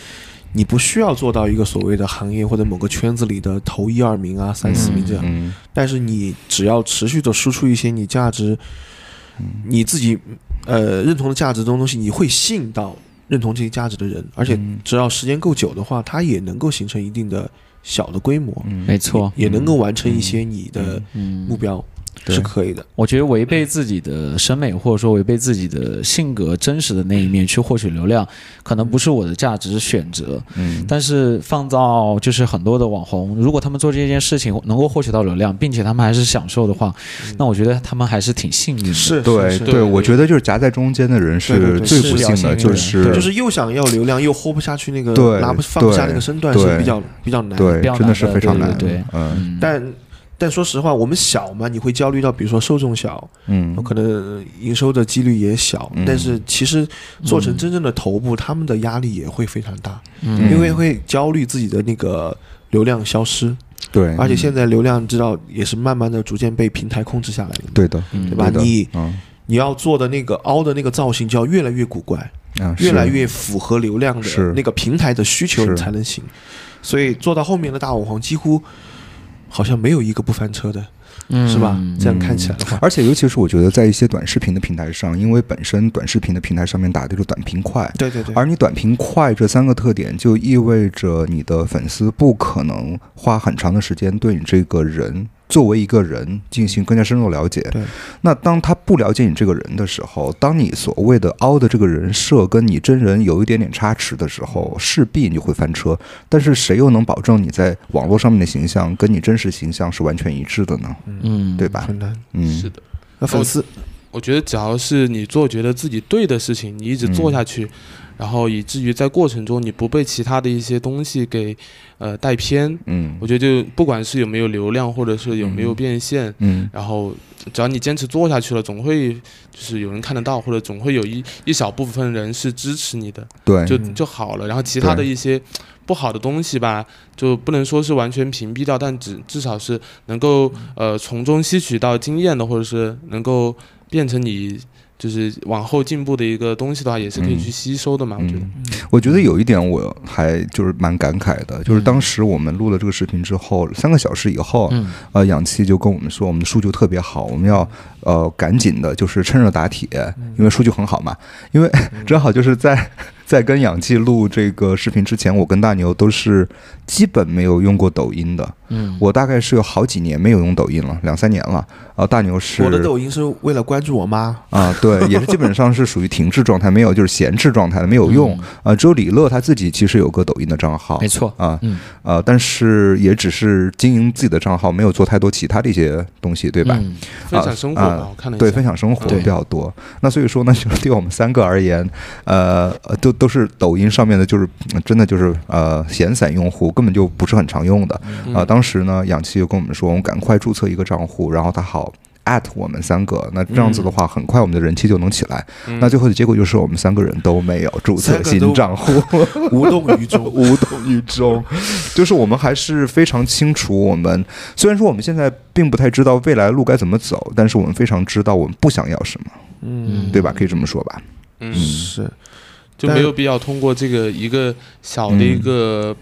B: 你不需要做到一个所谓的行业或者某个圈子里的头一二名啊、三四名这样，
D: 嗯，
B: 但是你只要持续的输出一些你价值，你自己呃认同的价值中的东西，你会吸引到认同这些价值的人，而且只要时间够久的话，它也能够形成一定的小的规模，
C: 没错，
B: 也能够完成一些你的
C: 嗯
B: 目标，是可以的。
C: 我觉得违背自己的审美，或者说违背自己的性格真实的那一面去获取流量，可能不是我的价值选择。
D: 嗯，
C: 但是放到就是很多的网红，如果他们做这件事情能够获取到流量，并且他们还是享受的话，那我觉得他们还是挺幸运的。
B: 嗯是，
D: 对
B: 是
E: 对
D: 我觉得就是夹在中间的人
B: 对对
D: 是
B: 对
D: 最
B: 是
D: 不幸
C: 良
D: 的，
C: 心
D: 就
C: 人
D: 是
B: 就是又想要流量，又 hold 不下去那个，
D: 对
B: 拿不放不下
D: 对
B: 那个身段是
D: 对
B: 比较比较难。
D: 对
C: 比较，难
D: 真的是
C: 的
D: 非常
C: 对
D: 难
C: 对对
D: 的。嗯
C: 嗯，
B: 但但说实话，我们小嘛，你会焦虑到，比如说受众小，
D: 嗯
B: 可能营收的几率也小，
D: 嗯
B: 但是其实做成真正的头部，他们的压力也会非常大，
C: 嗯
B: 因为会焦虑自己的那个流量消失，
D: 对，嗯
B: 而且现在流量知道也是慢慢的逐渐被平台控制下来的嘛，
D: 对的，
C: 嗯
B: 对吧？
D: 的
B: 你
D: 嗯
B: 你要做的那个凹的那个造型就要越来越古怪，
D: 啊，
B: 越来
D: 是
B: 越符合流量
D: 是
B: 的那个平台的需求，
D: 是
B: 你才能行。所以做到后面的大网红，几乎好像没有一个不翻车的，
C: 嗯
B: 是吧？这样看起来的话，
D: 嗯而且尤其是我觉得在一些短视频的平台上，因为本身短视频的平台上面打的就是短平快，
B: 对对对，
D: 而你短平快这三个特点，就意味着你的粉丝不可能花很长的时间对你这个人作为一个人进行更加深入了解
B: 对。
D: 那当他不了解你这个人的时候，当你所谓的凹的这个人设跟你真人有一点点差池的时候，势必你就会翻车。但是谁又能保证你在网络上面的形象跟你真实形象是完全一致的呢？
C: 嗯，
D: 对吧？
B: 很难。
D: 嗯
E: 是，的。
B: 那粉丝
E: 我觉得只要是你做觉得自己对的事情，你一直做下去，然后以至于在过程中你不被其他的一些东西给呃带偏，
D: 嗯
E: 我觉得就不管是有没有流量，或者是有没有变现，
D: 嗯
E: 然后只要你坚持做下去了，总会就是有人看得到，或者总会有一一小部分人是支持你的，
D: 对，
E: 就
B: 嗯
E: 就好了。然后其他的
D: 对
E: 一些不好的东西吧，就不能说是完全屏蔽掉，但至至少是
D: 嗯
E: 能够呃从中吸取到经验的，或者是能够变成你就是往后进步的一个东西的话，也是可以
D: 嗯
E: 去吸收的嘛。啊我觉得，
D: 我觉得有一点我还就是蛮感慨的，就是
E: 嗯
D: 当时我们录了这个视频之后，三个小时以后，
C: 嗯
D: 呃，氧气就跟我们说，我们的数据特别好，我们要呃赶紧的，就是趁热打铁，
E: 嗯
D: 因为数据很好嘛。因为 <laughs> 正好就是在在跟氧气录这个视频之前，我跟大牛都是基本没有用过抖音的，
C: 嗯，
D: 我大概是有好几年没有用抖音了，两三年了。呃，大牛是
B: 我的抖音是为了关注我妈，
D: 啊，对，也是基本上是属于停滞状态，没有就是闲置状态的，
E: 嗯
D: 没有用。啊，只有李乐他自己其实有个抖音的账号，
C: 嗯没错，
D: 啊，
C: 嗯
D: 呃，但是也只是经营自己的账号，没有做太多其他的一些东西，对吧？
C: 嗯
E: 分享生活
D: 啊
E: 吧，我看了一下，
D: 对，分享生活
C: 对
D: 比较多。那所以说呢，就是对我们三个而言，呃，呃都都是抖音上面的，就是嗯真的就是呃闲散用户，根本就不是很常用的。
C: 嗯
D: 啊、当时呢，氧气就跟我们说，我们赶快注册一个账户，然后他好。at 我们三个，那这样子的
C: 嗯
D: 话，很快我们的人气就能起来。那最后的结果就是我们三个人都没有注册
B: 三个
D: 新
B: 都
D: 账户，
B: 无动于衷。
D: 无动于衷。 <laughs> 就是我们还是非常清楚，我们虽然说我们现在并不太知道未来路该怎么走，但是我们非常知道我们不想要什么，
B: 嗯，
D: 对吧？可以这么说吧。
E: 嗯，
B: 是，
E: 就没有必要通过这个一个小的
D: 嗯
E: 一个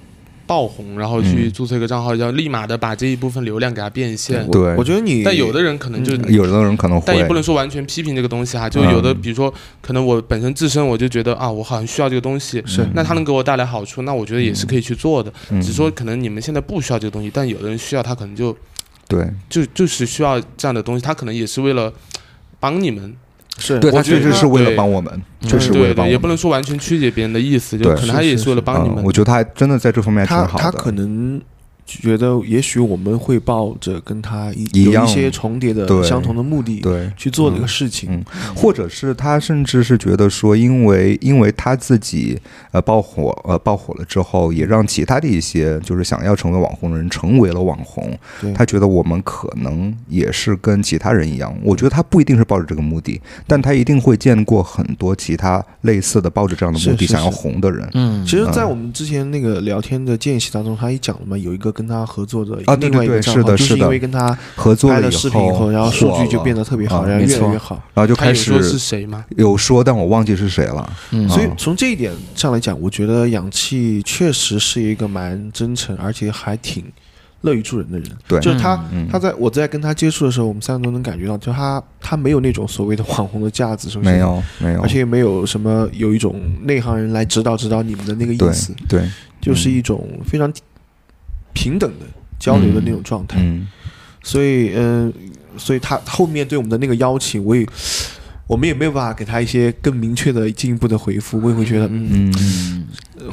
E: 爆红，然后去注册一个账号，要立马的把这一部分流量给它变现。
D: 对嗯
B: 我觉得你，
E: 但有的人可能就
D: 有的人可能
E: 嗯但也
D: 会
E: 不，能说完全批评这个东西哈、啊就有
D: 嗯
E: 的，比如说，可能我本身自身我就觉得啊，我好像需要这个东西，
B: 是
E: 那它能给我带来好处，那我觉得也是可以去做的。
D: 嗯
E: 只是说可能你们现在不需要这个东西，但有的人需要，他可能就
D: 对
E: 就就是需要这样的东西，他可能也是为了帮你们，
B: 是，
D: 对，
E: 我
D: 他
E: 觉
D: 确
E: 得
D: 实是
E: 他
D: 为了
E: 对
D: 帮我们，
C: 嗯
D: 确实为
E: 对
D: 了
E: 对，
D: 帮我
E: 也
D: 们
E: 不。能说完全曲解别人的意思，就
D: 对
E: 可能他
B: 是
E: 也
B: 是
E: 是为了帮你
D: 嗯
E: 们。
D: 我觉得他还真的在这方面还
B: 他
D: 挺好
B: 他可
D: 的。
B: 能觉得，也许我们会抱着跟他一
D: 一
B: 有
D: 样
B: 一些重叠的
D: 对、
B: 相同的目的
D: 对，
B: 去做这个事情。
D: 嗯，或者是他甚至是觉得说，因为因为他自己呃爆火呃爆火了之后，也让其他的一些就是想要成为网红的人成为了网红
B: 对，
D: 他觉得我们可能也是跟其他人一样。我觉得他不一定是抱着这个目的，但他一定会见过很多其他类似的抱着这样的目的
B: 是是
D: 想要
B: 是
D: 红的人。
C: 嗯，
B: 其实，在我们之前那个聊天的间隙当中，他也讲了嘛，有一个跟他合作的
D: 啊对对
B: 另外一
D: 对
B: 个账
D: 是
B: 号，就
D: 的
B: 是
D: 是的
B: 因为跟他
D: 合作
B: 拍
D: 了
B: 了视频以后，然后数据就变
D: 得，
B: 得特别好，
D: 啊
B: 然后越
C: 没
B: 来
C: 错
B: 越好。
D: 然后就
E: 他
D: 开
E: 有说是
D: 始
E: 谁吗？
D: 有说，但我忘记是谁了。
C: 嗯
B: 所以从这一点上来讲，我觉得氧气确实是一个蛮真诚，而且还挺乐于助人的人。
D: 对
B: 就是他，
D: 嗯
B: 他在我在跟他接触的时候，我们三个都能感觉到，就他他没有那种所谓的网红的架子，首先
D: 没，有没有，
B: 而且也没有什么有一种内行人来指导指导你们的那个
D: 对
B: 意思，
D: 对，
B: 就是一种非常平等的交流的那种状态。
D: 嗯。
B: 所以，嗯、所以他后面对我们的那个邀请，我也我们也没有办法给他一些更明确的进一步的回复，我也会觉得，嗯，
D: 嗯你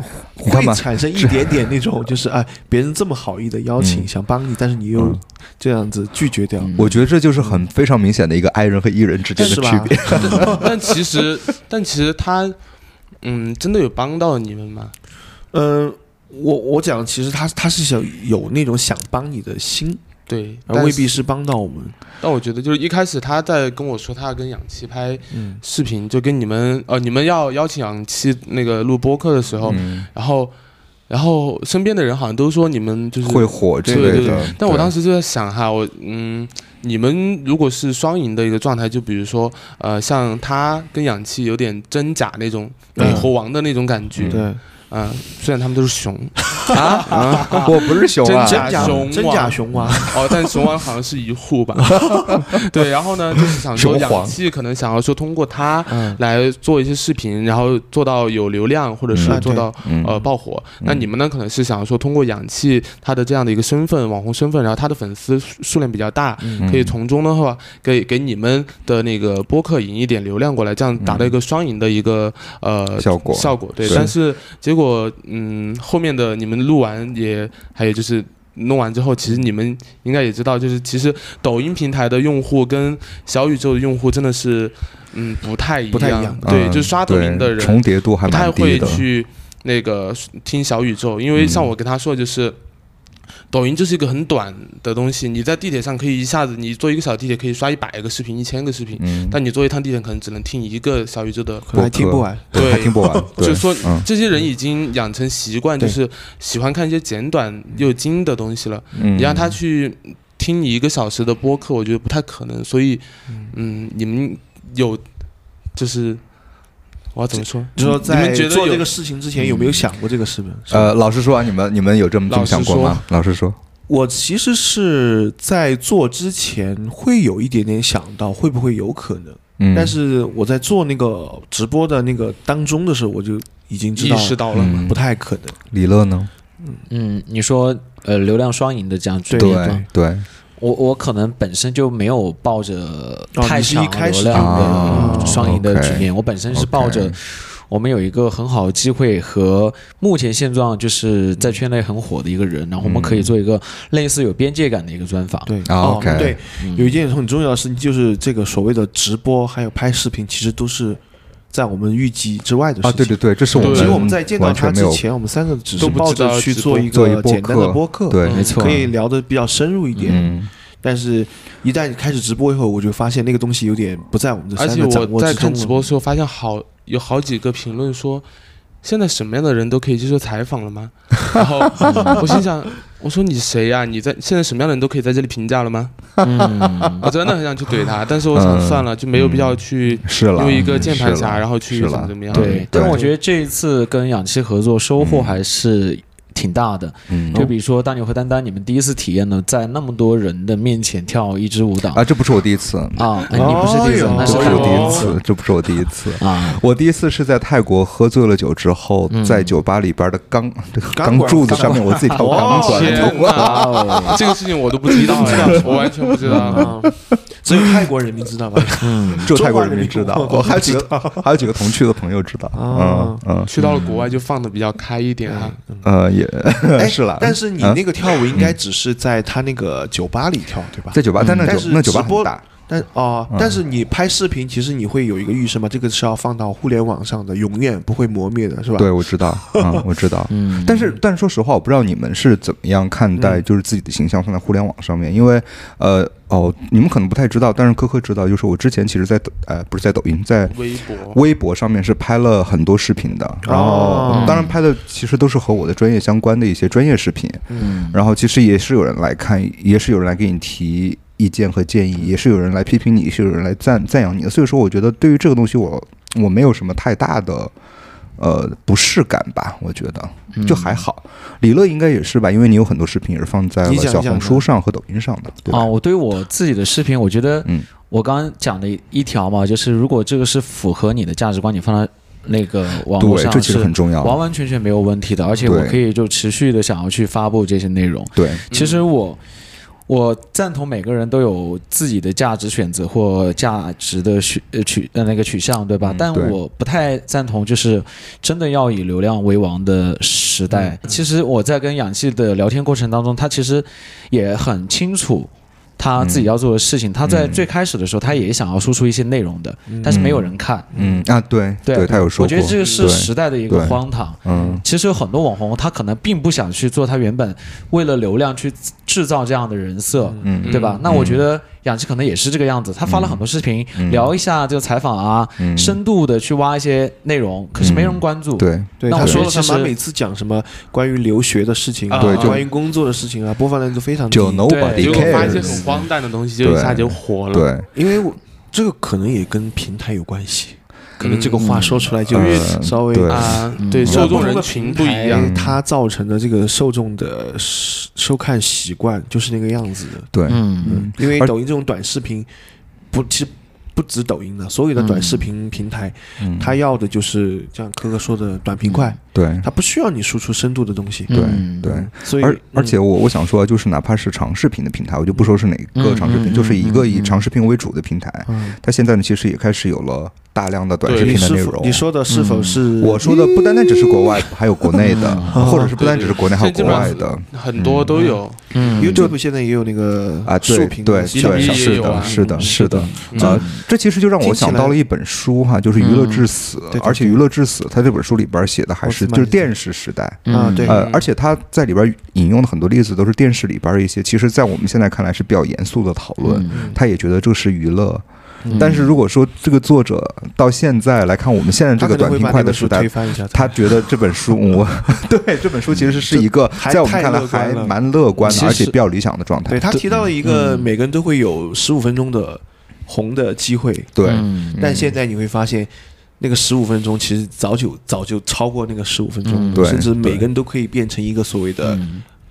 D: 看
B: 会
D: 吧
B: 产生一点点那种，
D: <laughs>
B: 就是哎，别人这么好意的邀请、
D: 嗯
B: 想帮你，但是你又
D: 嗯
B: 这样子拒绝掉，
D: 我觉得这就是很非常明显的一个 i 人和 e 人之间的
B: 是
D: 区
B: 吧
D: 别。？
E: 嗯但其实， <laughs> 但其实他，嗯，真的有帮到你们吗？
B: 嗯、我我讲，其实他他是想有那种想帮你的心，
E: 对，
D: 呃
B: 而啊未
E: 但是
B: 必是帮到我们。
E: 但我觉得就是一开始他在跟我说他要跟氧气拍
B: 嗯
E: 视频，就跟你们呃你们要邀请氧气那个录播客的时候，
D: 嗯
E: 然后然后身边的人好像都说你们就是
D: 会火之
E: 对对
D: 类
E: 对
D: 的。，
E: 但我当
D: 时
E: 时就在想哈，我嗯，你们如果是双赢的一个状态，就比如说呃像他跟氧气有点真假那种
B: 嗯
E: 美猴王的那种感觉，
B: 对，
E: 嗯、虽然他们都是熊，
D: 啊， <laughs> 我不是熊啊，
E: 真
B: 真假
E: 假
D: <laughs>
E: 熊
B: 真假熊蛙，
E: 哦，但熊王好像是一户吧？对，然后呢，就是想说
D: 熊黄
E: 氧气可能想要说通过它
B: 嗯
E: 来做一些视频，然后做到有流量，或者是
B: 嗯啊
E: 做到、
D: 嗯
E: 呃爆火。那你们呢，可能是想说通过氧气它的这样的一个身份，网红身份，然后它的粉丝数数量比较大，
B: 嗯
E: 可
D: 嗯
E: 以从中的话给给你们的那个播客引一点流量过来，这样达到一个双赢的一个、呃
D: 效果
E: 效果对，
D: 是
E: 但是结果嗯，后面的你们录完也还有就是。弄完之后，其实你们应该也知道，就是其实抖音平台的用户跟小宇宙的用户真的是，嗯，不太一样。
B: 不太一样
E: 对，
D: 嗯
E: 就刷抖音的人
D: 对重叠度还
E: 不太
D: 蛮低
E: 会
D: 的。嗯
E: 去那个听小宇宙，因为像我跟他说的就是。抖音就是一个很短的东西，你在地铁上可以一下子，你坐一个小地铁可以刷一百个视频、一千个视频，
D: 嗯，
E: 但你坐一趟地铁可能只能听一个小宇宙的
B: 可能还听不完。
D: 对，
E: 对
D: 还听不完。对
E: 就说
D: 嗯
E: 这些人已经养成习惯，就
B: 对
E: 是喜欢看一些简短又精的东西了。
D: 嗯
E: 你让他去听你一个小时的播客，我觉得不太可能。所以，嗯，你们有就是我要怎么说？
B: 你说
E: 你
B: 在
E: 们觉得
B: 做
E: 有
B: 这个事情之前有没嗯有想过这个事呢？是吧
D: 呃，老实说啊，你们你们有这么这么想过吗？老实说，
B: 我其实是在做之前会有一点点想到会不会有可能，
D: 嗯，
B: 但是我在做那个直播的那个当中的时候，我就已经知
E: 意
B: 道
E: 识到了，
D: 嗯
B: 不，太可能。
D: 李乐呢？
C: 嗯，你说呃流量双赢的这样局面吗
D: 对对，
C: 我我可能本身就没有抱着
B: 哦
C: 太
B: 你是一
C: 强
B: 开
C: 流
B: 始
C: 量
D: 啊
B: 嗯
C: 的双赢的局
D: OK，
C: 面，我本身是抱着
D: OK
C: 我们有一个很好的机会和目前现状就是在圈内很火的一个人，
D: 嗯
C: 然后我们可以做一个类似有边界感的一个专访。
B: 对
D: 啊
B: 哦
D: OK
B: 对，
E: 嗯
B: 有一件很重要的事情就是这个所谓的直播还有拍视频，其实都是在我们预计之外的事情。嗯
D: 啊，对对对，这是我
E: 对
D: 们
B: 其实我们在见到
D: 完
B: 他
D: 全没
B: 之
D: 有
B: 前，我们三个只是
E: 都不
B: 抱
E: 知道
B: 着去
E: 直
B: 做
E: 播
B: 一
D: 做一
B: 个
D: 播
B: 简单的
D: 客
B: 播客，嗯
D: 对
C: 没错
B: 可以聊得比较深入一点。
D: 嗯
B: 但是，一旦开始直播以后，我就发现那个东西有点不在我们的
E: 而
B: 三
E: 且
B: 个掌
E: 我
B: 握
E: 在
B: 之中
E: 看直播
B: 了
E: 的时候，发现好有好几个评论说，现在什么样的人都可以接受采访了吗？然
D: <laughs>
E: 后我心想，我说你谁呀、你在现在什么样的人都可以在这里评价了吗？
C: 嗯，
E: 我真的很想去怼他，但是我想
D: 嗯
E: 算了，就没有必要去
D: 是了，嗯
E: 用一个键盘侠，
D: 是了
E: 然后去
D: 是
E: 怎
D: 了
E: 么怎么样。
C: 对
D: 对。
C: 但我觉得这一次跟氧气合作收获还是挺大的。
D: 嗯
C: 就比如说大牛和丹丹，你们第一次体验呢，在那么多人的面前跳一支舞蹈
D: 啊，这不是我第一次，
C: 啊，哎你不是第一次
B: 哦，
C: 那是
D: 这不
E: 哟
D: 是
C: 看
D: 我
C: 过
D: 第一次，这不是我第一次。
C: 啊，
D: 我第一次是在泰国喝醉了酒之后，
C: 嗯
D: 在酒吧里边的钢 <laughs> 这个
B: 钢
D: 钢
B: 管哦
D: 柱子上面，我自己跳钢 <laughs> 管
E: 天
D: 舞。
C: 哦
E: 哪，这个事情我都不知
D: <laughs>
E: 道哎呀，我完全不知
D: 嗯
E: 道。
B: 嗯只有泰国人民知道
D: <laughs>
B: 吧？
D: 只有泰国人民知道，哦
B: 中国人民
D: 我还有几个 <laughs> 还有几个同去的朋友知道，
B: 啊
D: 嗯嗯
E: 去到了国外就放的比较开一点啊，
D: 呃也
B: 哎
D: <laughs> 是啦，
B: 但是你
D: 啊
B: 那个跳舞应该只是在他那个酒吧里跳，对吧？
D: 在酒吧，但那
B: 嗯但
D: 酒
B: 是
D: 那酒吧
B: 直播
D: 很大，
B: 但哦、
D: 嗯
B: 但是你拍视频，其实你会有一个预设嘛，这个是要放到互联网上的，永远不会磨灭的，是吧？
D: 对，我知道，
B: <laughs>
D: 嗯，我知道，
C: 嗯，
D: 但是，但是说实话，我不知道你们是怎么样看待，就是自己的形象放在互联网上面，因为，呃，哦，你们可能不太知道，但是科科知道，就是我之前其实在，呃，不是在抖音，在
E: 微博。
D: 微博上面是拍了很多视频的，然后
B: 哦
D: 当然拍的其实都是和我的专业相关的一些专业视频，
C: 嗯，
D: 然后其实也是有人来看，也是有人来给你提意见和建议，也是有人来批评你，也是有人来赞赞扬你的。所以说，我觉得对于这个东西我，我没有什么太大的呃不适感吧，我觉得就还好。李乐应该也是吧，因为你有很多视频也是放在了
B: 你讲一
D: 小
B: 讲
D: 红书上和抖音上的，对吧？
C: 啊，我对我自己的视频，我觉得
D: 嗯
C: 我刚刚讲的一条嘛，就是如果这个是符合你的价值观，你放到那个网络
D: 对，
C: 上
D: 这其实很
C: 是
D: 重要。
C: 完完全全没有问题的，而且我
D: 对
C: 可以就持续的想要去发布这些内容。
D: 对，
C: 其实我。我赞同每个人都有自己的价值选择或价值的取呃取呃那个取向，对吧？但
D: 嗯对
C: 我不太赞同，就是真的要以流量为王的时代。
D: 嗯
C: 其实我在跟氧气的聊天过程当中，他其实也很清楚
D: 嗯
C: 他自己要做的事情。他在最开始的时候，他也想要输出一些内容的，但是没有人看。
D: 嗯啊，对，
C: 对
D: 他有说过，
C: 我觉得这个是
D: 对
C: 时代的一个
D: 对
C: 荒唐。
D: 嗯
C: 其实有很多网红，他可能并不想去做他原本为了流量去制造这样的人设，
D: 嗯
C: 对吧？那我觉得氧气可能也是这个样子，他发了很多视频，聊一下这个采访啊，
D: 嗯，
C: 深度的去挖一些内容，可是没人关注。
D: 对。
B: 对，
C: 那
B: 他
C: 我觉
B: 说
C: 得
B: 了他
C: 其实
B: 妈每次讲什么关于留学的事情啊，
E: 对就
B: 关于工作的事情啊，播放量就非常低。
D: 就 nobody
E: 结果发一些
D: cares，
E: 很荒诞的东西，就一下就火了。
D: 对，
B: 因为我这个可能也跟平台有关系，可能这个话说出来就
D: 嗯
B: 稍微、
D: 对
E: 啊，
D: 嗯
E: 对，受众人群不一样。
B: 嗯它造成的这个受众的收收看习惯就是那个样子的。
D: 对，
C: 嗯，
B: 嗯，因为
D: 而
B: 抖音这种短视频，不，其实不止抖音的，所有的短视频平台，
D: 嗯
B: 它要的就是像科科说的短平快，
D: 对，
B: 它不需要你输出深度的东西。
D: 对
C: 嗯
D: 对，
B: 所以，
D: 而而且
B: 嗯
D: 我我想说，就是哪怕是长视频的平台，我就不说是哪个长视
C: 嗯
D: 频，
C: 嗯
D: 就是一个以
C: 嗯嗯
D: 长视频为主的平台，
B: 嗯
D: 它现在呢其实也开始有了大量的短视
E: 对
B: 你
D: 频的内
B: 是否
D: 容。嗯
B: 你说的是否是
D: 我说的不单单只是国外，还有国内的，啊或者是不单只是国内，还有
E: 现在基
D: 国
E: 本
D: 外
E: 上
D: 的
E: 很多都有，
C: 嗯
B: YouTube 现在也有那个
D: 啊，对
B: 竖屏
D: 对对，
E: 小
B: 屏
E: 视频也
D: 是
E: 有
D: 的，
E: 啊
D: 是的，
B: 嗯
D: 是的。
E: 嗯
D: 呃，这其实就让我
B: 听起
D: 想到
B: 来
D: 了一本书哈，就是《娱乐至死》
B: 对对
D: 而且《娱乐至死》它这本书里边写的还是
B: 我怎么
D: 就是
B: 理解
D: 电视时代，
B: 啊，对，
D: 呃
E: 嗯，
D: 而且他在里边引用的很多例子都是电视里边的一些，其实，在我们现在看来是比较严肃的讨论。
B: 嗯
D: 他也觉得这是娱乐，但是如果说这个作者到现在来看我们现在这
B: 嗯他
D: 个
B: 可能
D: 短
B: 会
D: 平
B: 把
D: 快
B: 那
D: 的
B: 本
D: 时
B: 书
D: 代
B: 推，翻一下。
D: 他觉得这本
B: <laughs>
D: 书，我对这本书其实是一个
B: 还
D: 在我们
B: 太
D: 看来
B: 乐观
D: 还
B: 了
D: 蛮乐观的，
C: 其
D: 而且
C: 实
D: 比较理想的状态
B: 对。他提到了一个每个人都会有十五分钟的红的机会。
D: 对，
C: 嗯
B: 但现在你会发现，那个十五分钟其实早就早就超过那个十五分钟
C: 嗯，
D: 对
B: 甚至每
D: 对嗯
B: 个人都可以变成一个所谓的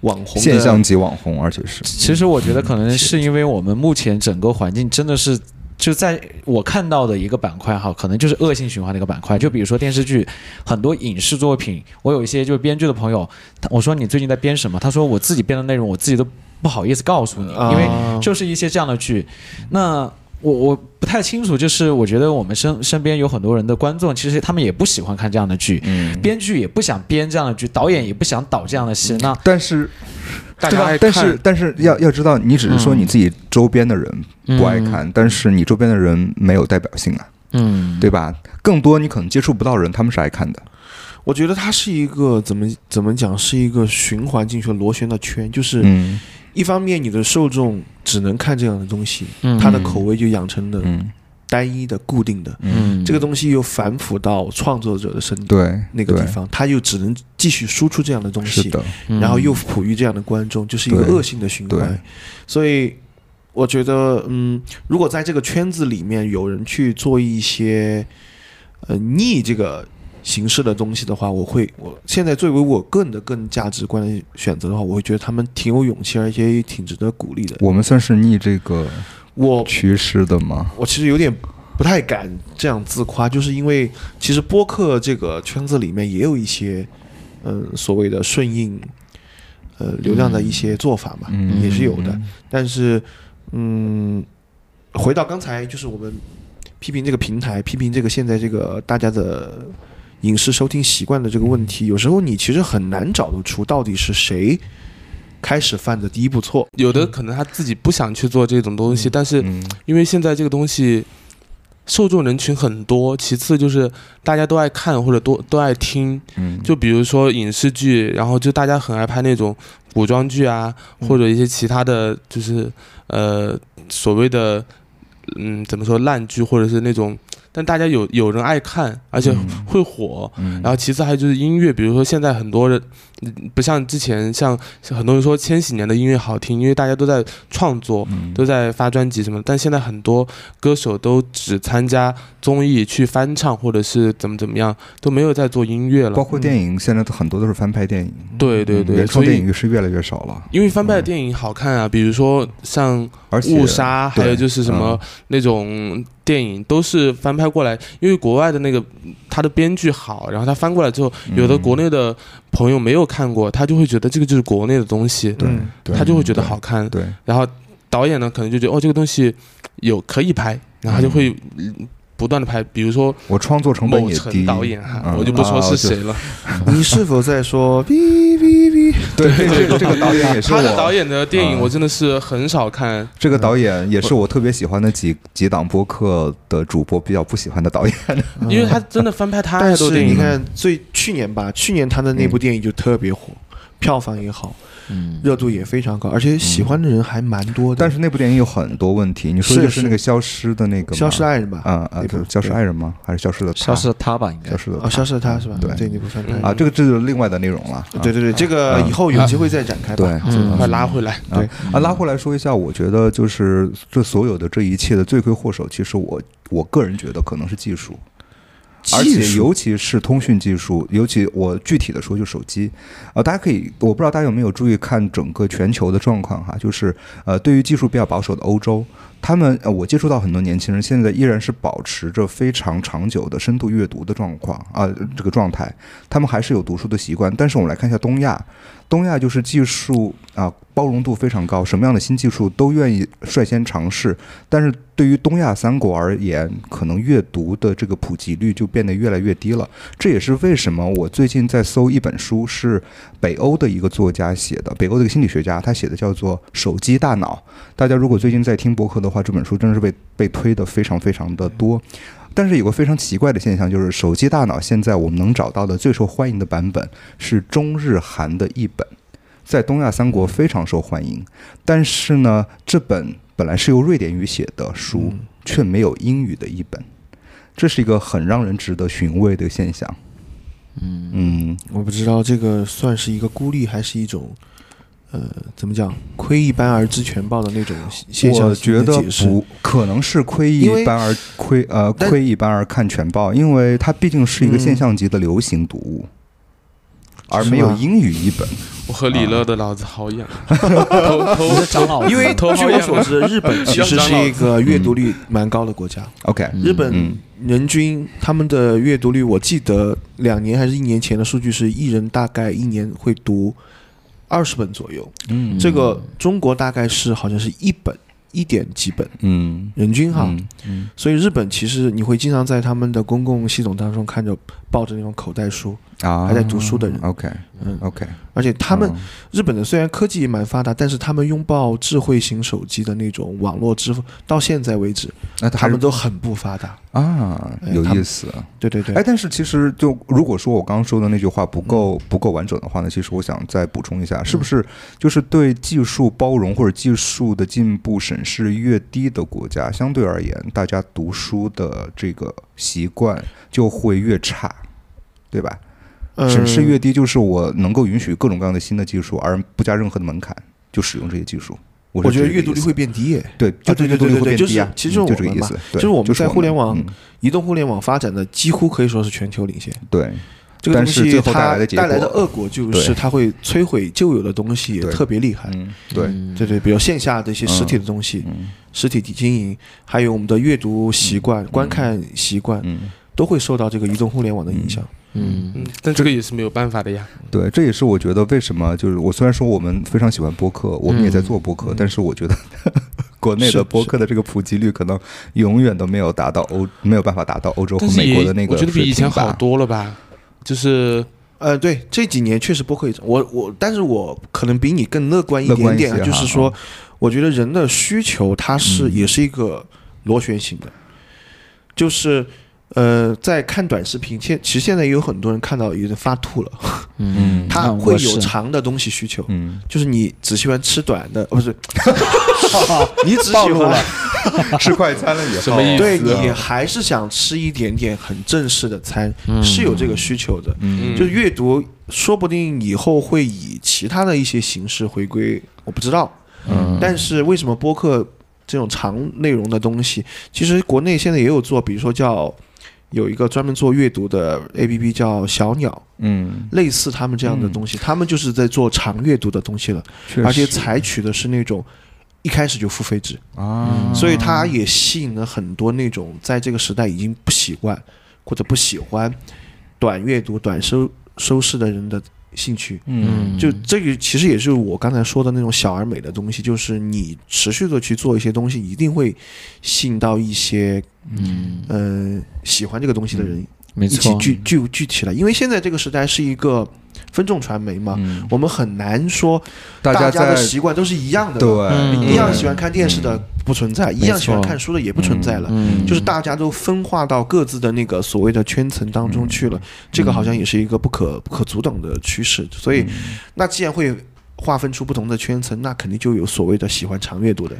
B: 网红的
D: 现象级网红，而且是
C: 其实我觉得可能是因为我们目前整个环境真的是。就在我看到的一个板块哈，可能就是恶性循环的一个板块。就比如说电视剧，很多影视作品，我有一些就是编剧的朋友，他我说你最近在编什么？他说我自己编的内容，我自己都不好意思告诉你，
B: 啊
C: 因为就是一些这样的剧。那我我不太清楚，就是我觉得我们身身边有很多人的观众，其实他们也不喜欢看这样的剧，
B: 嗯
D: 嗯
C: 编剧也不想编这样的剧，导演也不想导这样的戏。那
D: 但是
E: 大
D: 对
E: 家
D: 吧
E: 爱？
D: 但
E: 看嗯
D: 是但是要要知道，你只是说你自己周边的人不爱看，但是你周边的人没有代表性啊，
C: 嗯，
D: 对吧？更多你可能接触不到人，他们是爱看的。
B: 我觉得它是一个怎么怎么讲，是一个循环进去的螺旋的圈，就是
D: 嗯
B: 一方面你的受众只能看这样的东西，
C: 嗯
B: 他的口味就养成了
D: 嗯，
B: 单一的、固定的，
C: 嗯
B: 这个东西又反腐到创作者的身体
D: 对，
B: 那个
D: 对
B: 地方，他又只能继续输出这样的东
D: 是
B: 西，
D: 的，
C: 嗯
B: 然后又哺育这样的观众，就是一个
D: 嗯对
B: 恶性的循
D: 对
B: 环。所以我觉得，嗯，如果在这个圈子里面有人去做一些呃逆这个形式的东西的话，我会我现在作为我个人的个人价值观的选择的话，我会觉得他们挺有勇气，而且也挺值得鼓励的。
D: 我们算是逆这个
B: 我
D: 趋势的吗？
B: 我其实有点不太敢这样自夸，就是因为其实播客这个圈子里面也有一些，嗯、所谓的顺应，呃，流量的一些做法嘛，
D: 嗯
B: 也是有的。但是，嗯，回到刚才，就是我们批评这个平台，批评这个现在这个大家的影视收听习惯的这个问题，有时候你其实很难找得出到底是谁开始犯的第一步错。
E: 有的可能他自己不想去做这种东西，但是
D: 嗯，
E: 因为现在这个东西受众人群很多，其次就是大家都爱看或者都都爱听，
D: 嗯，
E: 就比如说影视剧，然后就大家很爱拍那种古装剧啊，
D: 嗯
E: 或者一些其他的就是呃所谓的嗯怎么说烂剧，或者是那种，但大家有有人爱看，而且会火。
D: 嗯，
E: 然后其次还有就是音乐，比如说现在很多人嗯不像之前像像很多人说千禧年的音乐好听，因为大家都在创作，
D: 嗯
E: 都在发专辑什么的，但现在很多歌手都只参加综艺去翻唱，或者是怎么怎么样，都没有在做音乐了。
D: 包括电影，现在都很多都是翻拍电影，嗯
E: 对对
D: 原
E: 对，
D: 创
E: 所
D: 电
E: 以
D: 影是越来越少了，
E: 因为翻拍的电影好看啊，比如说像
D: 而
E: 《
D: 且
E: 误杀》，还有
D: 对嗯
E: 就是什么那种电影都是翻拍过来，因为国外的那个他的编剧好，然后他翻过来之后，有的国内的朋友没有看过，他就会觉得这个就是国内的东西，
D: 对
B: 嗯，
D: 对
E: 他就会觉得好看，
D: 对，
E: 然后导演呢可能就觉得哦这个东西有可以拍，然后他就会。不断的拍，比如说
D: 我创作成本
E: 某
D: 也
E: 陈
D: 低，
E: 导演哈，
D: 嗯
E: 我就不说
D: 啊
E: 是
D: 就
E: 谁了，
B: 你是否在说哔哔哔？
D: 对这个这个导演也是
E: 他的导
D: 我，
E: 演的电影
D: 嗯
E: 我真的是很少看，
D: 这个导演也是我特别喜欢的几几档播客的主播比较不喜欢的导演，
E: 因为他真的翻拍太
B: 但
E: 多
B: 是
E: 电影
B: 你
D: 嗯
E: 了。
B: 看，最去年吧，去年他的那部电影就特别火，票房也好，热度也非常高，而且喜欢的人还蛮多的。
D: 嗯但是那部电影有很多问题，你说的
B: 是
D: 就是那个消失的那个吗
B: 消失爱人》吧，
D: 啊啊，
B: 那
D: 对
B: 部
D: 消失爱人吗？还是消失的他
C: 消失的哦他吧，应该
D: 消失的
B: 啊，消失的他是吧？
D: 对
B: 对，那部翻拍
E: 嗯
D: 啊，这个这就是另外的内容了。啊
B: 对对对，这个以后有机会再展开吧。
C: 嗯
D: 对，嗯
E: 快拉回来。
D: 对啊，拉回来说一下，我觉得就是这所有的这一切的罪魁祸首，其实我我个人觉得可能是技术，而
B: 技
D: 且
B: 术
D: 尤其是通讯技术，尤其我具体的说就手机，呃，大家可以，我不知道大家有没有注意看整个全球的状况哈，就是呃，对于技术比较保守的欧洲，他们呃，我接触到很多年轻人，现在依然是保持着非常长久的深度阅读的状况啊、这个状态，他们还是有读书的习惯。但是我们来看一下东亚，东亚就是技术啊、包容度非常高，什么样的新技术都愿意率先尝试。但是对于东亚三国而言，可能阅读的这个普及率就变得越来越低了。这也是为什么我最近在搜一本书，是北欧的一个作家写的，北欧的一个心理学家，他写的叫做《手机大脑》。大家如果最近在听博客的话，这本书真的是被被推的非常非常的多。但是有个非常奇怪的现象，就是手机大脑现在我们能找到的最受欢迎的版本是中日韩的译本，在东亚三国非常受欢迎。但是呢，这本本来是由瑞典语写的书，却没有英语的译本，这是一个很让人值得寻味的现象。嗯
B: 我不知道这个算是一个孤立还是一种呃，怎么讲，窥一斑而知全豹的那种现象
D: 我
B: 性
D: 觉
B: 的
D: 得
B: 解释。
D: 不可能是窥
B: 因为
D: 一斑而窥呃
B: 但
D: 窥一斑而看全豹，因为它毕竟是一个
B: 嗯
D: 现象级的流行读物，而
B: 是
D: 没有
B: 吗
D: 英语译本。
E: 我和李乐的脑子好痒，头
C: 你
E: 头
C: 的长老，
B: 因
D: <laughs>
B: 为据
E: 头好
B: 我
E: 痒
B: 所知，日本其实是一个阅
D: 嗯
B: 读率蛮高的国家。
D: OK，
B: 日本
D: 嗯
B: 人均他们的阅读率，我记得两年还是一年前的数据是，一人大概一年会读二十本左右。
D: 嗯
B: 这个中国大概是好像是一本一点几本
D: 嗯
B: 人均哈，
D: 嗯
B: 所以日本其实你会经常在他们的公共系统当中看着抱着那种口袋书
D: 啊，
B: 还在读书的人，
D: OK
B: 嗯
D: OK，
B: 而且他们日本的虽然科技也蛮发达，但是他们拥抱智慧型手机的那种网络支付，到现在为止，
D: 那
B: 他
D: 还是
B: 们都很不发达。
D: 啊
B: 哎
D: 有
B: 他们
D: 意思。
B: 对对对，
D: 哎，但是其实就如果说我刚刚说的那句话不够不够完整的话呢，其实我想再补充一下，
B: 嗯
D: 是不是就是对技术包容或者技术的进步审视越低的国家，相对而言，大家读书的这个习惯就会越差，对吧？
B: 呃
D: 审视越低，就是我能够允许各种各样的新的技术，而不加任何的门槛就使用这些技术。我
B: 我
D: 是
B: 觉得
D: 这个
B: 阅读
D: 意
B: 率
D: 思
B: 会变低耶。
D: 对，就
B: 啊对
D: 阅读
B: 对
D: 率
B: 对对
D: 会变
B: 就是
D: 低啊，
B: 其实
D: 嗯就
B: 我
D: 这个
B: 们
D: 意
B: 嘛
D: 思，
B: 就
D: 对
B: 是我们在互联
D: 们
B: 网
D: 嗯
B: 移动互联网发展的几乎可以说是全球领先。
D: 对，
B: 这个
D: 但
B: 东
D: 是
B: 西
D: 最后
B: 它
D: 带来的结果
B: 带来的恶果就是
D: 对
B: 它会摧毁旧有的东西，也
D: 对
B: 特别厉害。
D: 嗯，对，
B: 对对，比如线下的一些实体的东西，
D: 嗯
B: 实体的经营，还有我们的阅读习惯、观看习惯，
D: 嗯，
B: 都会受到这个移动互联网的影响。
C: 嗯，
E: 嗯，但这个也是没有办法的呀。
D: 对，这也是我觉得为什么就是我虽然说我们非常喜欢播客，我们也在做播客，但是我觉得 <laughs> 国内
B: 嗯是
D: 的播客的这个普及率可能永远都没有达到欧，没有办法达到欧洲和
E: 但是
D: 美国
E: 也
D: 的那个
E: 我觉得比以前好
D: 水
E: 多了吧，就是
B: 呃，对，这几年确实播客也，我我，但是我可能比你更乐观一
D: 乐
B: 点
D: 观一
B: 点啊，
D: 些
B: 就是
D: 哈
B: 说，我觉得人的需求它是、
D: 嗯
B: 也是一个螺旋形的，就是呃，在看短视频，现其实现在也有很多人看到有人发吐了，
D: 平吧，嗯
B: 他
C: 嗯
B: 会
C: 我
B: 有
C: 是
B: 长的东西需求，
D: 嗯，
B: 就是你只喜欢吃短的，哦不
D: <laughs>
B: 是，你只喜欢
D: 吃快餐了以
E: <laughs>
D: 后，
E: 啊
B: 对
D: 啊
B: 你还是想吃一点点很正式的餐，
D: 嗯
B: 是有这个需求的。
E: 嗯
B: 就阅读，说不定以后会以其他的一些形式回归，我不知道。
D: 嗯
B: 但是为什么播客这种长内容的东西，其实国内现在也有做，比如说叫有一个专门做阅读的 APP 叫小鸟，
D: 嗯，
B: 类似他们这样的东西，他们就是在做长阅读的东西了，
D: 确
B: 而且
D: 实
B: 采取的是那种一开始就付费制。
D: 啊，
B: 嗯所以它也吸引了很多那种在这个时代已经不习惯或者不喜欢短阅读、短收收视的人的兴趣。
D: 嗯
B: 就这个其实也是我刚才说的那种小而美的东西，就是你持续的去做一些东西，一定会吸引到一些
C: 嗯，
B: 嗯、呃喜欢这个东西的
D: 嗯
B: 人
C: 没
B: 一起
C: 错，
B: 聚聚聚起来。因为现在这个时代是一个分众传媒嘛，
D: 嗯，
B: 我们很难说
D: 大家
B: 家的
D: 在
B: 习惯都是一样的。
D: 对，
C: 嗯
B: 一样喜欢看电视的不存在，一样喜欢看书的也不存在了。
C: 嗯，
B: 就是大家都分化到各自的那个所谓的圈层当中去了，
C: 嗯
B: 这个好像也是一个不可不可阻挡的趋势。所以，
C: 嗯
B: 那既然会划分出不同的圈层，那肯定就有所谓的喜欢长阅读的、
C: 对。嗯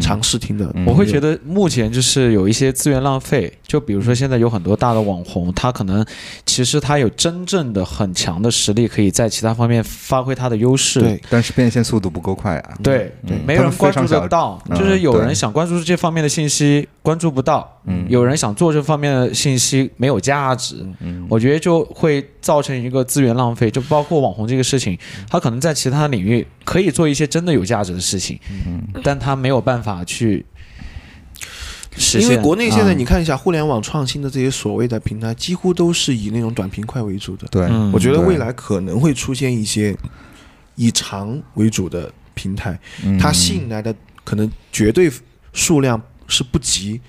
B: 长视听的朋友。
C: 我会觉得目前就是有一些资源浪费，就比如说现在有很多大的网红，他可能其实他有真正的很强的实力，可以在其他方面发挥他的优势。
B: 对，
D: 但是变现速度不够快啊，
C: 对
D: 嗯
C: 没有人关注得到，
D: 他们非常想
C: 就是有人
D: 嗯
C: 想关注这方面的信息，关注不到；
D: 嗯
C: 有人想做这方面的信息，没有价值。
D: 嗯
C: 我觉得就会造成一个资源浪费，就包括网红这个事情，
D: 嗯
C: 他可能在其他领域可以做一些真的有价值的事情，
D: 嗯
C: 但他没有办法去实
B: 因
C: 现。
B: 为国内现在
C: 啊
B: 你看一下互联网创新的这些所谓的平台，几乎都是以那种短平快为主的。
D: 对，
C: 嗯
B: 我觉得
D: 对
B: 未来可能会出现一些以长为主的平台，
D: 嗯
B: 它吸引来的可能绝对数量是不及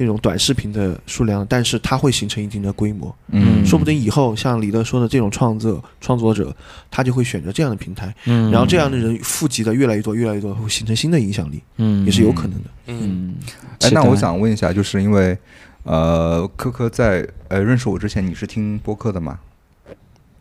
B: 那种短视频的数量，但是它会形成一定的规模。
D: 嗯
B: 说不定以后像李乐说的这种创作创作者，他就会选择这样的平台，
C: 嗯
B: 然后这样的人富集的越来越多，越来越多，会形成新的影响力，
C: 嗯
B: 也是有可能的。
E: 嗯，
D: 哎
C: 期，
D: 那
C: 待
D: 我想问一下，就是因为呃，科科在呃认识我之前，你是听播客的吗？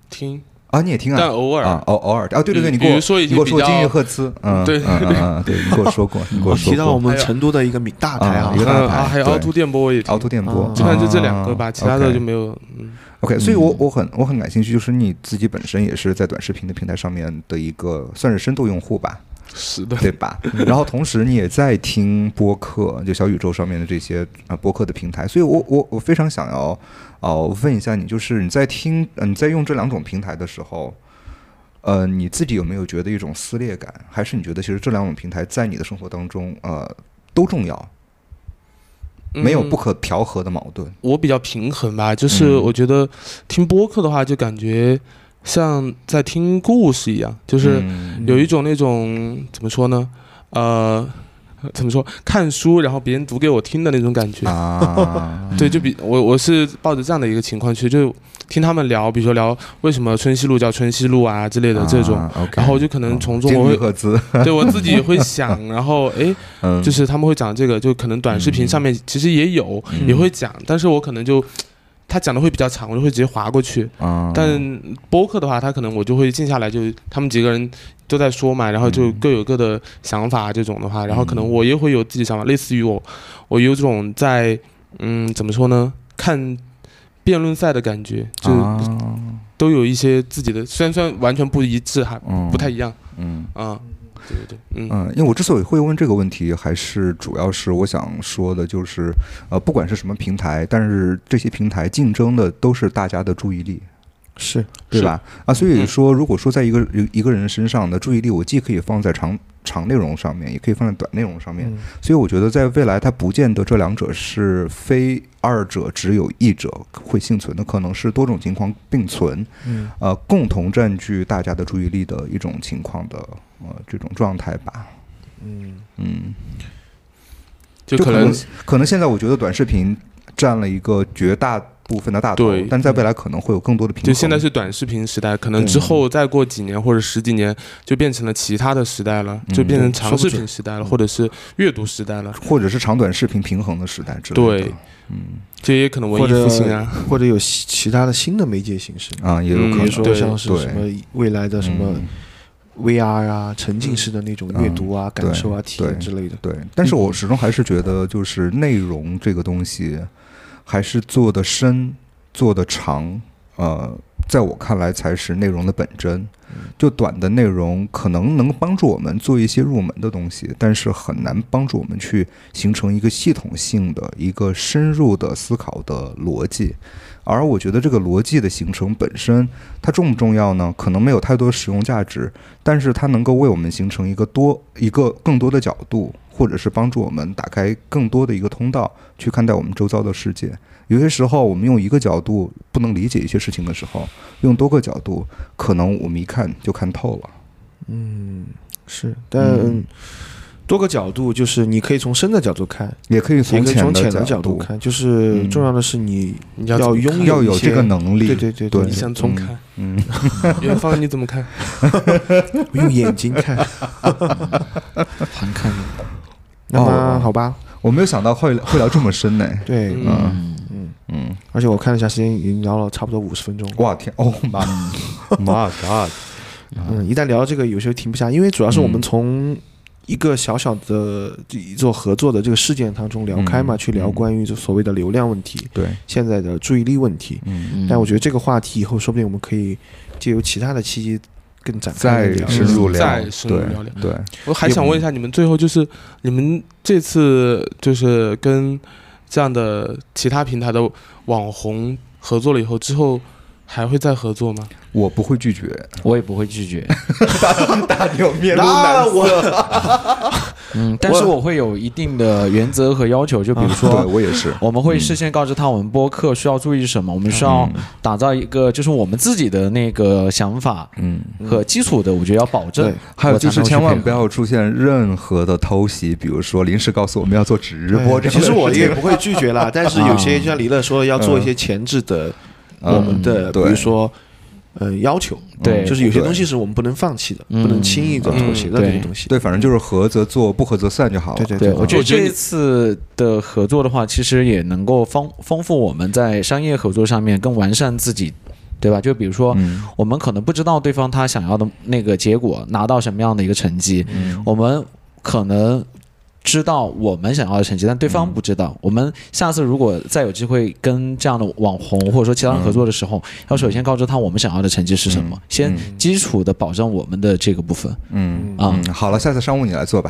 E: 听
D: 啊，你也听啊？
E: 但偶尔
D: 啊，偶偶尔啊，对对对，
E: 嗯
D: 你
E: 比
D: 跟我
E: 如说已
D: 你
E: 经
D: 跟我说
E: 比
D: 过
E: 较
D: 金玉赫兹，嗯，
E: 对
D: 嗯嗯嗯，对你跟我说过，你跟
B: 我
D: 我
B: 哦
D: 说
B: 提到我
D: 过
B: 们成都的一个米大台
D: 啊
B: 啊
D: 一，个
E: 还有
D: 大牌
E: 啊还有
D: 对
E: 凹凸电波我也听
D: 凹凸电波
B: 啊，
E: 基本哦上就这两个吧，
D: 啊
E: 其他的
D: OK
E: 就没有。嗯，
D: OK，所以我我很我很感兴趣，就是你自己本身也是在短视频的平台上面的一个算是深度用户吧，
E: 是 <laughs> 的，
D: 对吧？然后同时你也在听播客，就小宇宙上面的这些啊、呃播客的平台，所以我我我非常想要哦、呃问一下你，就是你在听、呃你在用这两种平台的时候，呃，你自己有没有觉得一种撕裂感？还是你觉得其实这两种平台在你的生活当中呃都重要，没有
E: 嗯
D: 不可调和的矛盾？
E: 我比较平衡吧，就是
D: 嗯
E: 我觉得听播客的话，就感觉像在听故事一样，就是
D: 嗯
E: 有一种那种怎么说呢，呃，怎么说看书然后别人读给我听的那种感觉。
D: 啊
E: 对，就比我我是抱着这样的一个情况去，就听他们聊，比如说聊为什么春熙路叫春熙路啊之类的 <laughs> 这种，
D: 啊，OK
E: 然后我就可能从中
D: 金
E: 我
D: 鱼
E: 会
D: 赫兹，
E: 对我自己也
D: <laughs>
E: 会想，然后诶，
D: 嗯，
E: 就是他们会讲这个，就可能短视频上面其实也有、
D: 嗯
E: 也会讲，但是我可能就他讲的会比较长，我就会直接划过去。
D: 啊，
E: 但播客的话，他可能我就会静下来，就他们几个人都在说嘛，然后
D: 嗯
E: 就各有各的想法这种的话，然后可能我也会有自己想法，类似于我我有种在嗯怎么说呢，看辩论赛的感觉，就
D: 啊
E: 都有一些自己的，虽然虽然完全不一致，还
D: 嗯
E: 不太一样
D: 嗯。
E: 啊。对对对，嗯
D: 嗯，因为我之所以会问这个问题，还是主要是我想说的，就是呃，不管是什么平台，但是这些平台竞争的都是大家的注意力，
B: 是
D: 对
E: 是
D: 吧？啊，所以
E: 嗯
D: 说，如果说在一个一个人身上的注意力，我既可以放在长长内容上面，也可以放在短内容上面。
B: 嗯
D: 所以我觉得，在未来，它不见得这两者是非二者只有一者会幸存的，可能是多种情况并存。
B: 嗯，
D: 呃，共同占据大家的注意力的一种情况的呃这种状态吧。嗯
E: 就
D: 就
E: 可
D: 可
E: 能
D: 能可能现在我觉得短视频占了一个绝大部分的大头
E: 对，
D: 但在未来可能会有更多的平
E: 就
D: 衡。
E: 现在是短视频时代，可能之后再过几年或者十几年，就变成了其他的时代了，
D: 嗯
E: 就变成
D: 对
E: 长
D: 说不
E: 视
D: 准
E: 频时代了，或者是阅读时代了，
D: 或者是长短视频平衡的时代之类的。
E: 对，
D: 嗯
E: 这也可能文
B: 或
E: 艺复
B: 者
E: 兴啊，
B: 或者有其其他的新的媒介形式，
D: 啊，也有
E: 嗯
B: 比
D: 可能。
B: 如说
E: 对
B: 像是
D: 对
B: 什么未来的什么
D: 嗯
B: VR 啊、沉浸式的那种阅读啊、感受啊、体验
D: 对
B: 之类的。
D: 对，但是我始终还是觉得，就是内容这个东西，还是做的深、做的长，呃，在我看来才是内容的本真。就短的内容可能能帮助我们做一些入门的东西，但是很难帮助我们去形成一个系统性的、一个深入的思考的逻辑。而我觉得这个逻辑的形成本身，它重不重要呢？可能没有太多使用价值，但是它能够为我们形成一个多一个更多的角度，或者是帮助我们打开更多的一个通道去看待我们周遭的世界。有些时候，我们用一个角度不能理解一些事情的时候，用多个角度，可能我们一看就看透了。
B: 是，但
D: 嗯
B: 多个角度，就是你可以从深的角度看，
D: 也可以
B: 也
D: 从
B: 可以从
D: 的
B: 的角
D: 度，
B: 看，就是
D: 嗯
B: 重要的是你
E: 你要怎
B: 要
E: 么
B: 拥
E: 看
D: 要有
B: 一些
D: 这个能力。
B: 对对对
D: 对
E: 你想怎么看？
D: 嗯，
E: <laughs> 远方你怎么
D: <laughs>
E: 看？
B: 用眼睛看。
C: 很看
B: 那么
D: 哦
B: 好吧，
D: 我没有想到会会聊这么深呢。
B: 对，
E: 嗯
D: 嗯嗯，
B: 而且我看了一下时间，已经聊了差不多五十分钟。
D: 哇天，哦妈妈 God，
B: 嗯，一旦聊到这个，有时候停不下，因为主要是我们
D: 嗯
B: 从一个小小的一做合作的这个事件当中聊开嘛，
D: 嗯
B: 去聊
D: 嗯
B: 关于就所谓的流量问题，
D: 对，
B: 现在的注意力问题。
D: 嗯，
B: 但我觉得这个话题以后，说不定我们可以借由其他的契机更展开来
D: 再
B: 聊。
D: 深入聊，
E: 再深入
D: 对
E: 聊聊
D: 对，
E: 我还想问一下你们，最后就是你们这次就是跟这样的其他平台的网红合作了以后，之后还会再合作
D: <laughs>
E: 吗？
D: 我不会拒绝。
C: 嗯我也不会拒绝。
D: 大牛面露难色，
B: <laughs>
C: 嗯，但是我会有一定的原则和要求，就比如
B: 啊
D: 对
C: 说。
D: 我也是。
C: 我们会事先告知他我们播客需要注意什么，我们需要打造一个就是我们自己的那个想法
D: 嗯，
C: 和基础的，我觉得要保证
B: 对。
D: 还有就是
C: 我才
D: 千
C: 能
D: 万
C: 去
D: 不
C: 配合
D: 要出现任何的偷袭，比如说临时告诉我们要做直
B: <laughs>
D: 播这样的事情。
B: 哎其实我也不会拒绝 <laughs> 啦，但是有些就像李乐说的，要做一些前置的，
D: 嗯
B: 我们的
D: 嗯
B: 比
D: 对
B: 如说，呃，要求，
C: 对
B: 就是有些
D: 对
B: 东西是我们不能放弃的，
C: 嗯
B: 不能轻易的妥协的
C: 嗯
B: 这个
C: 对
B: 东西。
D: 对，反正就是合则做，不合则散就好了。
B: 对对
C: 对，我觉得
E: 我觉得
C: 这
E: 你
C: 一次的合作的话，其实也能够丰丰富我们在商业合作上面更完善自己对吧？就比如说，
D: 嗯
C: 我们可能不知道对方他想要的那个结果拿到什么样的一个成绩，
D: 嗯
C: 我们可能知道我们想要的成绩，但对方不知道。我们下次如果再有机会跟这样的网红或者说其他人合作的时候，要首先告知他我们想要的成绩是什么，先基础的保证我们的这个部分。
D: 嗯
C: 啊
D: 嗯，好了，下次商务你来做吧。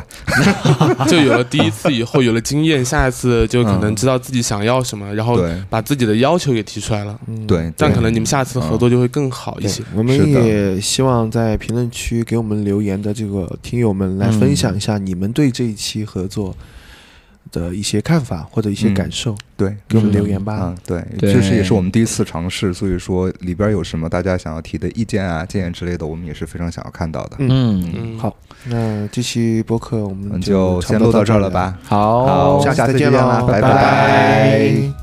E: 就有了第一次以后，有了经验，下一次就可能知道自己想要什么，然后
D: 对
E: 把自己的要求给提出来了，
B: 嗯
D: 对，
E: 这样
D: 对
E: 可能你们下次合作就会更好一
B: 对
E: 些。
B: 我
D: 是
B: 们
D: 的
B: 也希望在评论区给我们留言的这个听友们来分享一下你们对这一期合作的一些看法或者一些感受，
D: 对。
B: 给我们留言吧
D: 啊。，对，
C: 对
D: 就是也是我们第一次尝试，所以说里边有什么大家想要提的意见啊、建议之类的，我们也是非常想要看到的。
B: 嗯
C: 嗯，
E: 嗯，
B: 好，那这期播客我
D: 我
B: 们
D: 们就
B: 嗯差
D: 先
B: 不多
D: 录到
B: 这
D: 这
B: 儿
D: 儿了？吧。
C: 好，
D: 好
B: 下
D: 下
B: 次
D: 次
B: 再见
D: 见
B: 喽
D: 啦，
B: 拜
D: 拜
B: 拜